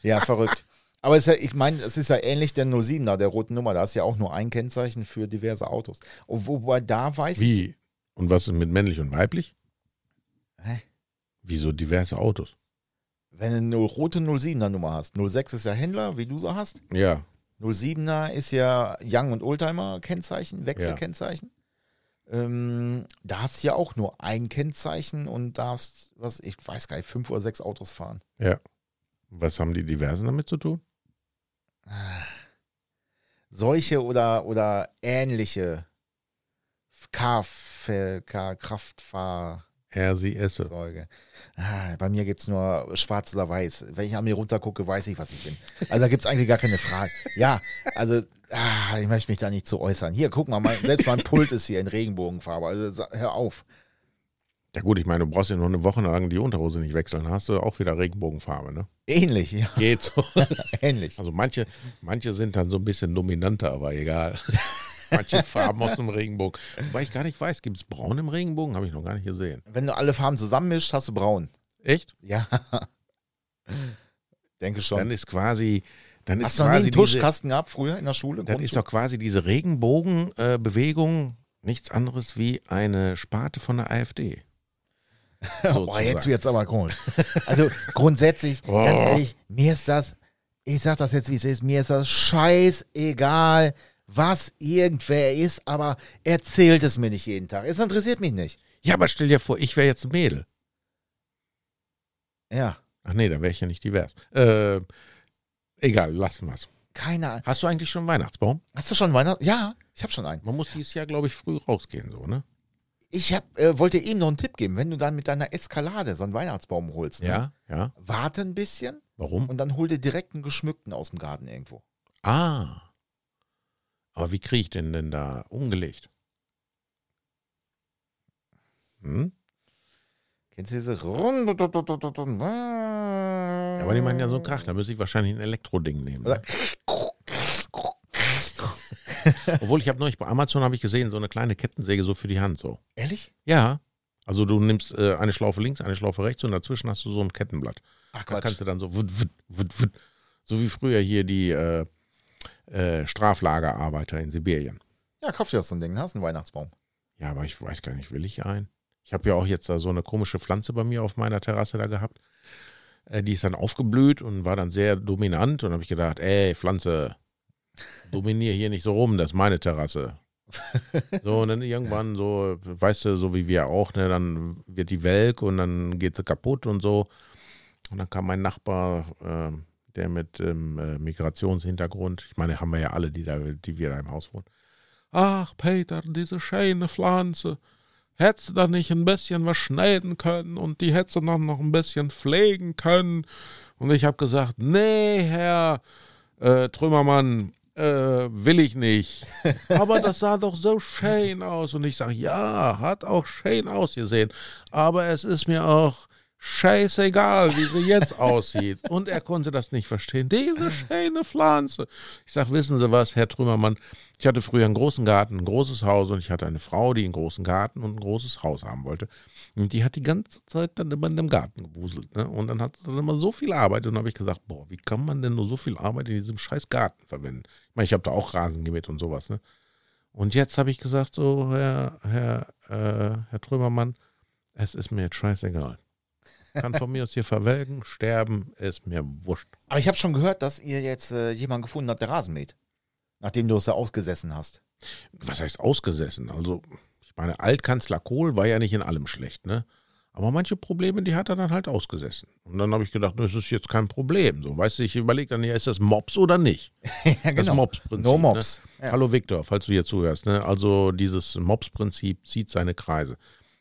[SPEAKER 2] Ja, verrückt. Aber es ist ja, ich meine, es ist ja ähnlich der 07er, der roten Nummer. Da ist ja auch nur ein Kennzeichen für diverse Autos. Und wobei da weiß ich.
[SPEAKER 3] Wie? Und was ist mit männlich und weiblich?
[SPEAKER 2] Hä?
[SPEAKER 3] Wieso diverse Autos?
[SPEAKER 2] Wenn du eine rote 07er Nummer hast, 06 ist ja Händler, wie du so hast.
[SPEAKER 3] Ja.
[SPEAKER 2] 07er ist ja Young- und Oldtimer-Kennzeichen, Wechselkennzeichen. Ähm, da hast du ja auch nur ein Kennzeichen und darfst, was ich weiß gar nicht, fünf oder sechs Autos fahren.
[SPEAKER 3] Was haben die diversen damit zu tun?
[SPEAKER 2] Solche oder, oder ähnliche Kraftfahrzeuge.
[SPEAKER 3] RCS.
[SPEAKER 2] Ah, bei mir gibt es nur schwarz oder weiß. Wenn ich an mir runtergucke, weiß ich, was ich bin. Also da gibt es eigentlich gar keine Frage. Ja, also ah, ich möchte mich da nicht zu äußern. Hier, guck mal, mein, selbst mein Pult ist hier in Regenbogenfarbe. Also sa- hör auf.
[SPEAKER 3] Ja gut, ich meine, du brauchst ja nur eine Woche lang die Unterhose nicht wechseln. Hast du auch wieder Regenbogenfarbe, ne?
[SPEAKER 2] Ähnlich, ja,
[SPEAKER 3] Geht so.
[SPEAKER 2] ähnlich.
[SPEAKER 3] Also manche, manche sind dann so ein bisschen dominanter, aber egal. Manche Farben aus dem Regenbogen. Wobei ich gar nicht weiß, gibt es braun im Regenbogen? Habe ich noch gar nicht gesehen.
[SPEAKER 2] Wenn du alle Farben zusammenmischst, hast du braun.
[SPEAKER 3] Echt?
[SPEAKER 2] Ja. Denke
[SPEAKER 3] Dann
[SPEAKER 2] schon.
[SPEAKER 3] ist quasi, dann ist
[SPEAKER 2] Hast du noch nie
[SPEAKER 3] quasi
[SPEAKER 2] einen
[SPEAKER 3] diese,
[SPEAKER 2] Tuschkasten gehabt früher in der Schule?
[SPEAKER 3] dann ist doch quasi diese Regenbogenbewegung äh, Bewegung nichts anderes wie eine Sparte von der AfD.
[SPEAKER 2] Boah, Oh, jetzt
[SPEAKER 3] sozusagen.
[SPEAKER 2] wird's aber komisch. Also grundsätzlich,
[SPEAKER 3] Oh.
[SPEAKER 2] ganz ehrlich, mir ist das, ich sag das jetzt, wie es ist, mir ist das scheißegal, was irgendwer ist, aber erzählt es mir nicht jeden Tag. Es interessiert mich nicht.
[SPEAKER 3] Ja, aber stell dir vor, ich wäre jetzt ein Mädel.
[SPEAKER 2] Ja,
[SPEAKER 3] Ach nee, dann wäre ich ja nicht divers. Äh, egal, lassen wir's.
[SPEAKER 2] keine Ahnung.
[SPEAKER 3] Hast du eigentlich schon einen Weihnachtsbaum?
[SPEAKER 2] Hast du schon Weihnachten? Ja, ich habe schon einen.
[SPEAKER 3] Man muss dieses Jahr, glaube ich, früh rausgehen, so, ne?
[SPEAKER 2] Ich hab, äh, wollte eben noch einen Tipp geben, wenn du dann mit deiner Eskalade so einen Weihnachtsbaum holst. ne?
[SPEAKER 3] Ja, ja.
[SPEAKER 2] Warte ein bisschen
[SPEAKER 3] Warum?
[SPEAKER 2] und dann hol dir direkt einen geschmückten aus dem Garten irgendwo.
[SPEAKER 3] Ah. Aber wie kriege ich den denn da umgelegt? Hm?
[SPEAKER 2] Kennst du diese Rund?
[SPEAKER 3] Ja, aber die machen ja so einen Krach, da müsste ich wahrscheinlich ein Elektroding nehmen. Ne? Obwohl, ich habe neulich bei Amazon habe ich gesehen, so eine kleine Kettensäge so für die Hand so.
[SPEAKER 2] Ehrlich?
[SPEAKER 3] Ja. Also du nimmst äh, eine Schlaufe links, eine Schlaufe rechts und dazwischen hast du so ein Kettenblatt.
[SPEAKER 2] Ach
[SPEAKER 3] Da
[SPEAKER 2] Quatsch.
[SPEAKER 3] kannst du dann so wut, wut, wut, wut, so wie früher hier die äh, äh, Straflagerarbeiter in Sibirien.
[SPEAKER 2] Ja, kauf dir das so ein Ding, hast einen Weihnachtsbaum.
[SPEAKER 3] Ja, aber ich weiß gar nicht, will ich einen? Ich habe ja auch jetzt da so eine komische Pflanze bei mir auf meiner Terrasse da gehabt. Äh, die ist dann aufgeblüht und war dann sehr dominant. Und habe ich gedacht, ey, Pflanze, dominier hier nicht so rum, das ist meine Terrasse. so, und dann irgendwann so, weißt du, so wie wir auch, ne, dann wird die welk und dann geht sie kaputt und so. Und dann kam mein Nachbar, ähm, der mit ähm, äh, Migrationshintergrund, ich meine, haben wir ja alle, die, da, die wir da im Haus wohnen. Ach, Peter, diese schöne Pflanze. Hättest du da nicht ein bisschen was schneiden können und die hättest du noch, noch ein bisschen pflegen können? Und ich habe gesagt, nee, Herr äh, Trümmermann, äh, will ich nicht. Aber das sah doch so schön aus. Und ich sage, ja, hat auch schön ausgesehen. Aber es ist mir auch scheißegal, wie sie jetzt aussieht. Und er konnte das nicht verstehen. Diese schöne Pflanze. Ich sage, wissen Sie was, Herr Trümmermann, ich hatte früher einen großen Garten, ein großes Haus und ich hatte eine Frau, die einen großen Garten und ein großes Haus haben wollte. Und die hat die ganze Zeit dann immer in dem Garten gewuselt. Ne? Und dann hat sie dann immer so viel Arbeit. Und dann habe ich gesagt, boah, wie kann man denn nur so viel Arbeit in diesem scheiß Garten verwenden? Ich meine, ich habe da auch Rasen gemäht und sowas. Ne? Und jetzt habe ich gesagt, so, Herr, Herr, äh, Herr Trümmermann, es ist mir jetzt scheißegal. Kann von mir aus hier verwelken, sterben, ist mir wurscht.
[SPEAKER 2] Aber ich habe schon gehört, dass ihr jetzt äh, jemanden gefunden habt, der Rasen mäht. Nachdem du es ja ausgesessen hast.
[SPEAKER 3] was heißt ausgesessen? Also, ich meine, Altkanzler Kohl war ja nicht in allem schlecht, ne? Aber manche Probleme, die hat er dann halt ausgesessen. Und dann habe ich gedacht, das ist jetzt kein Problem. So, weißt du, ich überlege dann, ja, ist das Mops oder nicht?
[SPEAKER 2] ja, genau.
[SPEAKER 3] Das Mops-Prinzip.
[SPEAKER 2] No Mops.
[SPEAKER 3] Ne?
[SPEAKER 2] Ja.
[SPEAKER 3] Hallo Viktor, falls du hier zuhörst. Ne? Also dieses Mops-Prinzip zieht seine Kreise.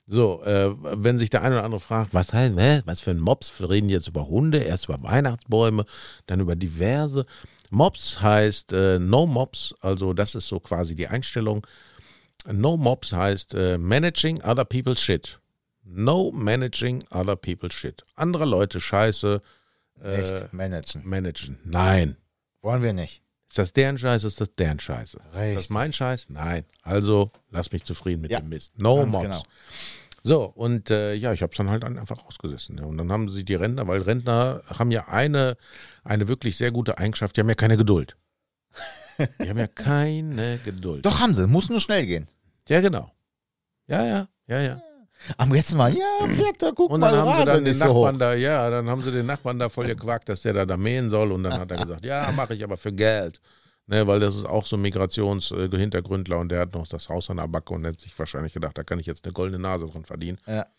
[SPEAKER 3] So, äh, wenn sich der eine oder andere fragt, was heißt, hä, was für ein Mops? Wir reden jetzt über Hunde, erst über Weihnachtsbäume, dann über diverse. Mops heißt äh, No Mops, also das ist so quasi die Einstellung. No Mops heißt äh, Managing Other People's Shit. No Managing Other People's Shit. Andere Leute Scheiße äh,
[SPEAKER 2] Echt, managen.
[SPEAKER 3] managen. Nein.
[SPEAKER 2] Wollen wir nicht.
[SPEAKER 3] Ist das deren Scheiße? Ist das deren Scheiße? Ist das
[SPEAKER 2] Richtig.
[SPEAKER 3] mein Scheiß? Nein. Also lass mich zufrieden mit
[SPEAKER 2] Ja,
[SPEAKER 3] dem Mist. No
[SPEAKER 2] ganz
[SPEAKER 3] Mops.
[SPEAKER 2] genau.
[SPEAKER 3] So, und äh, ja, ich habe es dann halt einfach ausgesessen. ne? Und dann haben sie die Rentner, weil Rentner haben ja eine, eine wirklich sehr gute Eigenschaft, die haben ja keine Geduld. Die haben ja keine Geduld.
[SPEAKER 2] Doch haben sie, muss nur schnell gehen.
[SPEAKER 3] Ja, genau. Ja, ja, ja, ja.
[SPEAKER 2] Am letzten Mal, ja, Peter, guck
[SPEAKER 3] Und
[SPEAKER 2] mal,
[SPEAKER 3] dann haben sie
[SPEAKER 2] Rasen
[SPEAKER 3] dann den
[SPEAKER 2] ist so hoch.
[SPEAKER 3] Nachbarn da, ja, dann haben sie den Nachbarn da voll gequakt, dass der da, da mähen soll. Und dann hat er gesagt, ja, mache ich aber für Geld. Ne, weil das ist auch so ein Migrationshintergründler und der hat noch das Haus an der Backe und hat sich wahrscheinlich gedacht, da kann ich jetzt eine goldene Nase dran verdienen.
[SPEAKER 2] Ja.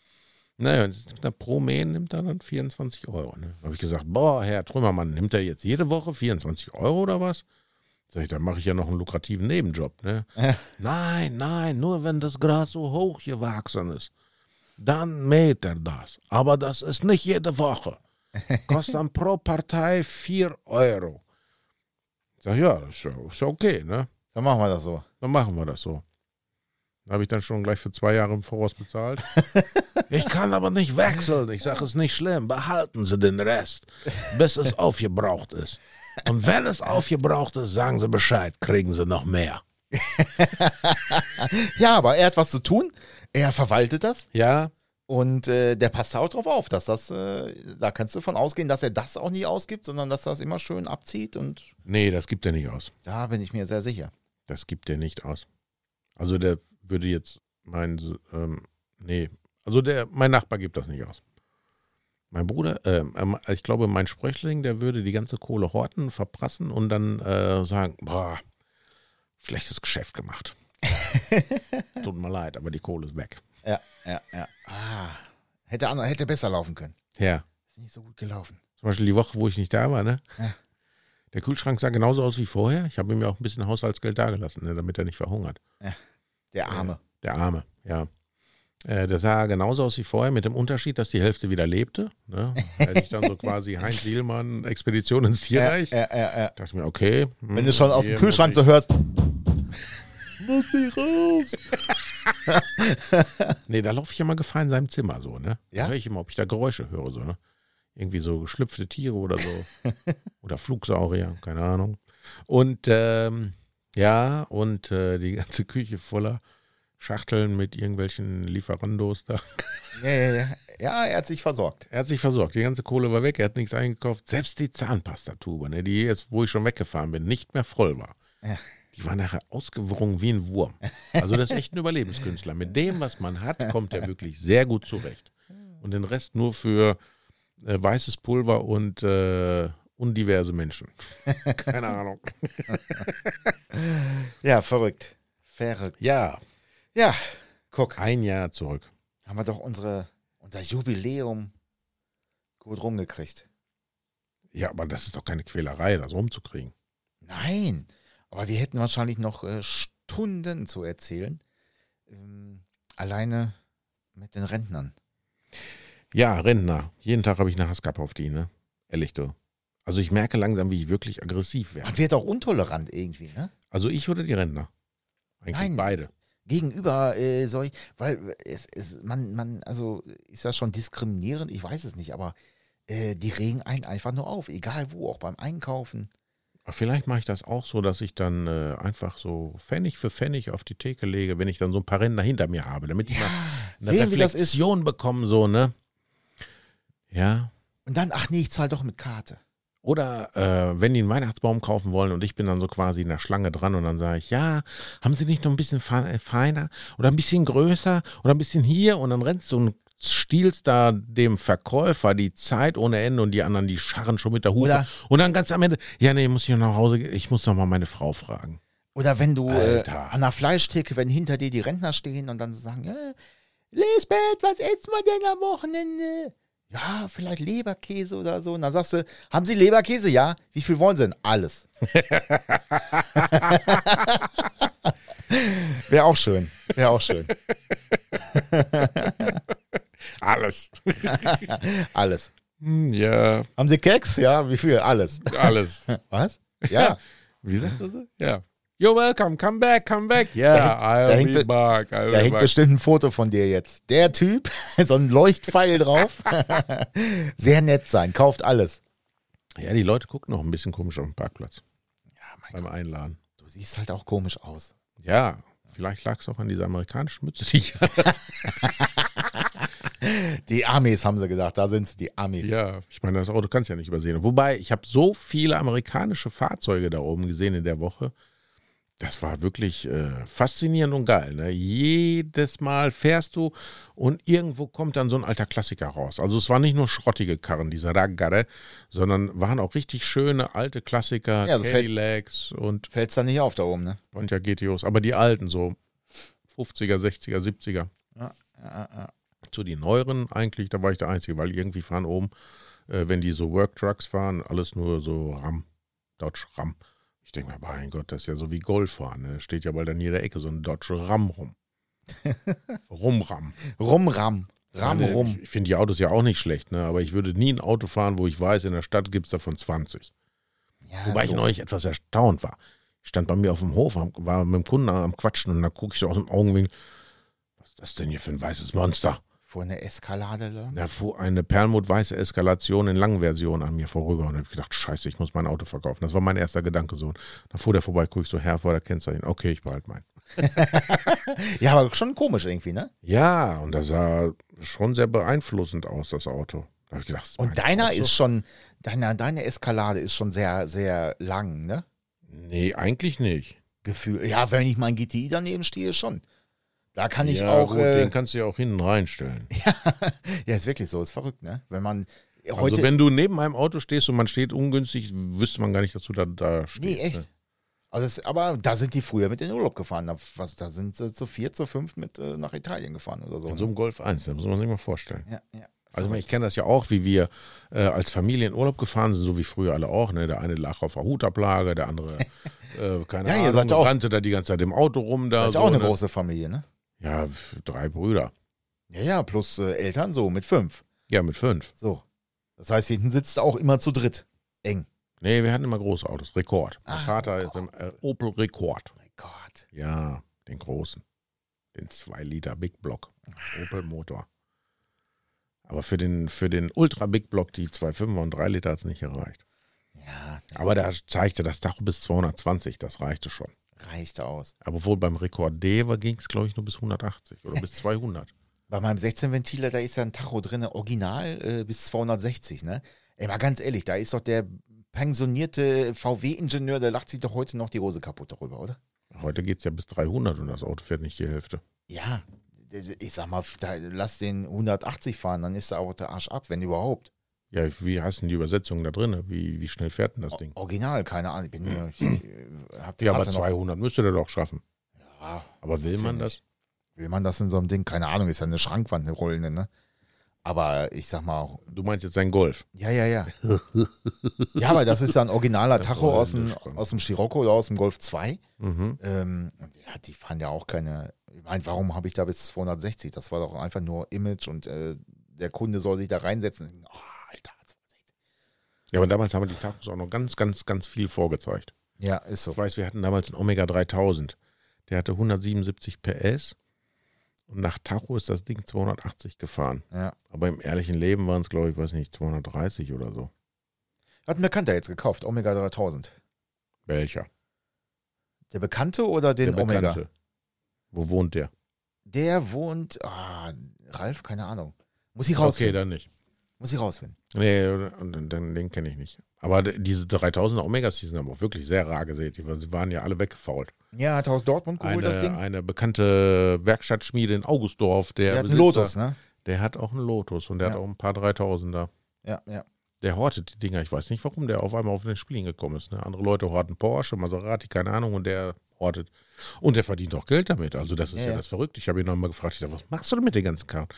[SPEAKER 3] Naja, und jetzt nimmt er pro Mähen nimmt er dann 24 Euro. Ne? Habe ich gesagt, boah, Herr Trümmermann, nimmt er jetzt jede Woche 24 Euro oder was? Sag ich, dann mache ich ja noch einen lukrativen Nebenjob. Ne?
[SPEAKER 2] Ja.
[SPEAKER 3] Nein, nein, nur wenn das Gras so hoch gewachsen ist, dann mäht er das. Aber das ist nicht jede Woche. Kostet dann pro Partei 4 Euro. Ich sag, ja, ist ja, ist ja okay, ne?
[SPEAKER 2] Dann machen wir das so.
[SPEAKER 3] Dann machen wir das so. Dann Habe ich dann schon gleich für zwei Jahre im Voraus bezahlt. ich kann aber nicht wechseln. Ich sage, es ist nicht schlimm. Behalten Sie den Rest, bis es aufgebraucht ist. Und wenn es aufgebraucht ist, sagen Sie Bescheid, kriegen Sie noch mehr.
[SPEAKER 2] Ja, aber er hat was zu tun, er verwaltet das
[SPEAKER 3] Ja,
[SPEAKER 2] und äh, der passt auch drauf auf, dass das, äh, da kannst du von ausgehen, dass er das auch nie ausgibt, sondern dass er das immer schön abzieht und
[SPEAKER 3] Nee, das gibt er nicht aus.
[SPEAKER 2] da bin ich mir sehr sicher.
[SPEAKER 3] Das gibt er nicht aus. Also der würde jetzt mein, ähm, nee, also der, mein Nachbar gibt das nicht aus. Mein Bruder, ähm, ähm, ich glaube, mein Spröchling, der würde die ganze Kohle horten, verprassen und dann äh, sagen, boah, schlechtes Geschäft gemacht. Tut mir leid, aber die Kohle ist weg.
[SPEAKER 2] Ja, ja, ja. Ah, hätte, anders, hätte besser laufen können.
[SPEAKER 3] Ja.
[SPEAKER 2] Ist nicht so gut gelaufen.
[SPEAKER 3] Zum Beispiel die Woche, wo ich nicht da war, ne?
[SPEAKER 2] Ja.
[SPEAKER 3] Der Kühlschrank sah genauso aus wie vorher. Ich habe ihm ja auch ein bisschen Haushaltsgeld dagelassen, ne, damit er nicht verhungert.
[SPEAKER 2] Der Arme.
[SPEAKER 3] Der Arme, ja. Äh, Der sah genauso aus wie vorher, mit dem Unterschied, dass die Hälfte wieder lebte. Ne? Da Hätte ich dann so quasi Heinz Sielmann, Expedition ins
[SPEAKER 2] Ja,
[SPEAKER 3] Tierreich.
[SPEAKER 2] ja, ja, ja.
[SPEAKER 3] Dachte ich mir, okay. hm,
[SPEAKER 2] Wenn du schon aus
[SPEAKER 3] hier
[SPEAKER 2] dem Kühlschrank
[SPEAKER 3] muss
[SPEAKER 2] so hörst,
[SPEAKER 3] ich- muss ich raus. nee, da laufe ich immer gefahren in seinem Zimmer so, ne?
[SPEAKER 2] Ja?
[SPEAKER 3] Da höre ich immer, ob ich da Geräusche höre, so, ne? Irgendwie so geschlüpfte Tiere oder so. oder Flugsaurier, keine Ahnung. Und ähm, ja, und äh, die ganze Küche voller Schachteln mit irgendwelchen Lieferandos da.
[SPEAKER 2] ja, ja, ja. Ja, er hat sich versorgt.
[SPEAKER 3] Er hat sich versorgt. Die ganze Kohle war weg. Er hat nichts eingekauft. Selbst die Zahnpastatube, ne, die jetzt, wo ich schon weggefahren bin, nicht mehr voll war.
[SPEAKER 2] Ja.
[SPEAKER 3] Die war nachher ausgewrungen wie ein Wurm. Also das ist echt ein Überlebenskünstler. Mit dem, was man hat, kommt er wirklich sehr gut zurecht. Und den Rest nur für äh, weißes Pulver und äh, undiverse Menschen. Keine Ahnung.
[SPEAKER 2] Ja, verrückt. Verrückt.
[SPEAKER 3] Ja,
[SPEAKER 2] Ja, guck,
[SPEAKER 3] ein Jahr zurück.
[SPEAKER 2] haben wir doch unsere, unser Jubiläum gut rumgekriegt.
[SPEAKER 3] Ja, aber das ist doch keine Quälerei, das rumzukriegen.
[SPEAKER 2] Nein, aber wir hätten wahrscheinlich noch äh, Stunden zu erzählen. Ähm, alleine mit den Rentnern.
[SPEAKER 3] Ja, Rentner. Jeden Tag habe ich eine Hasskappe auf die, ne? Ehrlich du. Also ich merke langsam, wie ich wirklich aggressiv werde.
[SPEAKER 2] Man wird auch untolerant irgendwie, ne?
[SPEAKER 3] Also ich oder die Rentner? Eigentlich
[SPEAKER 2] Nein.
[SPEAKER 3] beide.
[SPEAKER 2] Gegenüber äh, solch, weil es, es, man, man, also ist das schon diskriminierend? Ich weiß es nicht, aber äh, die regen einen einfach nur auf, egal wo, auch beim Einkaufen.
[SPEAKER 3] Aber Vielleicht mache ich das auch so, dass ich dann äh, einfach so Pfennig für Pfennig auf die Theke lege, wenn ich dann so ein paar Rentner hinter mir habe, damit ich mal eine
[SPEAKER 2] sehen, wie das ist.
[SPEAKER 3] Reflexion bekomme, so, ne? Ja.
[SPEAKER 2] Und dann, ach nee, ich zahle doch mit Karte.
[SPEAKER 3] Oder äh, wenn die einen Weihnachtsbaum kaufen wollen und ich bin dann so quasi in der Schlange dran und dann sage ich, ja, haben sie nicht noch ein bisschen fe- äh, feiner oder ein bisschen größer oder ein bisschen hier und dann rennst du und stiehlst da dem Verkäufer die Zeit ohne Ende und die anderen, die scharren schon mit der Hufe.
[SPEAKER 2] Oder-
[SPEAKER 3] Und dann ganz am Ende, ja, nee, muss ich noch nach Hause, gehen, ich muss noch mal meine Frau fragen.
[SPEAKER 2] Oder wenn du äh,
[SPEAKER 3] Alter.
[SPEAKER 2] an der Fleischtheke, wenn hinter dir die Rentner stehen und dann so sagen, äh, Lisbeth, was essen wir denn am Wochenende? Ja, vielleicht Leberkäse oder so. Und dann sagst du, haben Sie Leberkäse? Ja. Wie viel wollen Sie denn? Alles. Wäre auch schön. Wäre auch schön.
[SPEAKER 3] Alles.
[SPEAKER 2] Alles.
[SPEAKER 3] Hm, Ja,
[SPEAKER 2] Haben Sie Keks? Ja, wie viel? Alles.
[SPEAKER 3] alles.
[SPEAKER 2] Was? Ja.
[SPEAKER 3] Wie sagt er so? Ja. You're welcome, come back, come back. Yeah,
[SPEAKER 2] Da hängt- da
[SPEAKER 3] I'll
[SPEAKER 2] hängt
[SPEAKER 3] be
[SPEAKER 2] be-
[SPEAKER 3] back. I'll
[SPEAKER 2] Da
[SPEAKER 3] be
[SPEAKER 2] hängt
[SPEAKER 3] back.
[SPEAKER 2] bestimmt ein Foto von dir jetzt. Der Typ, so ein Leuchtpfeil drauf. Sehr nett sein, kauft alles.
[SPEAKER 3] Ja, die Leute gucken noch ein bisschen komisch auf dem Parkplatz
[SPEAKER 2] Ja, mein
[SPEAKER 3] beim Einladen.
[SPEAKER 2] Du siehst halt auch komisch aus.
[SPEAKER 3] Ja, vielleicht lag es auch an dieser amerikanischen Mütze, die ich hatte.
[SPEAKER 2] Die Amis haben sie gedacht, da sind sie, die Amis.
[SPEAKER 3] Ja, ich meine, das Auto kannst du ja nicht übersehen. Wobei, ich habe so viele amerikanische Fahrzeuge da oben gesehen in der Woche. Das war wirklich äh, faszinierend und geil. Ne? Jedes Mal fährst du und irgendwo kommt dann so ein alter Klassiker raus. Also es waren nicht nur schrottige Karren, dieser Ragare, sondern waren auch richtig schöne alte Klassiker,
[SPEAKER 2] Ja, so fällt's-
[SPEAKER 3] Cadillacs und
[SPEAKER 2] Fällt's dann nicht auf da oben, ne?
[SPEAKER 3] Pontiac GTOs, aber die alten so 50er, 60er, 70er.
[SPEAKER 2] Ja, ja, ja.
[SPEAKER 3] zu den neueren eigentlich, da war ich der Einzige, weil irgendwie fahren oben, äh, wenn die so Worktrucks fahren, alles nur so Ram, Dodge Ram. Ich denke mir, mein Gott, das ist ja so wie Golf fahren. Ne? Steht ja bald an jeder Ecke so ein Dodge Ram rum. Rumram.
[SPEAKER 2] Rum, ram. Ram,
[SPEAKER 3] Also, ne, Ich meine,
[SPEAKER 2] rum.
[SPEAKER 3] Ich finde die Autos ja auch nicht schlecht, ne? aber ich würde nie ein Auto fahren, wo ich weiß, in der Stadt gibt es davon 20.
[SPEAKER 2] Ja, also
[SPEAKER 3] Wobei
[SPEAKER 2] ist
[SPEAKER 3] ich
[SPEAKER 2] doof.
[SPEAKER 3] neulich etwas erstaunt war. Ich stand bei mir auf dem Hof, am- war mit dem Kunden am Quatschen und dann gucke ich so aus dem Augenwinkel, was ist das denn hier für ein weißes Monster?
[SPEAKER 2] Vor einer Eskalade. Oder?
[SPEAKER 3] Da fuhr eine perlmuttweiße Eskalation in Langversion an mir vorüber und habe gedacht, scheiße, ich muss mein Auto verkaufen. Das war mein erster Gedanke so. Da fuhr der vorbei, guck ich so, Herr, vor der Kennzeichen. Okay, ich behalte meinen.
[SPEAKER 2] Ja, aber schon komisch irgendwie, ne?
[SPEAKER 3] Ja, und das sah schon sehr beeinflussend aus, das Auto. Da habe ich gedacht,
[SPEAKER 2] Und
[SPEAKER 3] mein
[SPEAKER 2] deiner
[SPEAKER 3] Auto?
[SPEAKER 2] ist schon, deiner, deine Eskalade ist schon sehr, sehr lang, ne?
[SPEAKER 3] Nee, eigentlich nicht.
[SPEAKER 2] Gefühl. Ja, wenn ich mein GTI daneben stehe, schon. Da kann ich
[SPEAKER 3] ja,
[SPEAKER 2] auch.
[SPEAKER 3] Gut,
[SPEAKER 2] äh,
[SPEAKER 3] den kannst du ja auch hinten reinstellen.
[SPEAKER 2] ja, ist wirklich so, ist verrückt, ne? Wenn man heute.
[SPEAKER 3] also, wenn du neben einem Auto stehst und man steht ungünstig, wüsste man gar nicht, dass du da, da stehst.
[SPEAKER 2] nee, echt.
[SPEAKER 3] Ne?
[SPEAKER 2] Also das, aber da sind die früher mit in den Urlaub gefahren. Da, was, da sind sie zu vier, zu fünf mit äh, nach Italien gefahren oder so. ne?
[SPEAKER 3] In so einem Golf 1, das muss man sich mal vorstellen.
[SPEAKER 2] Ja, ja.
[SPEAKER 3] Also ich meine, ich kenne das ja auch, wie wir äh, als Familie in Urlaub gefahren sind, so wie früher alle auch. Ne? Der eine lag auf der Hutablage, der andere, äh, keine
[SPEAKER 2] Ja, ihr
[SPEAKER 3] Ahnung,
[SPEAKER 2] seid auch-
[SPEAKER 3] rannte da die ganze Zeit im Auto rum. Da
[SPEAKER 2] Seid
[SPEAKER 3] so,
[SPEAKER 2] auch eine
[SPEAKER 3] ne?
[SPEAKER 2] große Familie, ne?
[SPEAKER 3] Ja, f- drei Brüder.
[SPEAKER 2] Ja, ja, plus äh, Eltern so mit fünf.
[SPEAKER 3] Ja, mit fünf.
[SPEAKER 2] So. Das heißt, hinten sitzt auch immer zu dritt. Eng.
[SPEAKER 3] Nee, wir hatten immer große Autos. Rekord. Mein
[SPEAKER 2] Ah,
[SPEAKER 3] Vater
[SPEAKER 2] oh
[SPEAKER 3] ist im äh, Opel Rekord.
[SPEAKER 2] Mein Gott.
[SPEAKER 3] Ja, den großen. Den 2 Liter Big Block. Opel Motor. Aber für den, für den Ultra Big Block, die 2,5er und 3 Liter hat es nicht gereicht.
[SPEAKER 2] Ja,
[SPEAKER 3] Aber da zeigte das Dach bis 220, das reichte schon.
[SPEAKER 2] reicht aus.
[SPEAKER 3] Aber wohl beim Rekord D ging es, glaube ich, nur bis 180 oder bis 200.
[SPEAKER 2] Bei meinem 16-Ventiler, da ist ja ein Tacho drin, original äh, bis 260, ne? Ey, mal ganz ehrlich, da ist doch der pensionierte VW-Ingenieur, der lacht sich doch heute noch die Hose kaputt darüber, oder?
[SPEAKER 3] Heute geht es ja bis 300 und das Auto fährt nicht die Hälfte.
[SPEAKER 2] Ja, ich sag mal, da, lass den 180 fahren, dann ist da auch der Arsch ab, wenn überhaupt.
[SPEAKER 3] Ja, wie heißt denn die Übersetzung da drin? Wie, wie schnell fährt denn das
[SPEAKER 2] O-
[SPEAKER 3] Ding? Hm.
[SPEAKER 2] Original, keine Ahnung. Ich bin, ja, ich, äh, hab die
[SPEAKER 3] Ja, aber
[SPEAKER 2] Karte noch-
[SPEAKER 3] 200 müsste der doch schaffen.
[SPEAKER 2] Ja,
[SPEAKER 3] Aber will
[SPEAKER 2] weiß ich
[SPEAKER 3] man das?
[SPEAKER 2] nicht. Will man das in so einem Ding? Keine Ahnung, ist ja eine Schrankwand, eine rollende, ne? Aber ich sag mal,
[SPEAKER 3] Du meinst jetzt sein Golf.
[SPEAKER 2] ja, ja, ja. ja, aber das ist ja ein originaler
[SPEAKER 3] Eine
[SPEAKER 2] Tacho aus dem,
[SPEAKER 3] rollende Schrank.
[SPEAKER 2] aus dem Scirocco oder aus dem Golf 2.
[SPEAKER 3] Mhm.
[SPEAKER 2] Ähm, und ja, die fahren ja auch keine. Ich meine, warum habe ich da bis 260? Das war doch einfach nur Image und äh, der Kunde soll sich da reinsetzen. Oh, Alter.
[SPEAKER 3] Ja, aber damals haben die Tachos auch noch ganz, ganz, ganz viel vorgezeigt.
[SPEAKER 2] Ja, ist so.
[SPEAKER 3] Ich weiß, wir hatten damals einen Omega 3000. Der hatte 177 PS und nach Tacho ist das Ding 280 gefahren.
[SPEAKER 2] Ja.
[SPEAKER 3] Aber im ehrlichen Leben waren es, glaube ich, weiß nicht, 230 oder so.
[SPEAKER 2] Hat ein Bekannter jetzt gekauft, Omega 3000.
[SPEAKER 3] Welcher?
[SPEAKER 2] Der Bekannte oder den
[SPEAKER 3] der
[SPEAKER 2] Omega?
[SPEAKER 3] Bekannte. Wo wohnt der?
[SPEAKER 2] Der wohnt. Ah, Ralf, keine Ahnung. Muss ich rausfinden.
[SPEAKER 3] Okay, dann nicht.
[SPEAKER 2] Muss ich rausfinden.
[SPEAKER 3] Nee, und dann, dann den kenne ich nicht. Aber d- diese 3000er Omegas, die sind aber auch wirklich sehr rar gesät. Die waren- Sie waren ja alle weggefault.
[SPEAKER 2] Ja, hat er aus Dortmund geholt, das
[SPEAKER 3] Eine,
[SPEAKER 2] Ding.
[SPEAKER 3] eine bekannte Werkstattschmiede in Augustdorf, der,
[SPEAKER 2] Der hat einen
[SPEAKER 3] Besitzer,
[SPEAKER 2] Lotus, ne?
[SPEAKER 3] Der hat auch einen Lotus und der hat
[SPEAKER 2] Ja.
[SPEAKER 3] auch ein paar 3000er.
[SPEAKER 2] Ja, ja.
[SPEAKER 3] Der hortet die Dinger. Ich weiß nicht, warum der auf einmal auf den Spielen gekommen ist. Ne? Andere Leute horten Porsche, Maserati, keine Ahnung, und der hortet. Und der verdient auch Geld damit. Also, das ist
[SPEAKER 2] Ja,
[SPEAKER 3] ja,
[SPEAKER 2] ja.
[SPEAKER 3] das Verrückte. Ich habe ihn nochmal gefragt, ich sage, was machst du denn mit den ganzen Karren?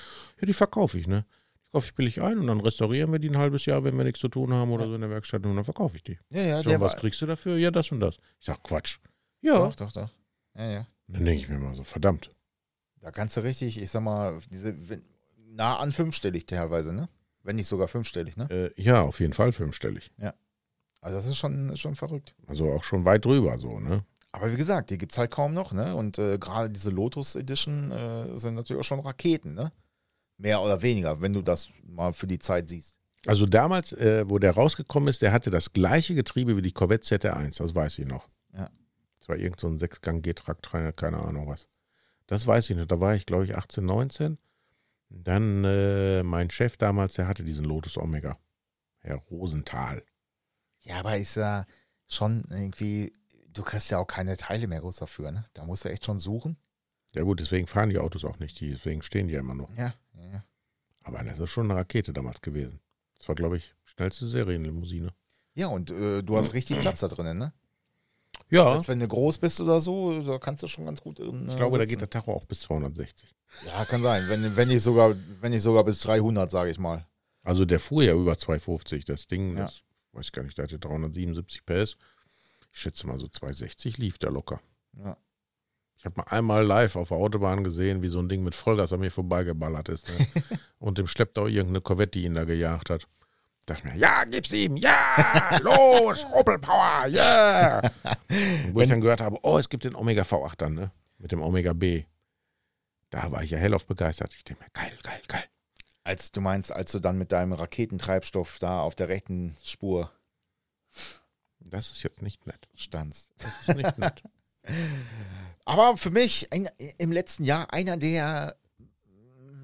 [SPEAKER 3] Ja, die verkaufe ich, ne? Die kaufe ich billig ein und dann restaurieren wir die ein halbes Jahr, wenn wir nichts zu tun haben oder so in der Werkstatt und dann verkaufe ich die.
[SPEAKER 2] Ja, ja,
[SPEAKER 3] So,
[SPEAKER 2] der
[SPEAKER 3] was
[SPEAKER 2] war.
[SPEAKER 3] kriegst du dafür? Ja, das und das. Ich sag, Quatsch. Ja.
[SPEAKER 2] Doch, doch, doch. Ja, ja.
[SPEAKER 3] Dann denke ich mir mal so, verdammt.
[SPEAKER 2] Da kannst du richtig, ich sag mal, diese wenn- nah an fünfstellig teilweise, ne? Wenn nicht sogar fünfstellig, ne?
[SPEAKER 3] Äh, ja, auf jeden Fall fünfstellig.
[SPEAKER 2] Also das ist schon, schon verrückt.
[SPEAKER 3] Also auch schon weit drüber so, ne?
[SPEAKER 2] Aber wie gesagt, die gibt es halt kaum noch, ne? Und äh, gerade diese Lotus Edition äh, sind natürlich auch schon Raketen, ne? Mehr oder weniger, wenn du das mal für die Zeit siehst.
[SPEAKER 3] Also damals, äh, wo der rausgekommen ist, der hatte das gleiche Getriebe wie die Corvette ZR1, das weiß ich noch.
[SPEAKER 2] Ja.
[SPEAKER 3] Das war irgend so ein Sechsgang G-Trakt, keine Ahnung was. Das weiß ich noch, da war ich glaube ich 18, 19. Dann äh, mein Chef damals, der hatte diesen Lotus Omega, Herr Rosenthal.
[SPEAKER 2] Ja, aber ist ja schon irgendwie, du kriegst ja auch keine Teile mehr groß dafür, ne? Da musst du echt schon suchen.
[SPEAKER 3] Ja gut, deswegen fahren die Autos auch nicht, die- deswegen stehen die ja immer noch.
[SPEAKER 2] Ja, ja, ja.
[SPEAKER 3] Aber das ist schon eine Rakete damals gewesen. Das war glaube ich schnellste Serienlimousine.
[SPEAKER 2] Ja, und äh, du hast richtig Platz da drinnen, ne?
[SPEAKER 3] Ja,
[SPEAKER 2] Als wenn du groß bist oder so, da kannst du schon ganz gut drin.
[SPEAKER 3] ich glaube, da geht
[SPEAKER 2] das.
[SPEAKER 3] der Tacho auch bis 260.
[SPEAKER 2] Ja, kann sein. Wenn, wenn, ich sogar, wenn ich sogar bis 300, sage ich mal.
[SPEAKER 3] Also der fuhr ja über 250. Das Ding,
[SPEAKER 2] Ja.
[SPEAKER 3] das weiß ich gar nicht, der hatte 377 PS. Ich schätze mal so 260 lief der locker.
[SPEAKER 2] Ja.
[SPEAKER 3] Ich habe mal einmal live auf der Autobahn gesehen, wie so ein Ding mit Vollgas an mir vorbeigeballert ist. Ne? Und dem Schlepptau irgendeine Corvette, die ihn da gejagt hat. Dachte mir, ja, gib's ihm, ja, los, Opel Power, yeah. Und wo ich
[SPEAKER 2] Wenn-
[SPEAKER 3] dann gehört habe, oh, es gibt den Omega V8 dann, ne? Mit dem Omega B. Da war ich ja hellauf begeistert. Ich denke mir, geil, geil, geil.
[SPEAKER 2] Als du meinst, als du dann mit deinem Raketentreibstoff da auf der rechten Spur
[SPEAKER 3] Das ist jetzt nicht nett.
[SPEAKER 2] standst.
[SPEAKER 3] Das ist nicht nett.
[SPEAKER 2] Aber für mich ein, im letzten Jahr einer der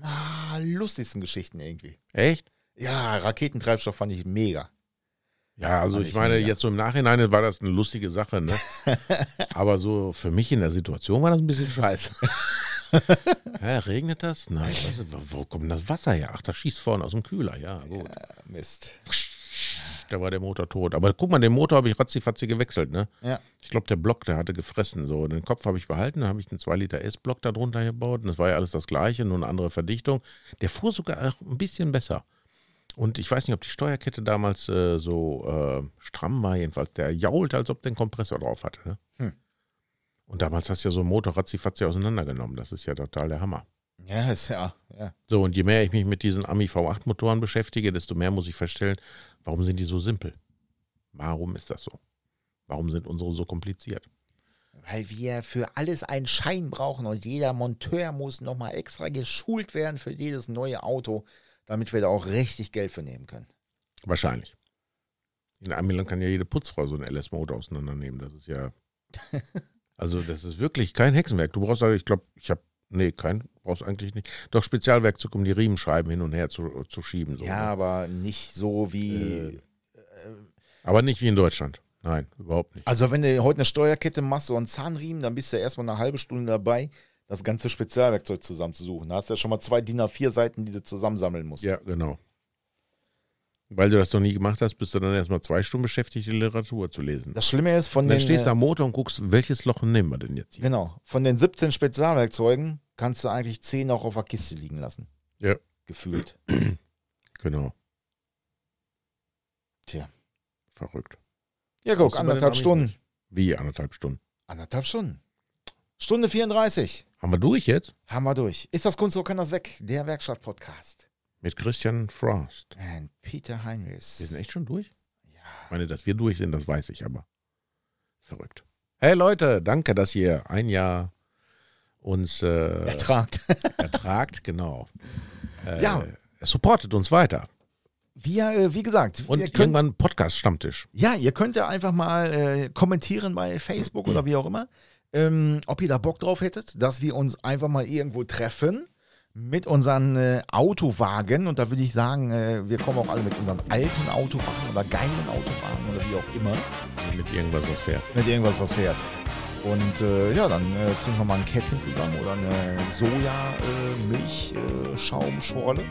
[SPEAKER 2] ah, lustigsten Geschichten irgendwie.
[SPEAKER 3] Echt?
[SPEAKER 2] Ja, Raketentreibstoff fand ich mega.
[SPEAKER 3] Ja, also
[SPEAKER 2] Fand
[SPEAKER 3] ich
[SPEAKER 2] ich
[SPEAKER 3] meine,
[SPEAKER 2] mega.
[SPEAKER 3] jetzt so im Nachhinein war das eine lustige Sache, ne? Aber so für mich in der Situation war das ein bisschen scheiße. Hä, regnet das? Nein, was ist, wo- wo kommt das Wasser her? Ach, das schießt vorne aus dem Kühler, ja, gut.
[SPEAKER 2] Ah, Mist.
[SPEAKER 3] Da war der Motor tot. Aber guck mal, den Motor habe ich ratzifatzi gewechselt, ne?
[SPEAKER 2] Ja.
[SPEAKER 3] Ich glaube, der Block, der hatte gefressen. So, den Kopf habe ich behalten, dann habe ich einen 2-Liter-S-Block darunter gebaut. Und das war ja alles das Gleiche, nur eine andere Verdichtung. Der fuhr sogar auch ein bisschen besser. Und ich weiß nicht, ob die Steuerkette damals äh, so äh, stramm war, jedenfalls. Der jaulte, als ob der einen Kompressor drauf hatte. Ne?
[SPEAKER 2] Hm.
[SPEAKER 3] Und damals hast du ja so einen Motor ratzifatzi auseinandergenommen. Das ist ja total der Hammer.
[SPEAKER 2] Ja, ist, ja, ja.
[SPEAKER 3] So, und je mehr ich mich mit diesen Ami V8-Motoren beschäftige, desto mehr muss ich feststellen, warum sind die so simpel? Warum ist das so? Warum sind unsere so kompliziert?
[SPEAKER 2] Weil wir für alles einen Schein brauchen und jeder Monteur muss nochmal extra geschult werden für jedes neue Auto, damit wir da auch richtig Geld für nehmen können.
[SPEAKER 3] Wahrscheinlich. In einem Land kann ja jede Putzfrau so einen LS-Motor auseinandernehmen. Das ist ja. Also, das ist wirklich kein Hexenwerk. Du brauchst, also, ich glaube, ich habe Nee, kein, brauchst eigentlich nicht. Doch Spezialwerkzeug, um die Riemenscheiben hin und her zu, zu schieben. So. ne?
[SPEAKER 2] Ja, aber nicht so wie.
[SPEAKER 3] Äh. Aber nicht wie in Deutschland. Nein, überhaupt nicht.
[SPEAKER 2] Also, wenn du heute eine Steuerkette machst, so einen Zahnriemen, dann bist du erstmal eine halbe Stunde dabei, das ganze Spezialwerkzeug zusammenzusuchen. Da hast du ja schon mal zwei DIN A4-Seiten, die du zusammensammeln musst.
[SPEAKER 3] Ja, genau. Weil du das noch nie gemacht hast, bist du dann erstmal zwei Stunden beschäftigt, die Literatur zu lesen.
[SPEAKER 2] Das Schlimme ist, von
[SPEAKER 3] Und dann
[SPEAKER 2] den.
[SPEAKER 3] stehst
[SPEAKER 2] äh,
[SPEAKER 3] du am Motor und guckst, welches Loch nehmen wir denn jetzt hier?
[SPEAKER 2] Genau. Von den 17 Spezialwerkzeugen kannst du eigentlich 10 auch auf der Kiste liegen lassen.
[SPEAKER 3] Ja.
[SPEAKER 2] Gefühlt.
[SPEAKER 3] Genau.
[SPEAKER 2] Tja.
[SPEAKER 3] Verrückt.
[SPEAKER 2] Ja,
[SPEAKER 3] Musst du
[SPEAKER 2] guck,
[SPEAKER 3] bei
[SPEAKER 2] anderthalb
[SPEAKER 3] den Amis
[SPEAKER 2] Stunden.
[SPEAKER 3] nicht. Wie anderthalb Stunden?
[SPEAKER 2] Anderthalb Stunden. Stunde 34.
[SPEAKER 3] Haben wir durch jetzt?
[SPEAKER 2] Haben wir durch. Ist das Kunst, so kann das weg? Der Werkstatt-Podcast.
[SPEAKER 3] Mit Christian Frost.
[SPEAKER 2] Und Peter Heinrichs.
[SPEAKER 3] Wir sind echt schon durch? Ich
[SPEAKER 2] Ja.
[SPEAKER 3] meine, dass wir durch sind, das weiß ich aber. Verrückt. Hey Leute, danke, dass ihr ein Jahr uns äh,
[SPEAKER 2] Ertragt.
[SPEAKER 3] ertragt. Genau. Äh,
[SPEAKER 2] Ja.
[SPEAKER 3] Es supportet uns weiter.
[SPEAKER 2] Wir, äh, wie gesagt,
[SPEAKER 3] Und
[SPEAKER 2] ihr könnt,
[SPEAKER 3] irgendwann Podcast-Stammtisch.
[SPEAKER 2] ja, ihr könnt ja einfach mal äh, kommentieren bei Facebook oder wie auch immer, ähm, ob ihr da Bock drauf hättet, dass wir uns einfach mal irgendwo treffen mit unseren äh, Autowagen. Und da würde ich sagen, äh, wir kommen auch alle mit unseren alten Autowagen oder geilen Autowagen oder wie auch immer.
[SPEAKER 3] Mit irgendwas, was fährt.
[SPEAKER 2] mit irgendwas, was fährt. Und äh, ja, dann äh, trinken wir mal ein Käffchen zusammen oder eine äh, Soja-Milch-Schaumschorle.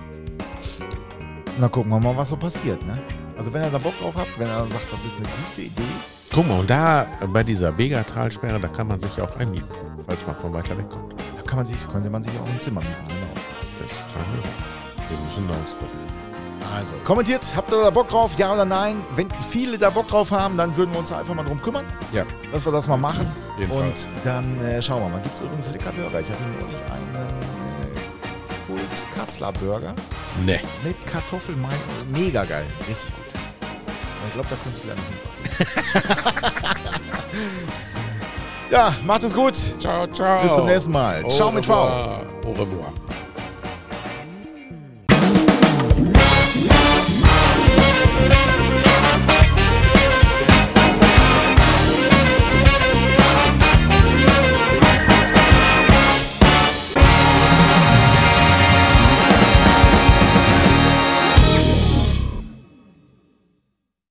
[SPEAKER 2] Und dann gucken wir mal, was so passiert. Ne? Also wenn ihr da Bock drauf habt, wenn ihr sagt, das ist eine gute Idee,
[SPEAKER 3] Guck mal, und da äh, bei dieser Begatralsperre, da kann man sich auch einmieten, falls man von weiter weg kommt.
[SPEAKER 2] da kann man sich, könnte man sich auch ein Zimmer mieten. Genau.
[SPEAKER 3] Das kann man. Wir müssen raus.
[SPEAKER 2] Also kommentiert, habt ihr da Bock drauf, ja oder nein? Wenn viele da Bock drauf haben, dann würden wir uns da einfach mal drum kümmern,
[SPEAKER 3] Ja,
[SPEAKER 2] dass wir das mal machen.
[SPEAKER 3] jedenfalls.
[SPEAKER 2] Und dann äh, schauen wir mal. Gibt es übrigens lecker Burger? Ich hatte neulich einen äh, Kult Kassler Burger.
[SPEAKER 3] Nee.
[SPEAKER 2] Mit Kartoffelmayo. Mega geil. Richtig gut. Ich glaube, da könnte ich lernen. ja, macht es gut.
[SPEAKER 3] Ciao, ciao. Oh,
[SPEAKER 2] Bis zum nächsten Mal. Ciao mit V.
[SPEAKER 3] Au revoir.